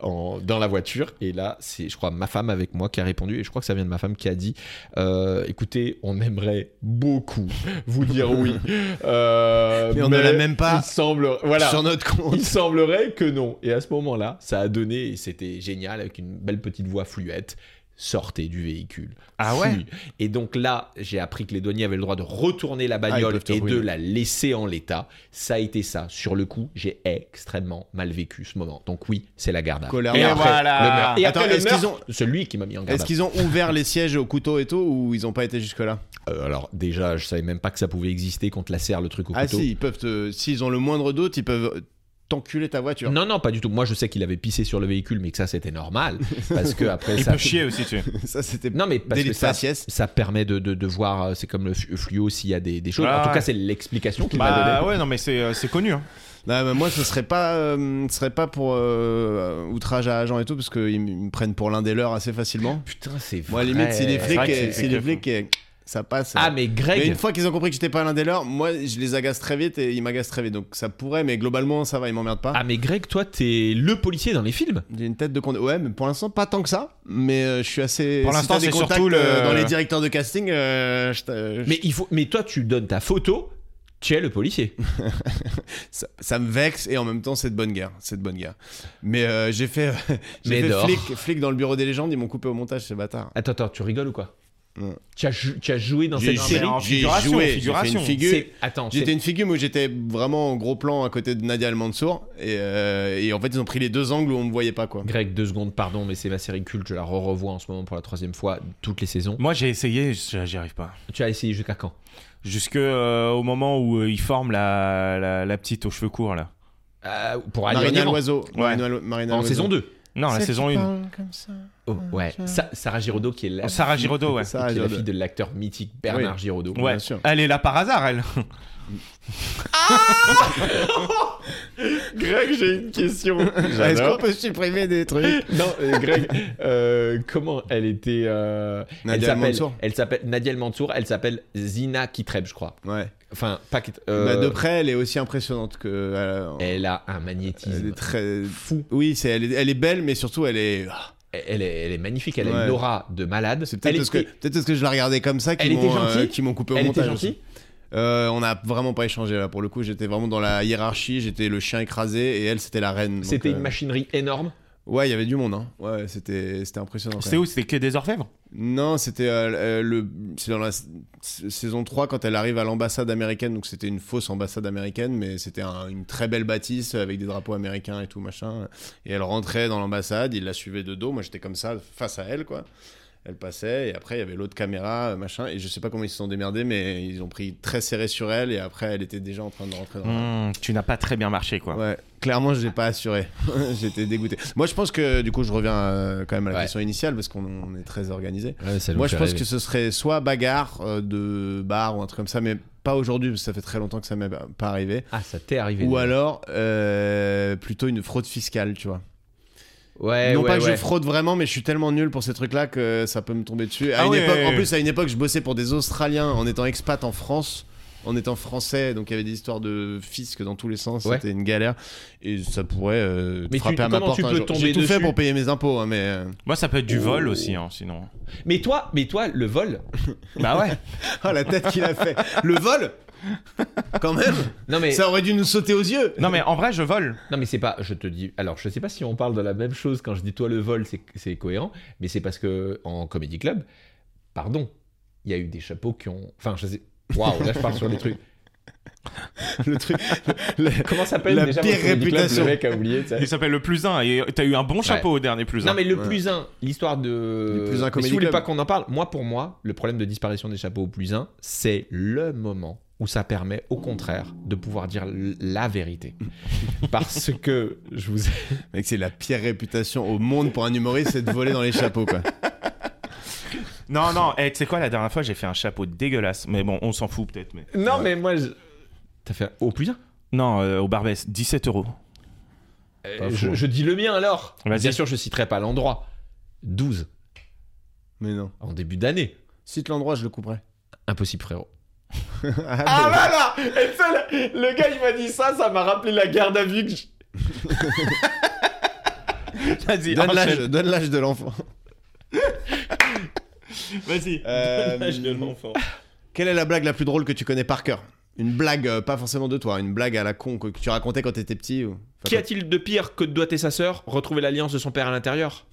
Speaker 2: en- dans la voiture. Et là, c'est, je crois, ma femme avec moi qui a répondu, et je crois que ça vient de ma femme qui a dit euh, Écoutez, on aimerait beaucoup vous dire oui. euh,
Speaker 1: Mais on ne l'a même pas
Speaker 2: il semble, voilà,
Speaker 1: sur notre compte.
Speaker 2: il semblerait que non. Et à ce moment-là, ça a donné, et c'était génial, avec une belle petite voix fluette, sortez du véhicule.
Speaker 3: Ah ouais
Speaker 2: Fuyez. Et donc là, j'ai appris que les douaniers avaient le droit de retourner la bagnole
Speaker 1: Ah, peuvent te
Speaker 2: et de
Speaker 1: rouiller.
Speaker 2: la laisser en l'état. Ça a été ça. Sur le coup, j'ai extrêmement mal vécu ce moment. Donc oui, c'est la garde à
Speaker 1: Colère.
Speaker 2: Et
Speaker 1: Et
Speaker 2: après,
Speaker 3: voilà.
Speaker 2: le meurtre. Et
Speaker 1: Attends,
Speaker 2: après, le
Speaker 1: est-ce qu'ils
Speaker 2: meurtre, celui qui m'a mis en garde
Speaker 1: Est-ce
Speaker 2: à
Speaker 1: qu'ils ont ouvert les sièges au couteau et tout ou ils n'ont pas été jusque-là
Speaker 2: Euh, Alors déjà, je savais même pas que ça pouvait exister qu'on te la serre le truc au
Speaker 1: Ah
Speaker 2: couteau.
Speaker 1: si, ils peuvent te... S'ils ont le moindre doute, ils peuvent t'enculer ta voiture.
Speaker 2: Non, non, pas du tout. Moi, je sais qu'il avait pissé sur le véhicule, mais que ça, c'était normal. Parce que après,
Speaker 3: Il
Speaker 2: ça.
Speaker 3: peut chier aussi, tu sais.
Speaker 1: Ça, c'était
Speaker 2: Non, mais parce
Speaker 1: délit
Speaker 2: que
Speaker 1: de
Speaker 2: ça,
Speaker 1: faciès.
Speaker 2: ça permet de, de- de voir, euh, c'est comme le flu- fluo, s'il y a des, des choses.
Speaker 3: Ah
Speaker 2: en tout
Speaker 3: ouais.
Speaker 2: cas, c'est l'explication qu'il m'a
Speaker 3: Bah
Speaker 2: donnée.
Speaker 3: ouais, non, mais c'est euh, c'est connu. hein.
Speaker 1: Non, mais moi, ce serait pas, euh, ce serait pas pour euh, outrage à agent et tout, parce qu'ils m- ils me prennent pour l'un des leurs assez facilement.
Speaker 2: Putain, c'est
Speaker 1: Moi,
Speaker 2: vrai.
Speaker 1: limite, si les flics,
Speaker 3: vrai que c'est
Speaker 1: eh, si les
Speaker 3: effectivement.
Speaker 1: flics, eh, ça passe.
Speaker 2: Ah,
Speaker 1: eh.
Speaker 2: mais
Speaker 1: Mais
Speaker 2: Greg,
Speaker 1: une fois qu'ils ont compris que j'étais pas l'un des leurs, moi, je les agace très vite et ils m'agacent très vite. Donc ça pourrait, mais globalement, ça va, ils m'emmerdent pas.
Speaker 2: ah, mais Greg, toi, t'es le policier dans les films.
Speaker 1: J'ai une tête de con. Ouais, mais pour l'instant, pas tant que ça. Mais euh, je suis assez.
Speaker 3: Pour
Speaker 1: si
Speaker 3: l'instant,
Speaker 1: t'as des
Speaker 3: c'est
Speaker 1: contacts,
Speaker 3: surtout le-
Speaker 1: euh, dans les directeurs de casting. euh, je t'a- je-
Speaker 2: Mais, il faut, mais toi, tu donnes ta photo, tu es le policier.
Speaker 1: ça, ça me vexe et en même temps, c'est de bonne guerre. C'est de bonne guerre. Mais euh, j'ai fait,
Speaker 2: Mais
Speaker 1: j'ai fait
Speaker 2: d'or.
Speaker 1: flic, flic dans le bureau des légendes. Ils m'ont coupé au montage, ces bâtards.
Speaker 2: Attends, attends, tu rigoles ou quoi
Speaker 1: Non.
Speaker 2: tu as, ju- tu as joué dans
Speaker 1: J'ai
Speaker 2: cette
Speaker 1: joué,
Speaker 2: série
Speaker 3: en
Speaker 1: j'ai
Speaker 3: figuration,
Speaker 1: joué,
Speaker 3: en
Speaker 1: j'ai fait
Speaker 3: figuration.
Speaker 1: une figure.
Speaker 2: C'est- Attends,
Speaker 1: J'étais
Speaker 2: c'est-
Speaker 1: une figure où j'étais vraiment en gros plan à côté de Nadia Al-Mansour et, euh, et en fait ils ont pris les deux angles où on me voyait pas quoi.
Speaker 2: Greg, deux secondes, pardon, mais c'est ma série culte, je la re-revois en ce moment pour la troisième fois, toutes les saisons.
Speaker 3: Moi, j'ai essayé, j- j'y arrive pas.
Speaker 2: Tu as essayé jusqu'à quand
Speaker 3: Jusque euh, au moment où euh, il forme la, la, la petite aux cheveux courts, là.
Speaker 2: Euh, Pour aller en
Speaker 1: Marina
Speaker 2: Iran.
Speaker 1: Loiseau.
Speaker 3: Ouais.
Speaker 1: Marina Lo- Marina
Speaker 2: En
Speaker 1: Loiseau.
Speaker 2: saison 2.
Speaker 3: Non, hein, la
Speaker 1: Celle
Speaker 3: saison
Speaker 1: qui
Speaker 3: 1.
Speaker 1: parle comme ça.
Speaker 2: Oh, ouais, Sa- Sarah Giraudot qui est la
Speaker 3: Sarah Giraudot, ouais.
Speaker 1: Oh, Sarah
Speaker 2: qui est la
Speaker 1: Giraudot.
Speaker 2: fille de l'acteur mythique Bernard
Speaker 1: Oui.
Speaker 2: Giraudot.
Speaker 3: Ouais,
Speaker 1: bien sûr.
Speaker 3: elle est là par hasard, elle.
Speaker 2: Greg, j'ai une question.
Speaker 1: Est-ce qu'on peut supprimer des trucs
Speaker 2: Non, euh, Greg, euh, comment elle était euh, elle
Speaker 1: Nadia
Speaker 2: s'appelle-
Speaker 1: Mansour.
Speaker 2: Elle s'appelle Nadia El Mansour, elle s'appelle Zina Kitreb, je crois.
Speaker 1: Ouais.
Speaker 2: Enfin, pas Kit- euh,
Speaker 1: Bah, de près, elle est aussi impressionnante que. euh,
Speaker 2: Elle a un
Speaker 1: elle
Speaker 2: magnétisme.
Speaker 1: est très.
Speaker 2: Fou.
Speaker 1: Oui, c'est elle est, elle est belle, mais surtout elle est.
Speaker 2: Elle, est, elle est magnifique, elle a
Speaker 1: Ouais.
Speaker 2: une aura de malade.
Speaker 1: C'est peut-être
Speaker 2: Elle
Speaker 1: parce que
Speaker 2: était-
Speaker 1: peut-être parce que je la regardais comme ça
Speaker 2: Elle
Speaker 1: qu'ils
Speaker 2: était
Speaker 1: m'ont euh,
Speaker 2: gentille
Speaker 1: qu'ils m'ont coupé au
Speaker 2: Elle était
Speaker 1: montage.
Speaker 2: gentille
Speaker 1: Euh, on n'a vraiment pas échangé là pour le coup. J'étais vraiment dans la hiérarchie. J'étais le chien écrasé et elle c'était la reine. donc,
Speaker 2: C'était
Speaker 1: euh,
Speaker 2: une machinerie énorme.
Speaker 1: Ouais, il y avait du monde. Hein. Ouais, c'était c'était impressionnant.
Speaker 3: C'était
Speaker 1: quand
Speaker 3: où C'était que des orfèvres
Speaker 1: même. Non, c'était euh, euh, le c'est dans la s- saison 3 quand elle arrive à l'ambassade américaine. Donc c'était une fausse ambassade américaine, mais c'était un- une très belle bâtisse avec des drapeaux américains et tout machin. Et elle rentrait dans l'ambassade, il la suivait de dos. Moi, j'étais comme ça face à elle, quoi. Elle passait et après il y avait l'autre caméra, euh, machin. Et je sais pas comment ils se sont démerdés, mais ils ont pris très serré sur elle et après elle était déjà en train de rentrer dans. la-
Speaker 3: Hmm, Tu n'as pas très bien marché, quoi.
Speaker 1: Ouais, clairement, je n'ai pas assuré. J'étais dégoûté. Moi, je pense que, du coup, je reviens euh, quand même à la
Speaker 2: Ouais.
Speaker 1: question initiale parce qu'on on est très organisé. Moi, je pense que ce serait soit bagarre euh, de bar ou un truc comme ça, mais pas aujourd'hui parce que ça fait très longtemps que ça m'est pas arrivé.
Speaker 2: Ah, ça t'est arrivé.
Speaker 1: Ou
Speaker 2: déjà.
Speaker 1: alors euh, plutôt une fraude fiscale, tu vois.
Speaker 2: Ouais,
Speaker 1: non
Speaker 2: Eh ouais,
Speaker 1: pas que
Speaker 2: ouais.
Speaker 1: je fraude vraiment, mais je suis tellement nul pour ces trucs-là que ça peut me tomber dessus. À
Speaker 3: Ah
Speaker 1: une
Speaker 3: ouais,
Speaker 1: époque,
Speaker 3: ouais,
Speaker 1: en
Speaker 3: ouais.
Speaker 1: plus, à une époque, je bossais pour des Australiens en étant expat en France. en étant français, donc il y avait des histoires de fisc dans tous les sens,
Speaker 2: Ouais.
Speaker 1: c'était une galère. Et ça pourrait euh,
Speaker 2: Mais tu-
Speaker 1: frapper à ma
Speaker 2: comment
Speaker 1: porte.
Speaker 2: tu
Speaker 1: un
Speaker 2: peux
Speaker 1: jour.
Speaker 2: tomber
Speaker 1: J'ai tout fait
Speaker 2: dessus
Speaker 1: pour payer mes impôts, hein, mais. euh,
Speaker 3: Moi, ça peut être du
Speaker 2: Oh.
Speaker 3: vol aussi, hein, sinon.
Speaker 2: Mais toi, mais toi, le vol.
Speaker 3: Bah ouais.
Speaker 2: Ah,
Speaker 1: Oh la tête qu'il a fait Le vol Quand même
Speaker 2: Non mais
Speaker 1: Ça aurait dû nous sauter aux yeux
Speaker 3: non, mais en vrai, je vole.
Speaker 2: non mais c'est pas. Je te dis. Alors je sais pas si on parle de la même chose quand je dis toi le vol, c'est- c'est cohérent. Mais c'est parce que en comedy club, pardon, il y a eu des chapeaux qui ont. Enfin je sais. Waouh, là je parle sur les trucs.
Speaker 1: Le truc. le-
Speaker 2: Comment ça s'appelle
Speaker 1: La
Speaker 2: déjà
Speaker 1: pire
Speaker 2: votre comedy club,
Speaker 1: réputation.
Speaker 2: Le mec a oublié. tu sais
Speaker 3: Il s'appelle le plus un et t'as eu un bon chapeau au dernier plus un.
Speaker 2: Non mais le
Speaker 1: Ouais.
Speaker 2: plus 1, l'histoire de...
Speaker 1: Le plus un
Speaker 2: Mais
Speaker 1: Comedy
Speaker 2: si vous voulez
Speaker 1: Club.
Speaker 2: pas qu'on en parle, moi pour moi, le problème de disparition des chapeaux au plus 1, c'est le moment où ça permet au contraire de pouvoir dire l- la vérité. Parce que je vous...
Speaker 1: Mec, c'est la pire réputation au monde pour un humoriste, c'est de voler dans les chapeaux, quoi.
Speaker 3: Non, non, eh, tu sais quoi, la dernière fois, j'ai fait un chapeau dégueulasse. Mais bon, on s'en fout peut-être. Mais...
Speaker 2: Non mais moi... je- T'as fait un- au plus 1
Speaker 3: Non, euh, au Barbès, 17 euros.
Speaker 2: Euh, je, je dis le mien alors.
Speaker 3: Vas-y.
Speaker 2: Bien sûr je citerai pas l'endroit. 12
Speaker 1: Mais non.
Speaker 2: en début d'année.
Speaker 1: Cite l'endroit, je le couperai.
Speaker 2: Impossible frérot.
Speaker 1: Ah,
Speaker 2: Ah
Speaker 1: mais-
Speaker 2: là là Et ça, là, Le gars il m'a dit ça, ça m'a rappelé la garde à vue que je-
Speaker 3: Vas-y,
Speaker 1: Donne l'âge,
Speaker 3: enchaîne.
Speaker 1: donne l'âge de l'enfant.
Speaker 3: Vas-y.
Speaker 1: Euh,
Speaker 3: L'âge de l'enfant.
Speaker 1: Quelle est la blague la plus drôle que tu connais par cœur Une blague, euh, pas forcément de toi, une blague à la con que que tu racontais quand t'étais petit ou... Enfin,
Speaker 2: Qu'y a-t-il de pire que de doiter sa sœur, retrouver l'alliance de son père à l'intérieur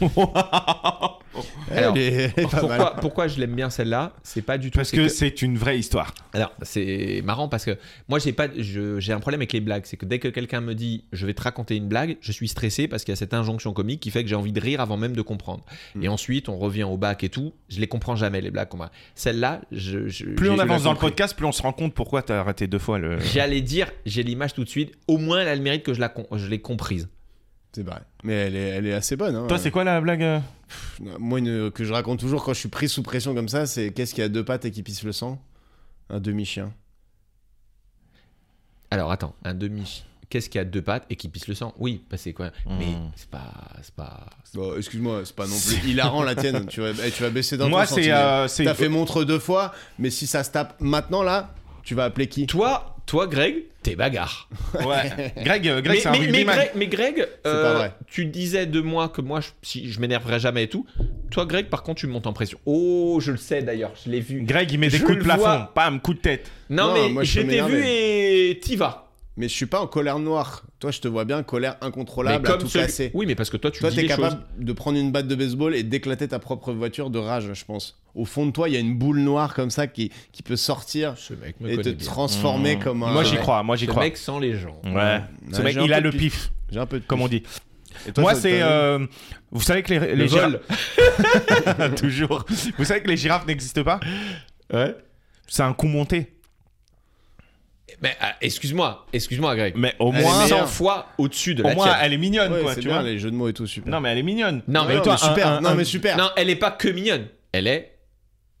Speaker 1: elle
Speaker 2: Alors,
Speaker 1: est- elle est pas mal.
Speaker 2: pourquoi, pourquoi je l'aime bien celle-là C'est pas du tout.
Speaker 3: Parce
Speaker 2: c'est
Speaker 3: que c'est une vraie histoire.
Speaker 2: alors c'est marrant parce que moi j'ai pas, je- j'ai un problème avec les blagues, c'est que dès que quelqu'un me dit je vais te raconter une blague, je suis stressé parce qu'il y a cette injonction comique qui fait que j'ai envie de rire avant même de comprendre.
Speaker 3: Hmm.
Speaker 1: Mm.
Speaker 2: Et ensuite on revient au bac et tout, je les comprends jamais les blagues qu'on m'a. Celle-là, je, je-
Speaker 3: Plus on
Speaker 2: j'ai-
Speaker 3: avance dans le
Speaker 2: compris.
Speaker 3: podcast, plus on se rend compte pourquoi t'as raté deux fois le.
Speaker 2: J'allais dire, j'ai l'image tout de suite. Au moins elle a le mérite que je la, con- je l'ai comprise.
Speaker 1: C'est vrai. Mais elle est, elle est assez bonne. hein.
Speaker 3: Toi, c'est quoi la blague euh
Speaker 1: Moi, une que je raconte toujours quand je suis pris sous pression comme ça, c'est qu'est-ce qui a deux pattes et qui pisse le sang Un demi-chien.
Speaker 2: Alors attends, un demi. Qu'est-ce qui a deux pattes et qui pisse le sang Oui, bah, c'est quoi Mais
Speaker 3: Hmm.
Speaker 2: c'est pas, c'est pas.
Speaker 1: Bon, excuse-moi, c'est pas non plus hilarant la tienne. Tu vas, eh, tu vas baisser d'un
Speaker 3: Moi,
Speaker 1: ton,
Speaker 3: c'est.
Speaker 1: Sentinelle.
Speaker 3: euh, c'est-
Speaker 1: T'as fait montre deux fois, mais si ça se tape maintenant là, tu vas appeler qui
Speaker 2: Toi, toi, Greg, t'es bagarre.
Speaker 3: Ouais. Greg, euh, Greg,
Speaker 2: mais,
Speaker 3: c'est un
Speaker 2: mais- mais
Speaker 3: rugbyman.
Speaker 2: Greg, mais Greg, euh,
Speaker 1: pas vrai.
Speaker 2: tu disais de moi que moi, je, si je m'énerverais jamais et tout. Toi, Greg, par contre, tu montes en pression. Oh, je le sais d'ailleurs, je l'ai vu.
Speaker 3: Greg, il met des
Speaker 2: Je
Speaker 3: coups de
Speaker 2: le
Speaker 3: plafond.
Speaker 2: vois.
Speaker 3: Pam, coup de tête.
Speaker 2: Non,
Speaker 1: Non,
Speaker 2: mais
Speaker 1: moi, je
Speaker 2: je
Speaker 1: peux
Speaker 2: t'ai vu et t'y vas.
Speaker 1: Mais je suis pas en colère noire. Toi, je te vois bien, colère incontrôlable
Speaker 2: Mais
Speaker 1: à tout
Speaker 2: celui-
Speaker 1: casser.
Speaker 2: Oui, mais parce que toi, tu
Speaker 1: Toi,
Speaker 2: dis
Speaker 1: t'es
Speaker 2: les
Speaker 1: capable
Speaker 2: choses.
Speaker 1: de prendre une batte de baseball et d'éclater ta propre voiture de rage, je pense. Au fond de toi, il y a une boule noire comme ça qui, qui peut sortir
Speaker 2: Ce mec me
Speaker 1: et te
Speaker 2: connaît bien.
Speaker 1: transformer
Speaker 3: Mmh.
Speaker 1: comme un.
Speaker 3: Moi, j'y
Speaker 2: Ouais.
Speaker 3: crois. Moi, j'y
Speaker 2: Ce
Speaker 3: crois.
Speaker 2: mec sans les gens.
Speaker 3: Ouais. Ce
Speaker 1: Ouais,
Speaker 3: mec,
Speaker 1: j'ai un
Speaker 3: il a
Speaker 1: peu de
Speaker 3: le
Speaker 1: pif.
Speaker 3: pif,
Speaker 1: J'ai un peu de.
Speaker 3: comme on dit.
Speaker 1: Et toi,
Speaker 3: Moi,
Speaker 1: ça
Speaker 3: c'est.
Speaker 1: t'a-
Speaker 3: euh, Vous savez que les, les
Speaker 2: vol.
Speaker 3: girafes. Toujours. Vous savez que les girafes n'existent pas
Speaker 2: Ouais.
Speaker 3: C'est un coup monté.
Speaker 2: Mais euh, excuse-moi, excuse-moi, Greg.
Speaker 3: Mais au
Speaker 1: Elle est
Speaker 3: moins.
Speaker 1: meilleure.
Speaker 2: 100 fois au-dessus de
Speaker 3: Au
Speaker 2: la
Speaker 3: moins,
Speaker 2: tienne.
Speaker 3: elle est mignonne,
Speaker 1: Ouais,
Speaker 3: quoi,
Speaker 1: c'est
Speaker 3: tu
Speaker 1: bien
Speaker 3: vois.
Speaker 1: les jeux de mots et tout super.
Speaker 3: Non, mais elle est mignonne.
Speaker 2: Non, mais
Speaker 1: Ouais,
Speaker 2: toi,
Speaker 3: un-
Speaker 1: super.
Speaker 3: un-
Speaker 1: non
Speaker 3: un-
Speaker 1: mais super.
Speaker 2: Non, elle est pas que mignonne. Elle est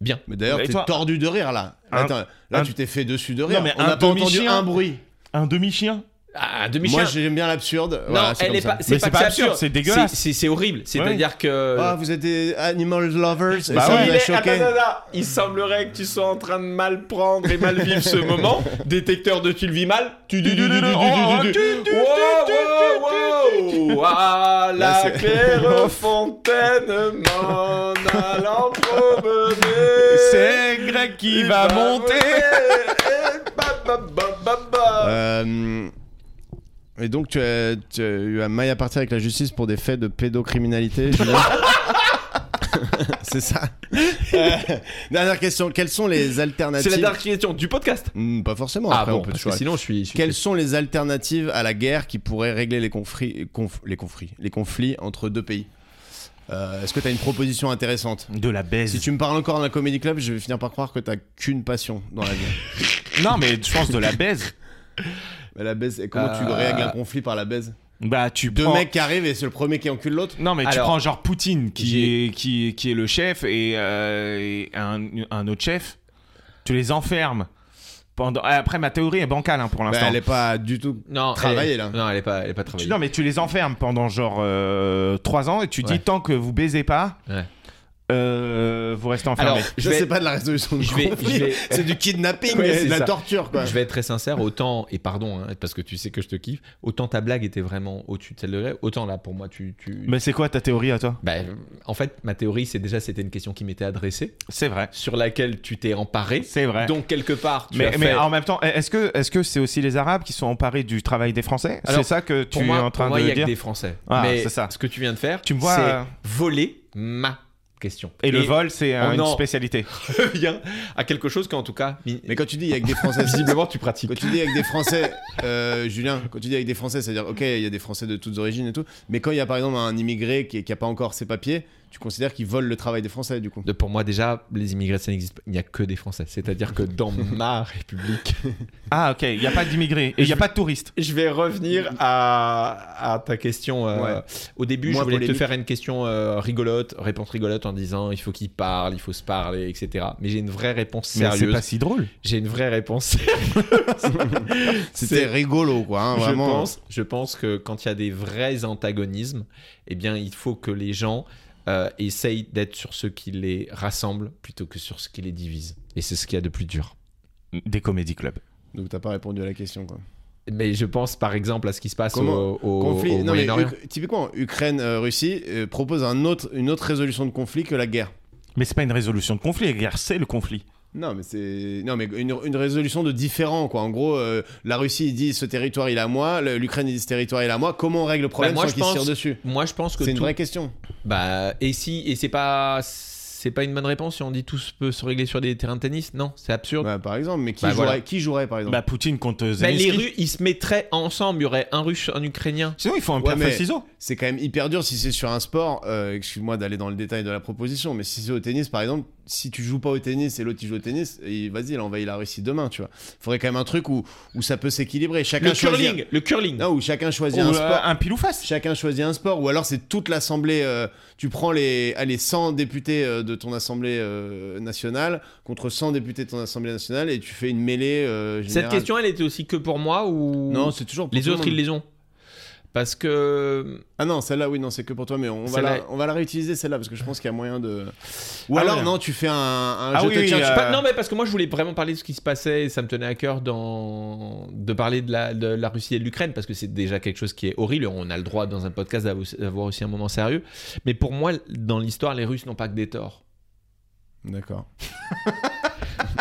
Speaker 2: bien.
Speaker 1: Mais d'ailleurs,
Speaker 3: Et
Speaker 1: t'es
Speaker 3: toi-
Speaker 1: tordu de rire là.
Speaker 3: Un-
Speaker 1: Attends, là
Speaker 3: un-
Speaker 1: tu t'es fait dessus de rire.
Speaker 3: Non, mais
Speaker 1: On
Speaker 3: un
Speaker 1: n'a pas entendu
Speaker 3: demi-chien.
Speaker 1: un bruit.
Speaker 3: Un demi-chien
Speaker 2: Ah,
Speaker 1: Moi,
Speaker 2: demi-chien.
Speaker 1: j'aime bien l'absurde.
Speaker 2: Non,
Speaker 1: Voilà,
Speaker 2: elle
Speaker 1: comme
Speaker 2: est
Speaker 1: ça.
Speaker 2: pas. C'est
Speaker 3: Mais
Speaker 2: pas,
Speaker 3: c'est pas
Speaker 2: que
Speaker 3: absurde, c'est dégueulasse.
Speaker 2: C'est c'est horrible. C'est-à-dire que.
Speaker 1: Ah, vous êtes des animal lovers. et
Speaker 3: Bah
Speaker 1: ça
Speaker 3: ouais.
Speaker 1: vous
Speaker 2: Il
Speaker 1: a
Speaker 2: est-
Speaker 1: choqué.
Speaker 2: attends, attends, attends. Il semblerait que tu sois en train de mal prendre et mal vivre ce moment. Détecteur de tu le vis mal. Tu du du du du du du du, du. Wow, wow, wow. À
Speaker 1: Là,
Speaker 2: la
Speaker 1: c'est-
Speaker 2: claire fontaine, m'en allant promener.
Speaker 3: C'est Greg qui
Speaker 2: Il
Speaker 1: bah,
Speaker 3: va monter
Speaker 2: monter. Ba, ba, ba, ba, ba.
Speaker 1: Euh, Et donc, tu as, tu as eu un maille à partir avec la justice pour des faits de pédocriminalité, Julien C'est ça. Euh, dernière question. Quelles sont les alternatives
Speaker 2: C'est la dernière question du podcast. Ah
Speaker 1: Hmm, Pas forcément. Après, on peut
Speaker 2: parce que
Speaker 1: choisir.
Speaker 2: sinon je suis. je suis-
Speaker 1: Quelles sont les alternatives à la guerre qui pourraient régler les conflits, conf- les conflits, les conflits entre deux pays Euh, Est-ce que tu as une proposition intéressante
Speaker 3: De la baise.
Speaker 1: Si tu me parles encore dans la Comedy Club, je vais finir par croire que t'as qu'une passion dans la vie.
Speaker 3: Non, mais je pense de la baise.
Speaker 1: Mais la baise, et comment tu
Speaker 2: Euh,
Speaker 1: règles un conflit par la baise
Speaker 3: Bah, tu
Speaker 1: Deux
Speaker 3: prends-
Speaker 1: mecs qui arrivent et c'est le premier qui encule l'autre
Speaker 3: Non, mais tu
Speaker 2: Alors,
Speaker 3: prends genre Poutine qui
Speaker 2: j'ai-
Speaker 3: est, qui, est- qui est le chef et, euh, et un, un autre chef. Tu les enfermes. Pendant... Ah, Après, ma théorie est bancale hein, pour
Speaker 1: Bah,
Speaker 3: l'instant.
Speaker 1: Elle est pas du tout.
Speaker 2: Non,
Speaker 1: Travailler,
Speaker 2: elle-
Speaker 1: là.
Speaker 2: Non, elle est pas, elle est pas
Speaker 3: Tu-
Speaker 2: travaillée.
Speaker 3: Non, mais tu les enfermes pendant genre 3 euh, ans et tu
Speaker 2: Ouais.
Speaker 3: dis tant que vous baisez pas,
Speaker 2: Ouais.
Speaker 3: euh, vous restez enfermé.
Speaker 2: Alors,
Speaker 1: Je
Speaker 2: je vais-
Speaker 1: c'est pas de la résolution de
Speaker 2: je vais-
Speaker 1: conflit.
Speaker 2: je vais-
Speaker 1: C'est du kidnapping,
Speaker 2: Ouais,
Speaker 1: c'est
Speaker 2: c'est
Speaker 1: de la
Speaker 2: ça.
Speaker 1: torture, quoi.
Speaker 2: Je vais être très sincère, autant, et pardon, hein, parce que tu sais que je te kiffe, autant ta blague était vraiment au-dessus de celle de Ray, autant là pour moi tu. tu...
Speaker 3: Mais c'est quoi ta théorie à toi
Speaker 2: Bah, en fait, ma théorie, c'est déjà c'était une question qui m'était adressée,
Speaker 3: C'est vrai.
Speaker 2: sur laquelle tu t'es emparé.
Speaker 3: C'est vrai.
Speaker 2: Donc quelque part, tu
Speaker 3: mais,
Speaker 2: as
Speaker 3: mais
Speaker 2: fait-
Speaker 3: en même temps, eh, est-ce que est-ce que c'est aussi les Arabes qui sont emparés du travail des Français C'est
Speaker 2: Alors,
Speaker 3: ça que tu
Speaker 2: pour moi,
Speaker 3: es en train
Speaker 2: pour moi, il y
Speaker 3: de
Speaker 2: a
Speaker 3: dire
Speaker 2: que des Français.
Speaker 3: Ah,
Speaker 2: mais
Speaker 3: c'est ça.
Speaker 2: ce que tu viens de faire,
Speaker 3: Tu me vois,
Speaker 2: c'est
Speaker 3: euh,
Speaker 2: voler ma question.
Speaker 3: Et, le vol, c'est euh,
Speaker 2: Oh,
Speaker 3: une
Speaker 2: non.
Speaker 3: spécialité.
Speaker 2: revient à quelque chose qu'en tout cas, mi-
Speaker 1: Mais quand tu dis il y a que des Français,
Speaker 2: visiblement tu pratiques.
Speaker 1: Quand tu dis avec des Français, euh, Julien, quand tu dis avec des Français, c'est-à-dire, ok, il y a des Français de toutes origines et tout, mais quand il y a par exemple un immigré qui n'a pas encore ses papiers, tu considères qu'il vole le travail des Français, du coup
Speaker 2: De- Pour moi, déjà, les immigrés, ça n'existe pas. Il n'y a que des Français. C'est-à-dire que dans ma République,
Speaker 3: Ah, ok. Il n'y a pas d'immigrés. Et il n'y a pas de touristes.
Speaker 2: Je vais revenir à, à ta question. euh,
Speaker 1: Ouais.
Speaker 2: Au début,
Speaker 1: Moins
Speaker 2: je voulais
Speaker 1: polémique.
Speaker 2: te faire une question euh, rigolote, réponse rigolote en disant il faut qu'il parle, il faut se parler, etc. Mais j'ai une vraie réponse
Speaker 3: Mais c'est
Speaker 2: sérieuse.
Speaker 3: pas si drôle.
Speaker 2: J'ai une vraie réponse.
Speaker 1: C'était rigolo, quoi, hein,
Speaker 2: je
Speaker 1: vraiment.
Speaker 2: pense, je pense que quand il y a des vrais antagonismes, eh bien, il faut que les gens euh, essayent d'être sur ce qui les rassemble plutôt que sur ce qui les divise. Et c'est ce qu'il y a de plus dur.
Speaker 3: Des comédie clubs.
Speaker 1: Donc t'as pas répondu à la question, quoi.
Speaker 2: Mais je pense par exemple à ce qui se passe
Speaker 1: Comment-
Speaker 2: au, au-
Speaker 1: conflit,
Speaker 2: au
Speaker 1: non, mais
Speaker 2: Moyen-Orient.
Speaker 1: Uk- typiquement, Ukraine-Russie euh, propose un autre, une autre résolution de conflit que la guerre.
Speaker 3: Mais c'est pas une résolution de conflit. La guerre, c'est le conflit.
Speaker 1: Non, mais c'est. Non, mais une, une résolution de différent, quoi. En gros, euh, la Russie, il dit ce territoire, il est à moi, le- l'Ukraine, il dit ce territoire, il est à moi. Comment on règle le problème
Speaker 2: Bah, moi,
Speaker 1: sans
Speaker 2: je
Speaker 1: qu'ils se
Speaker 2: pense
Speaker 1: tirent dessus
Speaker 2: Moi, je pense que
Speaker 1: C'est une
Speaker 2: tout-
Speaker 1: vraie question.
Speaker 2: Bah, et si, et c'est pas, c'est pas une bonne réponse si on dit tout se peut se régler sur des terrains de tennis Non, c'est absurde.
Speaker 1: Bah, par exemple, mais qui,
Speaker 2: Bah,
Speaker 1: jouerait,
Speaker 2: voilà.
Speaker 1: qui jouerait, par exemple
Speaker 3: Bah, Poutine contre
Speaker 2: Bah, les
Speaker 3: Zelensky.
Speaker 2: rues, ils se mettraient ensemble. Il y aurait un russe, un ukrainien.
Speaker 3: Sinon, il faut un
Speaker 1: Ouais,
Speaker 3: pierre feuille,
Speaker 1: mais-
Speaker 3: ciseaux.
Speaker 1: c'est quand même hyper dur si c'est sur un sport. euh, Excuse-moi d'aller dans le détail de la proposition, mais si c'est au tennis, par exemple, si tu joues pas au tennis et l'autre il joue au tennis, et vas-y, il envahit la Russie demain, tu vois. Faudrait quand même un truc où, où ça peut s'équilibrer. Chacun
Speaker 2: Le
Speaker 1: choisit.
Speaker 2: curling, le curling.
Speaker 1: Non, où chacun choisit
Speaker 3: Ou
Speaker 1: un
Speaker 3: euh,
Speaker 1: sport.
Speaker 3: un pile ou face.
Speaker 1: Chacun choisit un sport, ou alors c'est toute l'assemblée. euh, tu prends les, allez, 100 députés euh, de ton assemblée euh, nationale contre 100 députés de ton assemblée nationale et tu fais une mêlée. euh,
Speaker 2: Cette
Speaker 1: générale.
Speaker 2: question, elle était aussi que pour moi ou
Speaker 1: Non, c'est toujours. pour
Speaker 2: les
Speaker 1: tout le
Speaker 2: autres, ils
Speaker 1: monde.
Speaker 2: les ont. Parce que
Speaker 1: Ah non, celle-là, oui, non, c'est que pour toi, mais on va,
Speaker 2: Celle-là-
Speaker 1: la, on va la réutiliser, celle-là, parce que je pense qu'il y a moyen de. Ou
Speaker 3: Ah
Speaker 1: alors,
Speaker 3: ouais.
Speaker 1: non, tu fais un, un
Speaker 3: Ah
Speaker 1: je
Speaker 3: oui,
Speaker 1: te
Speaker 3: oui,
Speaker 1: tiens,
Speaker 3: euh,
Speaker 1: je sais pas.
Speaker 2: Pas- non, mais parce que moi, je voulais vraiment parler de ce qui se passait et ça me tenait à cœur dans... de parler de la, de la Russie et de l'Ukraine parce que c'est déjà quelque chose qui est horrible. On a le droit dans un podcast d'avo- d'avoir aussi un moment sérieux. Mais pour moi, dans l'histoire, les Russes n'ont pas que des torts.
Speaker 1: D'accord.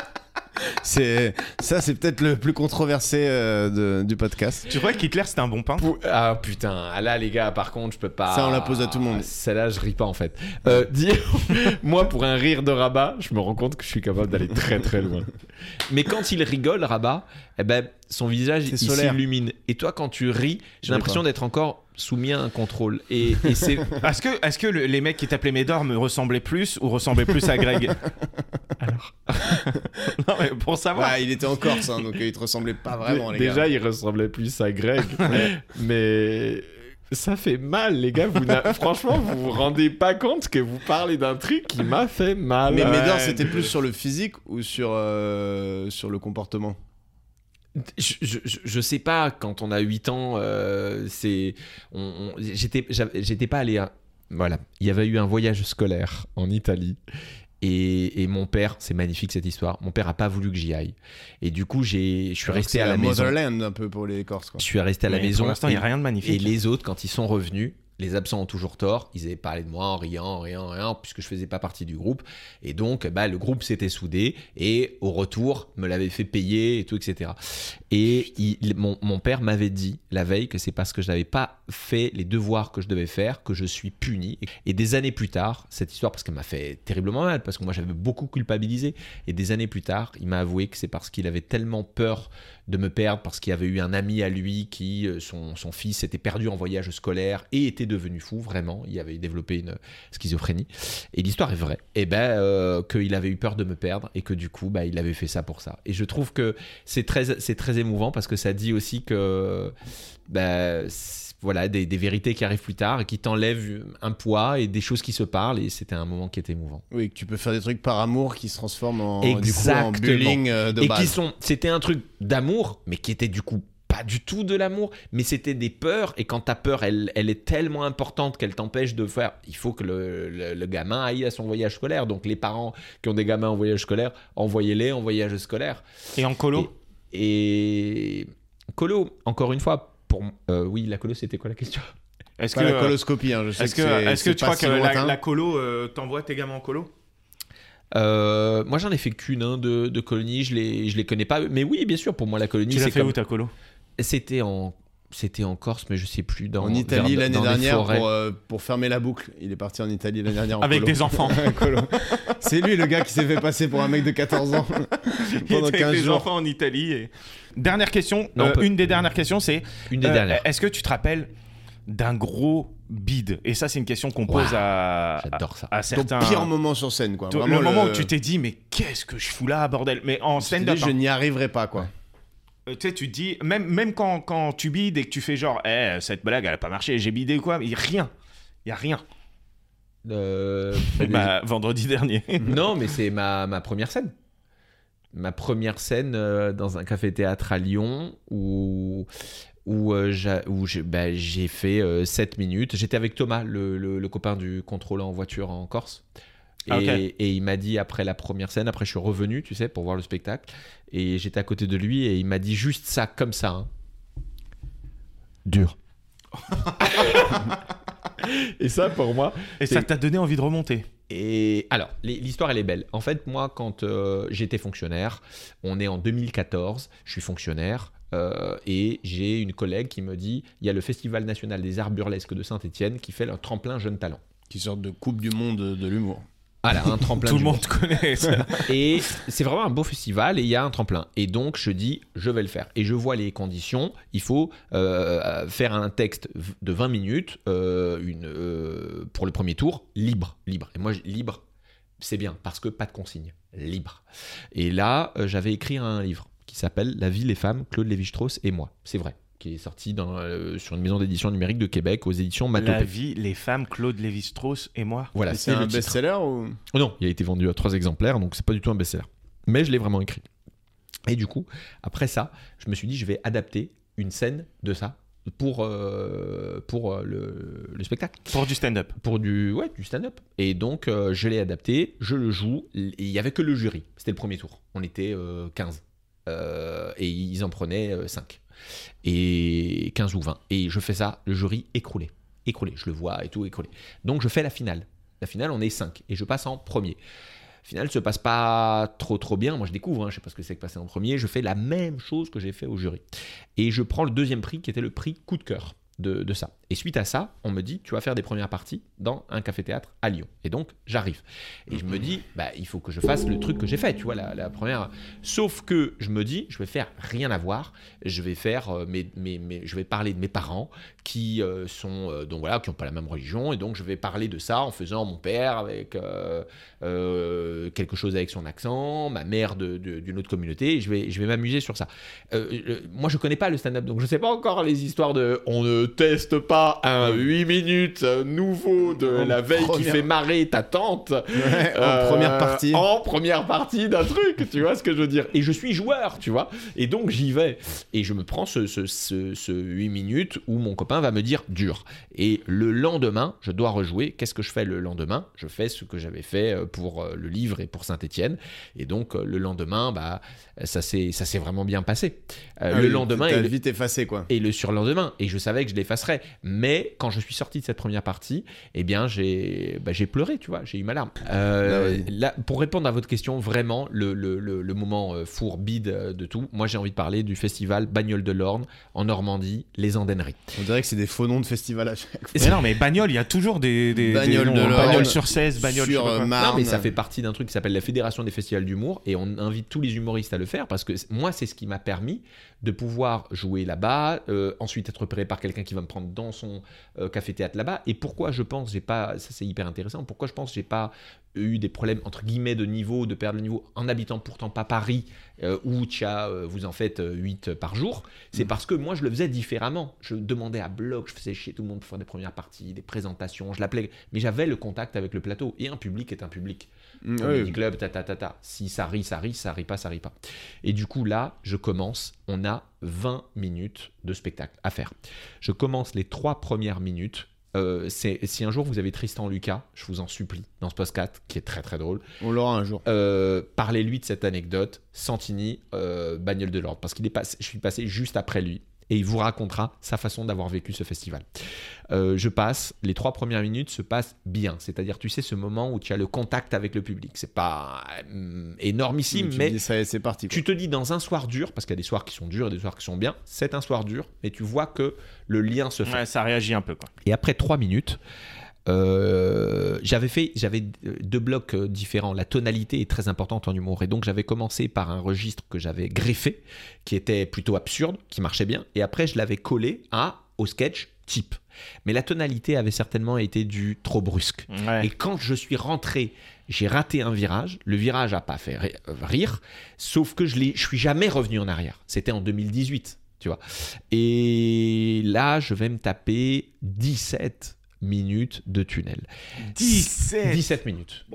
Speaker 1: c'est ça, c'est peut-être le plus controversé euh, de- du podcast.
Speaker 3: Tu vois qu'Hitler, c'était un bon pain.
Speaker 2: Pou- Ah putain, ah là les gars, par contre, je peux pas.
Speaker 1: Ça, on la pose à tout le monde.
Speaker 2: Celle-là, je ris pas en fait. Euh, dis- moi, pour un rire de Rabat, je me rends compte que je suis capable d'aller très très loin. Mais quand il rigole, Rabat, eh ben, son visage
Speaker 1: C'est
Speaker 2: il
Speaker 1: solaire.
Speaker 2: s'illumine. Et toi, quand tu ris,
Speaker 1: Je
Speaker 2: j'ai
Speaker 1: l'ai
Speaker 2: l'impression
Speaker 1: pas.
Speaker 2: d'être encore soumis à un contrôle. Et, et c'est.
Speaker 3: Est-ce que, est-ce que le- les mecs qui t'appelaient Médor me ressemblaient plus ou ressemblaient plus à Greg Alors Non, mais pour savoir.
Speaker 1: Ouais, il était en Corse, hein, donc euh, il te ressemblait pas vraiment, les
Speaker 2: Ah déjà,
Speaker 1: gars.
Speaker 2: il ressemblait plus à Greg. mais. Ça fait mal, les gars. Vous n'a- Franchement, vous vous rendez pas compte que vous parlez d'un truc qui m'a fait mal.
Speaker 1: Ah, Mais
Speaker 3: ouais.
Speaker 1: Médor, c'était plus sur le physique ou sur, euh, sur le comportement
Speaker 2: je, je, je- je sais pas, quand on a 8 ans, euh, c'est. On, on- j'étais, j'avais- j'étais pas allé à. Voilà. Il y avait eu un voyage scolaire en Italie. Et, et mon père, c'est magnifique cette histoire, mon père a pas voulu que j'y aille. Et du coup, j'ai, je suis
Speaker 1: Alors que
Speaker 2: resté
Speaker 1: c'est
Speaker 2: à la maison.
Speaker 1: Motherland, un peu pour les Corses, quoi.
Speaker 2: Je suis resté à la
Speaker 3: Mais
Speaker 2: maison.
Speaker 3: Pour l'instant, il n'y a rien de
Speaker 2: Et
Speaker 3: magnifique.
Speaker 2: les autres, quand ils sont revenus, les absents ont toujours tort. Ils avaient parlé de moi en riant, en riant, en riant, puisque je faisais pas partie du groupe. Et donc, bah, le groupe s'était soudé et au retour, me l'avait fait payer et tout, etc. Et il- mon, mon père m'avait dit la veille que c'est parce que je n'avais pas fait les devoirs que je devais faire que je suis puni. Et des années plus tard, cette histoire, parce qu'elle m'a fait terriblement mal, parce que moi j'avais beaucoup culpabilisé. Et des années plus tard, il m'a avoué que c'est parce qu'il avait tellement peur de me perdre, parce qu'il y avait eu un ami à lui qui, euh, son, son fils, s'était perdu en voyage scolaire et était devenu fou, vraiment. Il avait développé une schizophrénie. Et l'histoire est vraie. Et ben, euh, qu'il avait eu peur de me perdre et que du coup, bah, il avait fait ça pour ça. Et je trouve que c'est très, c'est très émouvant parce que ça dit aussi que bah, c'est- voilà des, des vérités qui arrivent plus tard et qui t'enlèvent un poids et des choses qui se parlent et c'était un moment qui est émouvant.
Speaker 1: Oui, que tu peux faire des trucs par amour qui se transforment en, du coup, en
Speaker 2: Exactement.
Speaker 1: bullying euh, de
Speaker 2: et qui
Speaker 1: base.
Speaker 2: sont, c'était un truc d'amour mais qui était du coup pas pas du tout de l'amour, mais c'était des peurs. Et quand ta peur, elle, elle est tellement importante qu'elle t'empêche de faire. Il faut que le, le- le gamin aille à son voyage scolaire. Donc les parents qui ont des gamins en voyage scolaire, envoyez-les en voyage scolaire.
Speaker 3: Et en colo
Speaker 2: Et colo, encore une fois, pour euh, oui, la colo, c'était quoi la question
Speaker 3: Est-ce
Speaker 1: Pas
Speaker 3: que, euh,
Speaker 1: la coloscopie, hein, je sais
Speaker 3: est-ce
Speaker 1: que,
Speaker 3: que,
Speaker 1: c'est-
Speaker 3: est-ce que
Speaker 1: c'est
Speaker 3: tu
Speaker 1: pas
Speaker 3: crois
Speaker 1: si
Speaker 3: que la,
Speaker 1: lointain.
Speaker 3: la colo euh, t'envoie tes gamins en colo
Speaker 2: Euh, Moi, j'en ai fait qu'une hein, de, de colonie. Je les, je les connais pas, mais oui, bien sûr. Pour moi, la colonie,
Speaker 3: Tu l'as
Speaker 2: c'est
Speaker 3: fait
Speaker 2: comme
Speaker 3: où ta colo
Speaker 2: c'était en c'était en Corse, mais je sais plus dans
Speaker 1: En Italie
Speaker 2: vers-
Speaker 1: l'année
Speaker 2: dans les
Speaker 1: dernière
Speaker 2: forêts.
Speaker 1: pour, euh, pour fermer la boucle. Il est parti en Italie l'année dernière en
Speaker 3: Avec
Speaker 1: colo.
Speaker 3: des enfants.
Speaker 1: Un colo. C'est lui le gars qui s'est fait passer pour un mec de 14 ans
Speaker 3: Il était
Speaker 1: pendant
Speaker 3: avec
Speaker 1: 15
Speaker 3: des
Speaker 1: jours.
Speaker 3: enfants en Italie. et- Dernière question,
Speaker 2: Non,
Speaker 3: euh,
Speaker 2: on peut-
Speaker 3: une des dernières questions, c'est
Speaker 2: une des
Speaker 3: euh,
Speaker 2: dernières.
Speaker 3: est-ce que tu te rappelles d'un gros bide Et ça, c'est une question qu'on
Speaker 2: Waouh,
Speaker 3: pose à, à,
Speaker 2: J'adore ça.
Speaker 3: à certains.
Speaker 1: Ton pire moment sur scène, quoi.
Speaker 3: Toi,
Speaker 1: Vraiment,
Speaker 3: le moment où tu t'es dit, mais qu'est-ce que je fous là, bordel Mais en
Speaker 1: Tu t'es
Speaker 3: stand-up,
Speaker 1: dit, je
Speaker 3: hein.
Speaker 1: n'y arriverai pas, quoi.
Speaker 3: Euh, tu sais, tu te dis, même, même quand, quand tu bides et que tu fais genre, eh, cette blague, elle a pas marché, j'ai bidé ou quoi, mais y a rien. Il a rien.
Speaker 2: Euh,
Speaker 3: Bah, vendredi dernier.
Speaker 2: Non, mais c'est ma, ma première scène. Ma première scène euh, dans un café-théâtre à Lyon où, où, euh, j'a- où j'ai bah, j'ai fait 7 minutes. J'étais avec Thomas, le, le- le copain du contrôle en voiture en Corse. Et,
Speaker 3: Ah, ok.
Speaker 2: et il m'a dit après la première scène, après je suis revenu, tu sais, pour voir le spectacle. Et j'étais à côté de lui et il m'a dit juste ça, comme ça. hein. Dur. et ça, pour moi,
Speaker 3: et ça t'a donné envie de remonter.
Speaker 2: et alors, les- l'histoire, elle est belle. En fait, moi, quand euh, j'étais fonctionnaire, on est en 2014, je suis fonctionnaire, euh, et j'ai une collègue qui me dit, il y a le Festival national des arts burlesques de Saint-Étienne qui fait un tremplin jeune talent.
Speaker 1: Qui sortent de Coupe du Monde de l'humour.
Speaker 2: Voilà, un tremplin
Speaker 3: Tout
Speaker 2: du
Speaker 3: le monde connaît ça.
Speaker 2: et c'est vraiment un beau festival et il y a un tremplin. Et donc je dis, je vais le faire. Et je vois les conditions. Il faut euh, faire un texte v- de 20 minutes euh, une, euh, pour le premier tour, libre, libre. Et moi, je- libre, c'est bien parce que pas de consigne, libre. Et là, euh, j'avais écrit un livre qui s'appelle La vie, les femmes, Claude Lévi-Strauss et moi. C'est vrai qui est sorti dans, euh, sur une maison d'édition numérique de Québec aux éditions
Speaker 3: La
Speaker 2: Matopé.
Speaker 3: vie, les femmes, Claude Lévi-Strauss et moi.
Speaker 2: Voilà,
Speaker 1: Et c'est
Speaker 2: le
Speaker 1: un
Speaker 2: titre.
Speaker 1: best-seller ou
Speaker 2: Oh non, il a été vendu à trois exemplaires, donc c'est pas du tout un best-seller. Mais je l'ai vraiment écrit. Et du coup, après ça, je me suis dit, je vais adapter une scène de ça pour, euh, pour euh, le, le spectacle,
Speaker 3: Pour du stand-up.
Speaker 2: pour du, ouais, du stand-up. Et donc, euh, je l'ai adapté, je le joue, et il y avait que le jury. C'était le premier tour. On était euh, 15. Euh, et ils en prenaient 5. Et 15 ou 20. Et je fais ça, le jury écroulé. Écroulé, je le vois et tout, écroulé. Donc je fais la finale. La finale, on est 5. Et je passe en premier. La finale se passe pas trop trop bien. Moi, je découvre, hein, je sais pas ce que c'est que passer en premier. Je fais la même chose que j'ai fait au jury. Et je prends le deuxième prix qui était le prix coup de cœur de, de ça. Et suite à ça, on me dit, tu vas faire des premières parties dans un café-théâtre à Lyon. Et donc, j'arrive. Et je me dis, bah, il faut que je fasse le truc que j'ai fait, tu vois, la, la première. Sauf que je me dis, je vais faire rien à voir. Je vais faire, euh, mes, mes- mes- je vais parler de mes parents qui euh, sont, euh, donc voilà, qui n'ont pas la même religion. Et donc, je vais parler de ça en faisant mon père avec euh, euh, quelque chose avec son accent, ma mère de- de- d'une autre communauté. Et je vais, je vais m'amuser sur ça. Euh, euh, moi, je connais pas le stand-up, donc je sais pas encore les histoires de on ne teste pas un 8 minutes euh, nouveau de
Speaker 1: En
Speaker 2: la veille qui
Speaker 1: première-
Speaker 2: fait marrer ta tante.
Speaker 1: Ouais,
Speaker 2: Euh,
Speaker 1: En première partie.
Speaker 2: En première partie d'un truc, tu vois ce que je veux dire. Et je suis joueur, tu vois. Et donc j'y vais. Et je me prends ce, ce, ce, 8 minutes où mon copain va me dire dur. Et le lendemain, je dois rejouer. Qu'est-ce que je fais le lendemain Je fais ce que j'avais fait euh, pour euh, le livre et pour Saint-Étienne. Et donc euh, le lendemain, bah, ça s'est ça s'est vraiment bien passé. Euh,
Speaker 1: Ah
Speaker 2: le
Speaker 1: oui,
Speaker 2: lendemain,
Speaker 1: T'as
Speaker 2: et le-
Speaker 1: vite effacé, quoi.
Speaker 2: et le surlendemain. Et je savais que je l'effacerais. Mais quand je suis sorti de cette première partie, eh bien, j'ai bah, j'ai pleuré, tu vois. J'ai eu ma larme. Euh,
Speaker 1: Ah ouais.
Speaker 2: là, pour répondre à votre question, vraiment, le, le, le, le moment euh, fourbide euh, de tout, moi, j'ai envie de parler du festival Bagnole de l'Orne en Normandie, les Andenneries.
Speaker 1: On dirait que c'est des faux noms de festival à chaque
Speaker 3: Mais non, mais bagnole, il y a toujours des. des
Speaker 1: Bagnole
Speaker 3: des
Speaker 1: de
Speaker 3: noms. hein.
Speaker 1: l'Orne.
Speaker 3: Bagnole sur 16, bagnole
Speaker 1: sur
Speaker 3: je sais pas
Speaker 1: euh,
Speaker 3: quoi.
Speaker 1: Marne.
Speaker 2: Non, mais ça fait partie d'un truc qui s'appelle la Fédération des festivals d'humour et on invite tous les humoristes à le faire parce que c- moi, c'est ce qui m'a permis de pouvoir jouer là-bas, euh, ensuite être repéré par quelqu'un qui va me prendre dans son euh, café-théâtre là-bas. Et pourquoi je pense, j'ai pas, ça c'est hyper intéressant, pourquoi je pense j'ai pas eu des problèmes entre guillemets de niveau, de perdre le niveau en habitant pourtant pas Paris euh, où tcha, euh, vous en faites 8 par jour, c'est parce que moi je le faisais différemment. Je demandais à bloc, je faisais chier tout le monde pour faire des premières parties, des présentations, je l'appelais, mais j'avais le contact avec le plateau et un public est un public.
Speaker 1: Mm,
Speaker 2: Comedy
Speaker 1: oui.
Speaker 2: Club, ta, ta, ta, ta. Si ça rit, ça rit, ça rit pas, ça rit pas. Et du coup, là, je commence, on a 20 minutes de spectacle à faire. Je commence les trois premières minutes. Euh, c'est- si un jour vous avez Tristan Lucas, je vous en supplie, dans ce podcast qui est très très drôle,
Speaker 1: On l'aura un jour.
Speaker 2: euh, parlez-lui de cette anecdote, Santini, euh, bagnole de l'ordre, parce qu'il est passé, je suis passé juste après lui, et il vous racontera sa façon d'avoir vécu ce festival. Euh, je passe, les trois premières minutes se passent bien, c'est-à-dire tu sais ce moment où tu as le contact avec le public, c'est pas hum, énormissime,
Speaker 1: Mm, Tu
Speaker 2: mais
Speaker 1: dis ça, et c'est parti. quoi.
Speaker 2: tu te dis dans un soir dur, parce qu'il y a des soirs qui sont durs et des soirs qui sont bien, c'est un soir dur, mais tu vois que le lien se fait.
Speaker 3: Ouais, ça réagit un peu, quoi.
Speaker 2: Et après trois minutes, euh, j'avais fait j'avais deux blocs euh, différents. La tonalité est très importante en humour. Et donc j'avais commencé par un registre que j'avais greffé, qui était plutôt absurde, qui marchait bien. Et après, je l'avais collé à, au sketch type. Mais la tonalité avait certainement été du trop brusque.
Speaker 3: Ouais.
Speaker 2: Et quand je suis rentré, j'ai raté un virage. Le virage a pas fait ri- euh, rire, sauf que je, l'ai- je suis jamais revenu en arrière. C'était en 2018, tu vois. Et là, je vais me taper 17 minutes de tunnel.
Speaker 3: 17
Speaker 2: 17 minutes.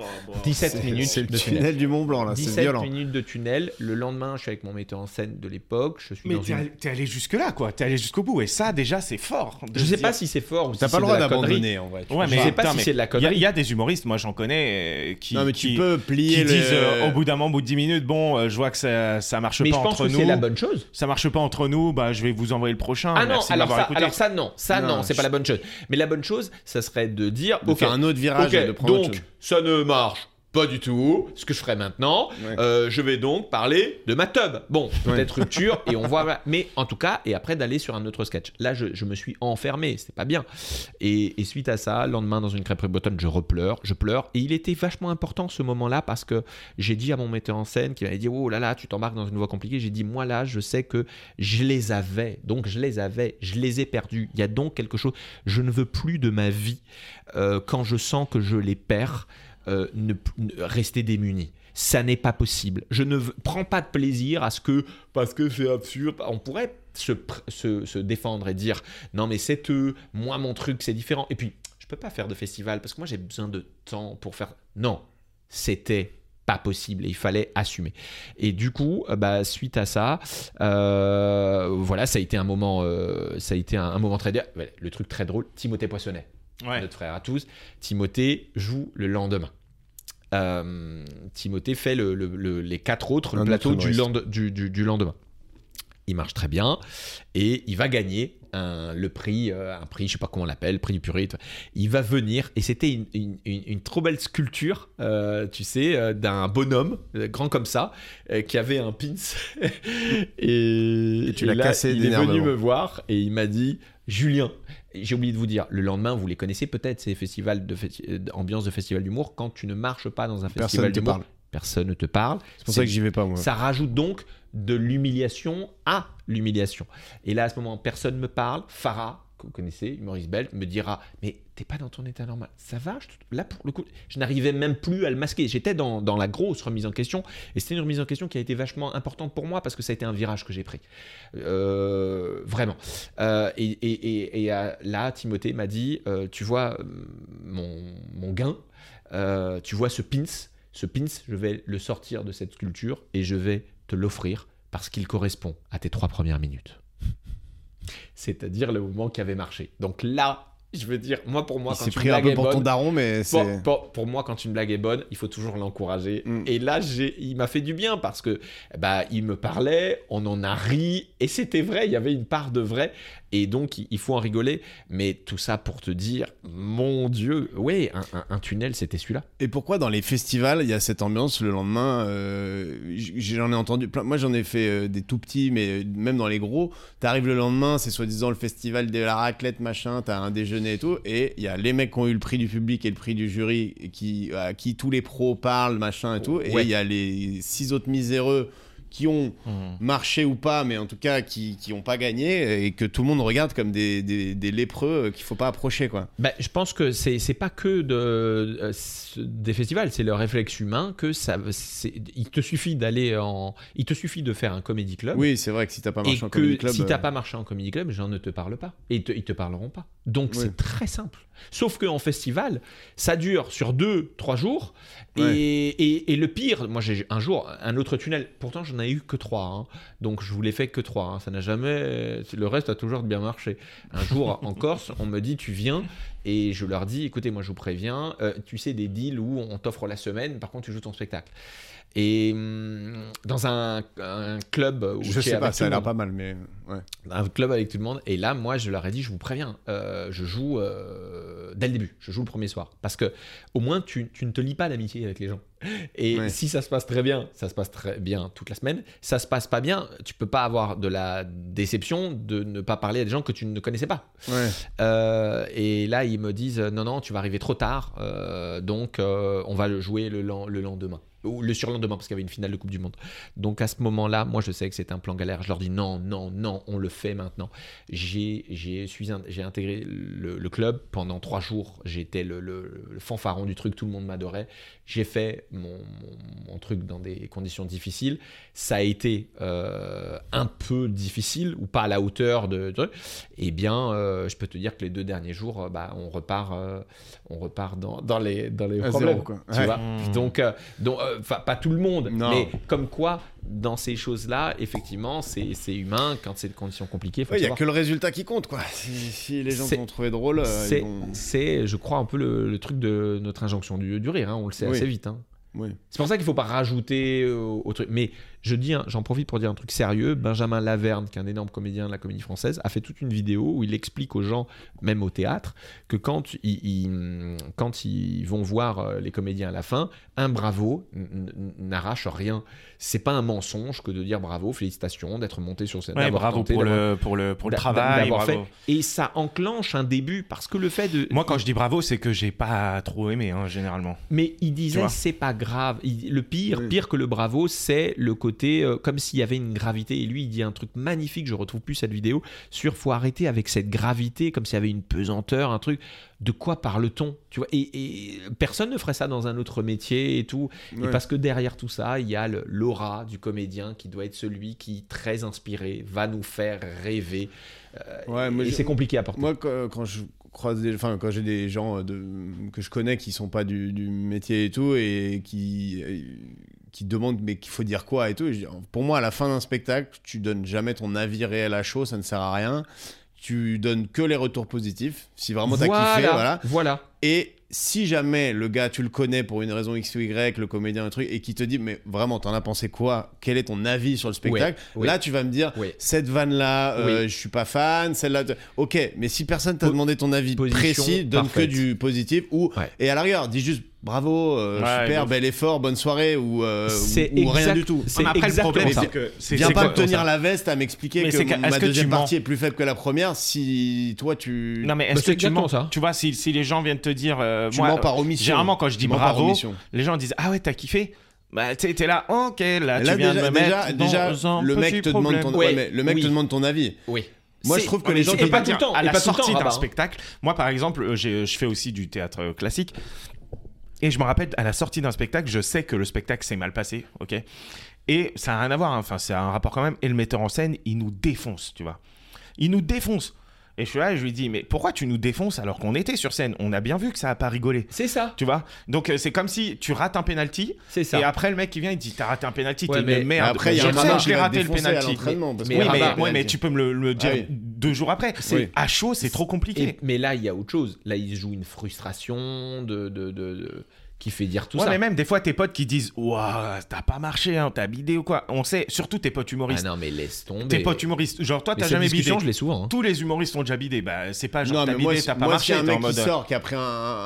Speaker 2: 17
Speaker 1: C'est-
Speaker 2: minutes
Speaker 1: C'est le
Speaker 2: de
Speaker 1: tunnel,
Speaker 2: tunnel.
Speaker 1: du Mont Blanc, là. C'est
Speaker 2: 17
Speaker 1: violent.
Speaker 2: minutes de tunnel. Le lendemain, je suis avec mon metteur en scène de l'époque. Je suis
Speaker 3: Mais
Speaker 2: dans
Speaker 3: t'es
Speaker 2: une-
Speaker 3: allé- t'es allé jusque-là, quoi. T'es allé jusqu'au bout. Et ça, déjà, c'est fort. de
Speaker 2: Je
Speaker 3: se
Speaker 2: sais
Speaker 3: dire-
Speaker 2: pas si c'est fort ou si
Speaker 1: T'as
Speaker 2: c'est
Speaker 1: pas le
Speaker 2: de
Speaker 1: droit
Speaker 2: la connerie.
Speaker 1: d'abandonner, en vrai. tu
Speaker 3: Ouais,
Speaker 1: vois.
Speaker 3: mais
Speaker 2: Je sais pas
Speaker 3: putain,
Speaker 2: si
Speaker 3: mais
Speaker 2: c'est de la
Speaker 3: il y a-
Speaker 2: connerie.
Speaker 3: Il y, a des humoristes, moi j'en connais, euh, qui,
Speaker 1: Non, mais
Speaker 3: qui-
Speaker 1: tu peux
Speaker 3: qui
Speaker 1: plier le-
Speaker 3: disent euh, au bout d'un moment, au bout de 10 minutes, bon, euh, je vois que ça, ça marche
Speaker 2: Mais je
Speaker 3: pas
Speaker 2: pense
Speaker 3: entre
Speaker 2: que
Speaker 3: nous.
Speaker 2: c'est la bonne chose.
Speaker 3: Ça marche pas entre nous, bah je vais vous envoyer le prochain.
Speaker 2: Ah non,
Speaker 3: Merci de
Speaker 2: alors ça,
Speaker 3: m'avoir écouté.
Speaker 2: alors ça non, ça non,
Speaker 1: Non,
Speaker 2: c'est
Speaker 1: je-
Speaker 2: pas la bonne chose. Mais la bonne chose, ça serait de dire,
Speaker 1: De
Speaker 2: ok,
Speaker 1: faire un autre virage
Speaker 2: ok,
Speaker 1: et de prendre autre
Speaker 2: donc
Speaker 1: chose.
Speaker 2: ça ne marche pas du tout. Ce que je ferai maintenant,
Speaker 1: Ouais.
Speaker 2: euh, je vais donc parler de ma tub. Bon, peut-être rupture et on voit. Mais en tout cas, et après d'aller sur un autre sketch. Là, je, je me suis enfermé, c'était pas bien. Et, et suite à ça, lendemain dans une crêperie bretonne, je repleure, je pleure. Et il était vachement important ce moment-là parce que j'ai dit à mon metteur en scène qui m'avait dit oh là là tu t'embarques dans une voie compliquée j'ai dit moi là je sais que je les avais donc je les avais je les ai perdus il y a donc quelque chose je ne veux plus de ma vie euh, quand je sens que je les perds euh, ne, ne- rester démuni ça n'est pas possible je ne veux- prends pas de plaisir à ce que parce que c'est absurde on pourrait se, pr- se, se défendre et dire non mais c'est eux moi mon truc c'est différent et puis je peux pas faire de festival parce que moi j'ai besoin de temps pour faire non c'était pas possible et il fallait assumer. Et du coup, euh, bah, suite à ça, euh, voilà, ça a été un moment, euh, ça a été un, un moment très dur. Ouais, Le truc très drôle, Timothée Poissonnet,
Speaker 3: Ouais.
Speaker 2: notre frère à tous, Timothée joue le lendemain. Euh, Timothée fait le- le- le- les quatre autres, le
Speaker 1: Un
Speaker 2: plateau
Speaker 1: autre
Speaker 2: du,
Speaker 1: humoriste.
Speaker 2: lende- du- du- du lendemain. Il marche très bien et il va gagner un- le prix, euh, un prix, je sais pas comment on l'appelle, prix du purée. tout il va venir et c'était une, une- une- une trop belle sculpture, euh, tu sais, euh, d'un bonhomme euh, grand comme ça euh, qui avait un pins. et,
Speaker 1: Et tu l'as
Speaker 2: là,
Speaker 1: cassé
Speaker 2: Il est venu
Speaker 1: d'énervement.
Speaker 2: me voir et il m'a dit Julien, j'ai oublié de vous dire, le lendemain, vous les connaissez peut-être, ces festivals de festi- euh, ambiance de festival d'humour, quand tu ne marches pas dans un
Speaker 1: Personne
Speaker 2: festival
Speaker 1: ne te
Speaker 2: d'humour,
Speaker 1: parle.
Speaker 2: personne ne te parle.
Speaker 1: C'est pour ça que j'y vais pas, moi.
Speaker 2: Ça rajoute donc de l'humiliation à l'humiliation. Et là, à ce moment, personne me parle. Farah, que vous connaissez, Maurice Bell, me dira Mais t'es pas dans ton état normal. Ça va je te- Là, pour le coup, je n'arrivais même plus à le masquer. J'étais dans, dans la grosse remise en question. Et c'était une remise en question qui a été vachement importante pour moi parce que ça a été un virage que j'ai pris. Euh, vraiment. Euh, et et- et- et, euh, là, Timothée m'a dit euh, Tu vois euh, mon, mon gain, euh, tu vois ce pins, ce pins, je vais le sortir de cette sculpture et je vais te l'offrir parce qu'il correspond à tes trois premières minutes. C'est-à-dire le moment qui avait marché. Donc là, je veux dire, moi pour moi,
Speaker 1: Il
Speaker 2: quand
Speaker 1: s'est
Speaker 2: une
Speaker 1: pris un
Speaker 2: blague
Speaker 1: peu
Speaker 2: est
Speaker 1: pour ton
Speaker 2: bonne-
Speaker 1: daron, mais
Speaker 2: pour,
Speaker 1: c'est.
Speaker 2: pour- pour moi, quand une blague est bonne, il faut toujours l'encourager.
Speaker 1: Mm.
Speaker 2: Et là, j'ai, il m'a fait du bien parce que bah, il me parlait, on en a ri, et c'était vrai, il y avait une part de vrai. Et donc, il, il faut en rigoler. Mais tout ça pour te dire, mon Dieu, oui, un, un- un tunnel, c'était celui-là.
Speaker 1: Et pourquoi dans les festivals, il y a cette ambiance le lendemain euh, j- J'en ai entendu plein. Moi, j'en ai fait euh, des tout petits, mais euh, même dans les gros, t'arrives le lendemain, c'est soi-disant le festival de la raclette, machin, t'as un déjeuner et tout, et il y a les mecs qui ont eu le prix du public et le prix du jury, et qui, à qui tous les pros parlent, machin et tout, et il
Speaker 2: Ouais.
Speaker 1: y a les six autres miséreux qui ont marché ou pas, mais en tout cas qui qui ont pas gagné et que tout le monde regarde comme des, des, des lépreux euh, qu'il faut pas approcher quoi.
Speaker 2: Bah, je pense que c'est c'est pas que de, euh, c- des festivals, c'est le réflexe humain que ça. c'est- Il te suffit d'aller en, il te suffit de faire un comédie club.
Speaker 1: Oui, c'est vrai que si t'as pas
Speaker 2: Et
Speaker 1: marché en
Speaker 2: que
Speaker 1: comedy club,
Speaker 2: si t'as
Speaker 1: euh,
Speaker 2: pas marché en comedy club, les gens ne te parlent pas. Et ils te, ils te parleront pas. Donc
Speaker 1: Oui.
Speaker 2: c'est très simple. Sauf qu'en festival, ça dure sur deux, trois jours. Et,
Speaker 1: Ouais.
Speaker 2: et- et le pire, moi j'ai un jour, un autre tunnel. Pourtant j'en ai eu que trois. hein. Donc je vous l'ai fait que trois. hein. Ça n'a jamais. Le reste a toujours bien marché. Un jour en Corse, on me dit tu viens. Et je leur dis, écoutez, moi je vous préviens, euh, tu sais des deals où on t'offre la semaine, par contre tu joues ton spectacle. Et hum, dans un, un club où
Speaker 1: je
Speaker 2: t'es
Speaker 1: sais
Speaker 2: avec
Speaker 1: pas,
Speaker 2: tout
Speaker 1: ça a
Speaker 2: le
Speaker 1: l'air
Speaker 2: monde
Speaker 1: pas mal, mais ouais.
Speaker 2: un club avec tout le monde. Et là, moi, je leur ai dit, je vous préviens, euh, je joue euh, dès le début, je joue le premier soir. Parce que au moins, tu, tu ne te lis pas l'amitié avec les gens. Et
Speaker 1: Ouais.
Speaker 2: si ça se passe très bien, ça se passe très bien toute la semaine. Ça se passe pas bien, tu peux pas avoir de la déception de ne pas parler à des gens que tu ne connaissais pas.
Speaker 1: ouais.
Speaker 2: Euh, et là, ils me disent non, non, tu vas arriver trop tard, euh, donc euh, on va le jouer le, len- le lendemain. Ou le surlendemain, parce qu'il y avait une finale de Coupe du Monde. Donc à ce moment-là, moi je sais que c'est un plan galère. Je leur dis non, non, non, on le fait maintenant. J'ai j'ai- suis in- j'ai intégré le, le club pendant trois jours. J'étais le, le- le fanfaron du truc, tout le monde m'adorait. J'ai fait mon, mon- mon truc dans des conditions difficiles. Ça a été euh, un peu difficile, ou pas à la hauteur de. de- eh bien, euh, je peux te dire que les deux derniers jours, euh, bah, on repart, euh, on repart dans, dans les, dans les
Speaker 1: À
Speaker 2: problèmes.
Speaker 1: zéro, quoi.
Speaker 2: Tu
Speaker 1: Ouais.
Speaker 2: vois
Speaker 3: Mmh.
Speaker 2: donc, euh, donc, euh, enfin, pas tout le monde,
Speaker 1: Non.
Speaker 2: mais comme quoi, dans ces choses-là, effectivement, c'est c'est humain. Quand c'est des conditions compliquées, faut
Speaker 1: Il
Speaker 2: le
Speaker 1: n'y a
Speaker 2: savoir.
Speaker 1: que le résultat qui compte, quoi. Si, si les gens
Speaker 2: C'est-
Speaker 1: t'ont trouvé drôle, euh, ils
Speaker 2: c'est,
Speaker 1: vont-
Speaker 2: c'est, je crois, un peu le, le truc de notre injonction du, du rire. hein, on le sait
Speaker 1: Oui.
Speaker 2: assez vite. hein.
Speaker 1: Oui.
Speaker 2: C'est pour ça qu'il faut pas rajouter euh, au, truc. Mais je dis, un- j'en profite pour dire un truc sérieux. Benjamin Laverne, qui est un énorme comédien de la comédie française, a fait toute une vidéo où il explique aux gens, même au théâtre, que quand ils, ils- quand ils vont voir euh, les comédiens à la fin, un bravo n- n- n'arrache rien. C'est pas un mensonge que de dire bravo, félicitations, d'être monté sur scène.
Speaker 3: Ouais,
Speaker 2: d'avoir
Speaker 3: bravo
Speaker 2: tenté,
Speaker 3: pour
Speaker 2: d'avoir-
Speaker 3: le, pour le, pour le
Speaker 2: d'a-
Speaker 3: travail.
Speaker 2: d'avoir
Speaker 3: bravo.
Speaker 2: fait. Et ça enclenche un début parce que le fait de.
Speaker 3: Moi, quand je dis bravo, c'est que j'ai pas trop aimé, hein, généralement.
Speaker 2: Mais il disait
Speaker 3: vois.
Speaker 2: c'est pas grave. Il- le pire,
Speaker 1: Oui.
Speaker 2: pire que le bravo, c'est le côté euh, comme s'il y avait une gravité. Et lui, il dit un truc magnifique. Je retrouve plus cette vidéo sur faut arrêter avec cette gravité, comme s'il y avait une pesanteur, un truc. De quoi parle-t-on Tu vois et, et personne ne ferait ça dans un autre métier et tout. Et
Speaker 1: Ouais.
Speaker 2: parce que derrière tout ça, il y a le- l'aura du comédien qui doit être celui qui très inspiré va nous faire rêver.
Speaker 1: Ouais, moi,
Speaker 2: et
Speaker 1: je-
Speaker 2: c'est compliqué à porter.
Speaker 1: Moi, quand quand je croise des, enfin, quand j'ai des gens euh, de, que je connais qui sont pas du, du métier et tout et qui euh, qui demandent mais qu'il faut dire quoi et tout, et je dis, pour moi, à la fin d'un spectacle, tu donnes jamais ton avis réel à chaud, ça ne sert à rien. Tu donnes que les retours positifs. Si vraiment t'as kiffé, voilà.
Speaker 2: voilà.
Speaker 1: Et si jamais le gars, tu le connais pour une raison X ou Y, le comédien, un truc, et qui te dit, mais vraiment, t'en as pensé quoi Quel est ton avis sur le spectacle
Speaker 2: Ouais, ouais.
Speaker 1: Là, tu vas me dire,
Speaker 2: Ouais.
Speaker 1: cette vanne-là, euh, je suis pas fan, celle-là. t- Ok, mais si personne t'a
Speaker 2: Po-
Speaker 1: demandé ton avis
Speaker 2: position
Speaker 1: précis, donne
Speaker 2: parfaite.
Speaker 1: que du positif, ou,
Speaker 2: Ouais.
Speaker 1: et à la rigueur, dis juste, bravo, euh,
Speaker 3: Ouais,
Speaker 1: super,
Speaker 3: de
Speaker 1: bel effort, bonne soirée, ou, euh,
Speaker 2: C'est
Speaker 1: ou- ou rien
Speaker 2: exact-
Speaker 1: du tout.
Speaker 2: c'est
Speaker 3: Mais après, le
Speaker 2: exactement
Speaker 3: problème,
Speaker 2: ça.
Speaker 3: c'est que. c'est-
Speaker 1: Viens
Speaker 3: c'est
Speaker 1: pas
Speaker 3: quoi-
Speaker 1: me tenir
Speaker 3: ça
Speaker 1: la veste à m'expliquer
Speaker 3: Mais
Speaker 1: que,
Speaker 3: c'est que-
Speaker 1: mon-
Speaker 3: est-ce
Speaker 1: ma
Speaker 3: que tu
Speaker 1: deuxième
Speaker 3: mens
Speaker 1: partie est plus faible que la première si toi tu,
Speaker 3: Non, mais
Speaker 2: Bah, c'est
Speaker 3: est-ce que tu
Speaker 2: exactement
Speaker 3: mens
Speaker 2: ça.
Speaker 3: Tu vois, si, si les gens viennent te dire. euh,
Speaker 1: tu
Speaker 3: moi,
Speaker 1: mens par omission.
Speaker 3: Généralement, quand je dis
Speaker 1: Tu mens par
Speaker 3: bravo,
Speaker 1: omission.
Speaker 3: les gens disent Ah ouais, t'as kiffé Bah, tu sais, t'es là, ok, là,
Speaker 1: Et
Speaker 3: Ah, tu
Speaker 1: là, déjà,
Speaker 3: viens de me mettre.
Speaker 1: déjà,
Speaker 3: dans
Speaker 1: déjà,
Speaker 3: un
Speaker 1: le
Speaker 3: petit
Speaker 1: mec te demande
Speaker 3: problème.
Speaker 1: ton,
Speaker 2: Ouais,
Speaker 1: ouais, mais le mec
Speaker 2: oui.
Speaker 1: te demande ton avis.
Speaker 2: Oui.
Speaker 1: Moi, je
Speaker 2: C'est-
Speaker 1: trouve que
Speaker 3: Non,
Speaker 1: les
Speaker 3: mais
Speaker 1: gens
Speaker 3: c'est
Speaker 1: peuvent
Speaker 2: et
Speaker 3: pas
Speaker 2: pas tout
Speaker 3: dire
Speaker 2: le temps,
Speaker 3: À
Speaker 2: et
Speaker 3: la
Speaker 2: pas tout le
Speaker 3: sortie
Speaker 2: temps,
Speaker 3: d'un
Speaker 2: Rabat, hein.
Speaker 3: spectacle, moi par exemple, euh, j'ai- je fais aussi du théâtre euh, classique. Et je me rappelle, à la sortie d'un spectacle, je sais que le spectacle s'est mal passé, ok Et ça n'a rien à voir, hein. enfin, c'est un rapport quand même. Et le metteur en scène, il nous défonce, tu vois. Il nous défonce. Et je suis là et je lui dis, mais pourquoi tu nous défonces alors qu'on était sur scène On a bien vu que ça n'a pas rigolé,
Speaker 2: C'est ça.
Speaker 3: tu vois Donc euh, c'est comme si tu rates un penalty,
Speaker 2: C'est ça.
Speaker 3: et après le mec il vient, il dit, t'as raté un penalty,
Speaker 2: Ouais,
Speaker 3: t'es
Speaker 2: mais-
Speaker 3: une merde.
Speaker 1: Après, il y a
Speaker 3: Je
Speaker 1: un
Speaker 3: sais,
Speaker 1: moment
Speaker 3: je
Speaker 1: qui
Speaker 3: l'ai
Speaker 1: va te
Speaker 3: raté le
Speaker 1: défoncer à
Speaker 3: penalty.
Speaker 1: l'entraînement. parce
Speaker 2: Mais-
Speaker 1: que-
Speaker 3: Oui,
Speaker 2: Ah
Speaker 3: mais,
Speaker 2: bah,
Speaker 3: ouais, mais tu peux me le, le dire
Speaker 1: Ah oui.
Speaker 3: deux jours après.
Speaker 2: C'est-
Speaker 3: Oui. À chaud, c'est trop compliqué.
Speaker 2: Et- mais là, il y a autre chose. Là, il se joue une frustration de, de, de- de- qui fait dire tout
Speaker 3: ouais,
Speaker 2: ça.
Speaker 3: mais même des fois, tes potes qui disent Ouah, t'as pas marché, hein, t'as bidé ou quoi. On sait, surtout tes potes
Speaker 2: ah
Speaker 3: humoristes.
Speaker 2: non, mais laisse tomber.
Speaker 3: tes potes humoristes. Genre, toi,
Speaker 2: Mais
Speaker 3: t'as
Speaker 2: cette
Speaker 3: jamais bidé.
Speaker 2: discussion, je l'ai souvent. hein.
Speaker 3: Tous les humoristes ont déjà bidé. Bah, c'est pas genre,
Speaker 1: Non,
Speaker 3: t'as
Speaker 1: mais moi,
Speaker 3: bidé,
Speaker 1: si-
Speaker 3: t'as pas
Speaker 1: moi, si
Speaker 3: marché.
Speaker 1: y a un
Speaker 3: t'es en
Speaker 1: mec qui
Speaker 3: mode. euh.
Speaker 1: sort, qui a pris un,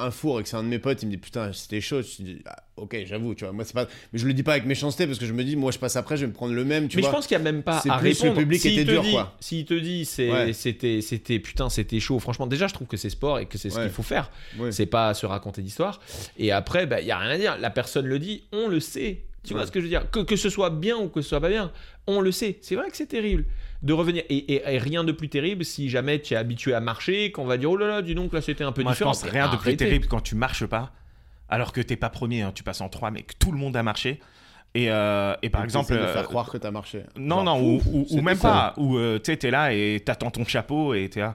Speaker 1: un four et que c'est un de mes potes, il me dit putain, c'était chaud. Je dis, ah, ok, j'avoue, tu vois. Moi, c'est pas. Mais je le dis pas avec méchanceté parce que je me dis, moi, je passe après, je vais me prendre le même, tu
Speaker 2: mais
Speaker 1: vois.
Speaker 2: je pense qu'il n'y a même pas
Speaker 1: c'est
Speaker 2: à
Speaker 1: plus le
Speaker 2: répondre.
Speaker 1: public
Speaker 2: S'il
Speaker 1: était
Speaker 2: te
Speaker 1: dur,
Speaker 2: dit-
Speaker 1: quoi.
Speaker 2: S'il te dit, c'est-
Speaker 1: Ouais.
Speaker 2: c'était, c'était, putain, c'était chaud. Franchement, déjà, je trouve que c'est sport et que c'est ce
Speaker 1: Ouais.
Speaker 2: qu'il faut faire.
Speaker 1: Ouais.
Speaker 2: C'est pas se raconter d'histoire. Et après, bah, il y a rien à dire. La personne le dit, on le sait Tu vois ce que je veux dire que, que ce soit bien ou que ce soit pas bien, on le sait. C'est vrai que c'est terrible de revenir. Et, et- et rien de plus terrible si jamais tu es habitué à marcher, qu'on va dire oh là là, dis donc là c'était un peu
Speaker 3: Moi, je
Speaker 2: différent.
Speaker 3: pense rien de plus
Speaker 2: Arrêtez.
Speaker 3: terrible quand tu marches pas, alors que t'es pas premier, hein, tu passes en 3, mais que tout le monde a marché. Et, euh, et par exemple.
Speaker 1: de
Speaker 3: euh,
Speaker 1: faire croire que t'as marché.
Speaker 3: Non,
Speaker 1: Genre,
Speaker 3: non, ou,
Speaker 1: ouf,
Speaker 3: ou- ou
Speaker 1: c'était
Speaker 3: même
Speaker 1: ça.
Speaker 3: pas. Ou euh, tu sais, t'es là et t'attends ton chapeau et t'es là.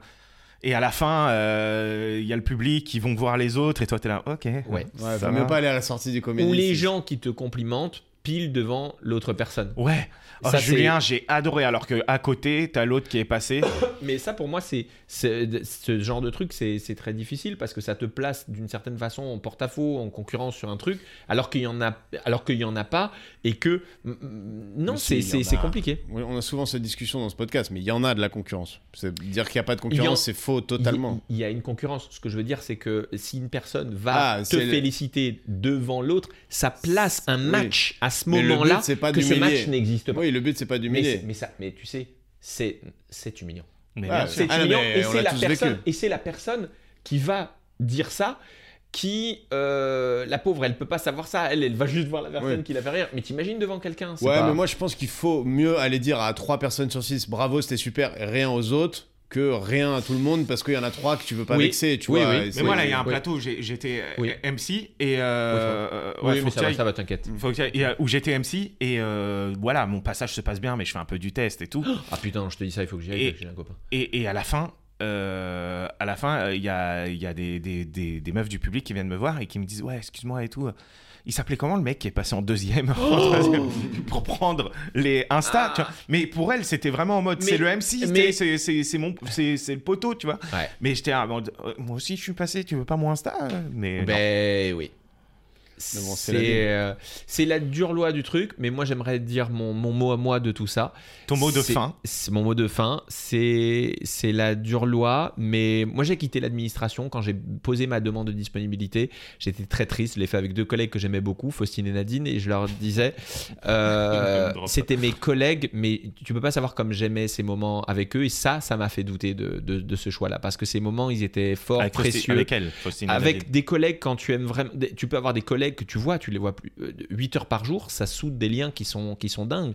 Speaker 3: Et à la fin, euh, il y a le public qui vont voir les autres et toi t'es là, ok.
Speaker 2: Ouais.
Speaker 1: Ouais,
Speaker 3: Ça
Speaker 1: vaut
Speaker 3: va.
Speaker 1: mieux pas aller à la sortie du comédie.
Speaker 2: Ou les
Speaker 1: c'est-
Speaker 2: gens qui te complimentent pile devant l'autre personne.
Speaker 3: Ouais. Oh,
Speaker 2: Ça, c'est- Ah,
Speaker 3: Julien, j'ai adoré. Alors que à côté, t'as l'autre qui est passé.
Speaker 2: Mais ça, pour moi, c'est c'est- ce genre de truc, c'est c'est très difficile parce que ça te place d'une certaine façon en porte-à-faux, en concurrence sur un truc, alors qu'il y en a, alors qu'il y en a pas, et que mm, mm, non,
Speaker 1: Mais si, il
Speaker 2: c'est
Speaker 1: y en
Speaker 2: c'est- c'est
Speaker 1: a.
Speaker 2: compliqué.
Speaker 1: Oui, on a souvent cette discussion dans ce podcast, mais il y en a de la concurrence. C'est dire qu'il n'y a pas de
Speaker 2: y en-
Speaker 1: concurrence, c'est faux totalement.
Speaker 2: Il y, il y a une concurrence. Ce que je veux dire, c'est que si une personne va
Speaker 1: Ah,
Speaker 2: te
Speaker 1: c'est le-
Speaker 2: féliciter devant l'autre, ça place un
Speaker 1: Oui.
Speaker 2: match à ce
Speaker 1: Mais le
Speaker 2: moment-là
Speaker 1: but, c'est pas
Speaker 2: que ce
Speaker 1: d'humilier.
Speaker 2: match n'existe pas.
Speaker 1: Oui, le but c'est pas
Speaker 2: mais,
Speaker 1: d'humilier.
Speaker 2: c'est- mais ça, mais tu sais, c'est c'est humiliant.
Speaker 3: Mais
Speaker 1: Ah,
Speaker 3: bien sûr.
Speaker 2: C'est
Speaker 1: non,
Speaker 2: humiliant,
Speaker 1: mais
Speaker 2: et
Speaker 1: on
Speaker 2: c'est
Speaker 1: l'a
Speaker 2: la
Speaker 1: tous
Speaker 2: personne
Speaker 1: vécu.
Speaker 2: et c'est la personne qui va dire ça qui euh, la pauvre elle peut pas savoir ça elle elle va juste voir la personne
Speaker 1: Ouais.
Speaker 2: qui la fait rire mais t'imagines devant quelqu'un c'est
Speaker 1: Ouais,
Speaker 2: pas-
Speaker 1: mais moi je pense qu'il faut mieux aller dire à trois personnes sur six bravo, c'était super, et rien aux autres que rien à tout le monde parce qu'il y en a trois que tu veux pas
Speaker 2: Oui.
Speaker 1: vexer, tu
Speaker 2: Oui,
Speaker 1: vois.
Speaker 2: oui.
Speaker 1: et
Speaker 3: Mais
Speaker 1: c'est-
Speaker 3: moi, là, il y a un
Speaker 2: Oui.
Speaker 3: plateau où j'ai- j'étais euh,
Speaker 2: Oui.
Speaker 3: MC et. euh,
Speaker 2: oui
Speaker 3: ouais,
Speaker 2: mais
Speaker 3: faut que
Speaker 2: ça
Speaker 3: tu
Speaker 2: va
Speaker 3: ailles-
Speaker 2: ça va t'inquiète
Speaker 3: faut que tu ailles- il y a- où j'étais MC et euh, voilà, mon passage se passe bien, mais je fais un peu du test et tout.
Speaker 2: ah putain je te dis ça il faut que j'y aille
Speaker 3: Et-
Speaker 2: parce que j'ai un copain
Speaker 3: Et, et à la fin, euh, à la fin, euh, il y a, il y a des, des- des- des meufs du public qui viennent me voir et qui me disent ouais, excuse-moi et tout. Il s'appelait comment le mec qui est passé en deuxième, en troisième, pour prendre les Insta.
Speaker 2: Oh. Ah.
Speaker 3: tu vois. Mais pour elle, c'était vraiment en mode
Speaker 2: Mais-
Speaker 3: c'est le MC,
Speaker 2: mais-
Speaker 3: c'est- c'est c'est- c'est mon, c'est c'est le poteau, tu vois.
Speaker 2: Ouais.
Speaker 3: Mais j'étais là, en mode, Euh, moi aussi je suis passé, tu veux pas mon Insta Mais non.
Speaker 2: ben oui
Speaker 1: Mais bon,
Speaker 2: c'est
Speaker 1: c'est la vie.
Speaker 2: euh, c'est la dure loi du truc mais moi j'aimerais dire mon, mon mot à moi de tout ça
Speaker 3: ton mot de
Speaker 2: C'est-
Speaker 3: fin.
Speaker 2: c'est Mon mot de fin, c'est c'est la dure loi. Mais moi, j'ai quitté l'administration quand j'ai posé ma demande de disponibilité. J'étais très triste. Je l'ai fait avec deux collègues que j'aimais beaucoup, Faustine et Nadine, et je leur disais, euh,
Speaker 3: Name drop.
Speaker 2: c'était mes collègues, mais tu peux pas savoir comme j'aimais ces moments avec eux. Et ça, ça m'a fait douter de, de- de ce choix-là, parce que ces moments, ils étaient forts,
Speaker 3: Avec, Fausti-
Speaker 2: précieux.
Speaker 3: avec elle, Faustine. David.
Speaker 2: Avec des collègues, quand tu aimes vraiment, des- tu peux avoir des collègues que tu vois, tu les vois plus 8 heures par jour, ça soude des liens qui sont qui sont dingues.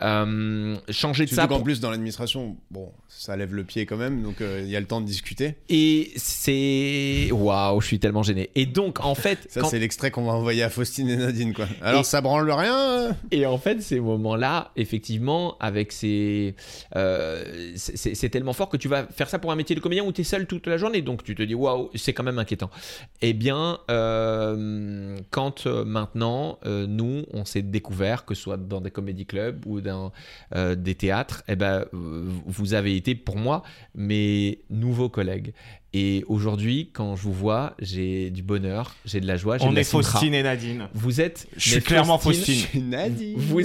Speaker 2: Euh, changer de
Speaker 1: Surtout
Speaker 2: ça
Speaker 1: qu'en
Speaker 2: pour-
Speaker 1: plus dans l'administration, bon, ça lève le pied quand même, donc euh, il y a le temps de discuter.
Speaker 2: Et c'est. Waouh, je suis tellement gêné. Et donc, en fait.
Speaker 1: Ça
Speaker 2: quand-
Speaker 1: c'est l'extrait qu'on va envoyer à Faustine et Nadine quoi. Alors
Speaker 2: Et-
Speaker 1: ça branle rien. euh
Speaker 2: Et en fait, ces moments-là, effectivement, avec ces. euh, c'est- c'est c'est tellement fort que tu vas faire ça pour un métier de comédien où tu es seul toute la journée. Donc, tu te dis, waouh, c'est quand même inquiétant. Eh bien, euh, quand euh, maintenant, euh, nous, on s'est découvert, que ce soit dans des comédie clubs ou dans euh, des théâtres, eh ben, euh, vous avez été, pour moi, mes nouveaux collègues. Et aujourd'hui, quand je vous vois, j'ai du bonheur, j'ai de la joie, j'ai de
Speaker 3: On
Speaker 2: la
Speaker 3: est
Speaker 2: simra.
Speaker 3: Faustine et Nadine.
Speaker 2: Vous êtes.
Speaker 3: Je suis
Speaker 2: mes
Speaker 3: clairement
Speaker 1: Je
Speaker 3: Faustine.
Speaker 1: suis Nadine.
Speaker 2: Vous,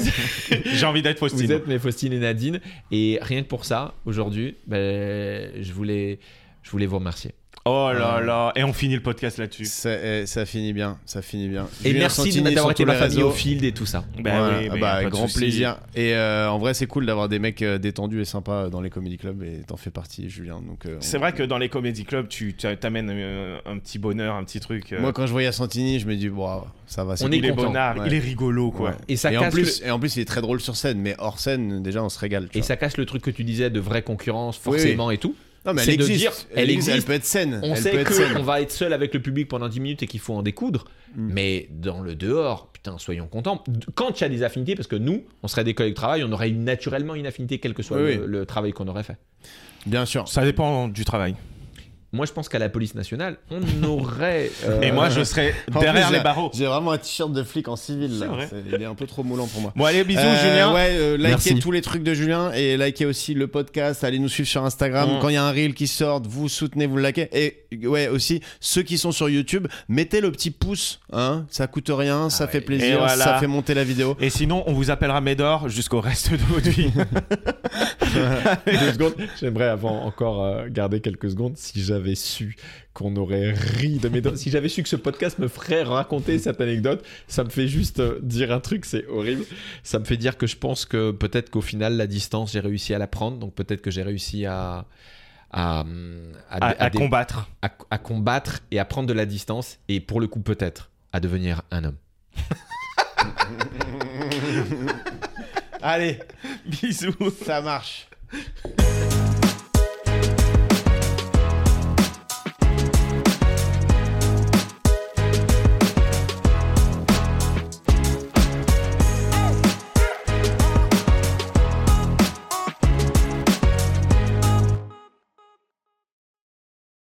Speaker 3: J'ai envie d'être Faustine.
Speaker 2: vous êtes mes Faustine et Nadine. Et rien que pour ça, aujourd'hui, ben, je, voulais, je voulais vous remercier.
Speaker 3: Oh
Speaker 2: Ah.
Speaker 3: là là. Et on finit le podcast là-dessus.
Speaker 1: Ça, eh, ça finit bien, ça finit bien.
Speaker 2: Et
Speaker 1: Julien
Speaker 2: merci de
Speaker 1: Santini sur
Speaker 2: d'avoir
Speaker 1: tous
Speaker 2: été ma
Speaker 1: les
Speaker 2: famille
Speaker 1: réseaux.
Speaker 2: au field et tout ça.
Speaker 3: Bah
Speaker 1: Ouais,
Speaker 3: oui,
Speaker 1: ah
Speaker 3: mais
Speaker 1: bah,
Speaker 3: pas de
Speaker 1: grand
Speaker 3: souci.
Speaker 1: plaisir. Et euh, en vrai, c'est cool d'avoir des mecs euh, détendus et sympas euh, dans les comedy clubs et t'en fais partie, Julien. Donc, euh,
Speaker 3: C'est
Speaker 1: on-
Speaker 3: vrai que dans les comédie clubs, tu t'a- t'amènes euh, un petit bonheur, un petit truc. euh,
Speaker 1: Moi, quand je voyais Santini, je me dis, bon, ça va, c'est
Speaker 2: On
Speaker 1: cool.
Speaker 2: est
Speaker 3: il est
Speaker 2: content,
Speaker 3: bonnard,
Speaker 1: ouais.
Speaker 3: il est rigolo, quoi.
Speaker 1: Ouais.
Speaker 2: Et ça,
Speaker 1: Et en,
Speaker 2: casse
Speaker 1: plus, et en plus, il est très drôle sur scène, mais hors scène, déjà, on se régale. tu
Speaker 2: le, et
Speaker 1: vois.
Speaker 2: ça casse le truc que tu disais de vraie concurrence,
Speaker 1: Oui, oui.
Speaker 2: forcément et tout.
Speaker 1: Non, mais
Speaker 2: c'est
Speaker 1: elle
Speaker 2: de
Speaker 1: existe.
Speaker 2: dire, elle
Speaker 1: elle existe,
Speaker 2: existe.
Speaker 1: elle peut être saine.
Speaker 2: On
Speaker 1: elle peut
Speaker 2: sait
Speaker 1: être saine.
Speaker 2: qu'on va être seul avec le public pendant 10 minutes et qu'il faut en découdre.
Speaker 1: Mm.
Speaker 2: Mais dans le dehors, putain, soyons contents. D- Quand il y a des affinités, parce que nous, on serait des collègues de travail, on aurait eu naturellement une affinité, quel que soit
Speaker 1: Oui,
Speaker 2: le,
Speaker 1: oui.
Speaker 2: le travail qu'on aurait fait.
Speaker 1: Bien sûr.
Speaker 3: Ça dépend du travail.
Speaker 2: Moi, je pense qu'à la police nationale, on aurait. euh,
Speaker 3: Et moi, je serais
Speaker 1: En
Speaker 3: derrière
Speaker 1: plus, euh,
Speaker 3: les
Speaker 1: j'ai-
Speaker 3: barreaux.
Speaker 1: J'ai vraiment un t-shirt de flic en civil.
Speaker 3: C'est
Speaker 1: Là.
Speaker 3: vrai.
Speaker 1: C'est- Il est un peu trop moulant pour moi.
Speaker 3: Bon, allez, bisous,
Speaker 1: Euh,
Speaker 3: Julien.
Speaker 1: Ouais, euh, likez
Speaker 2: Merci.
Speaker 1: tous les trucs de Julien et likez aussi le podcast. Allez nous suivre sur Instagram.
Speaker 3: Mm.
Speaker 1: Quand il y a un reel qui sort, vous soutenez, vous le likez. Et ouais, aussi, ceux qui sont sur YouTube, mettez le petit pouce. Hein. Ça coûte rien, ça
Speaker 2: ouais.
Speaker 1: fait
Speaker 3: Ah Et
Speaker 1: plaisir,
Speaker 3: voilà.
Speaker 1: ça fait monter la vidéo.
Speaker 3: Et sinon, on vous appellera Médor jusqu'au reste de votre vie.
Speaker 2: Deux secondes. J'aimerais avant encore euh, garder quelques secondes si j'avais su qu'on aurait ri de mes dents. Si j'avais su que ce podcast me ferait raconter cette anecdote, ça me fait juste euh, dire un truc, c'est horrible. Ça me fait dire que je pense que peut-être qu'au final, la distance, j'ai réussi à la prendre. Donc peut-être que j'ai réussi à. À, à-
Speaker 3: à, à
Speaker 2: à dé-
Speaker 3: combattre.
Speaker 2: à- à combattre et à prendre de la distance, et pour le coup, peut-être, à devenir un homme.
Speaker 3: Allez,
Speaker 5: Bisous.
Speaker 3: ça marche.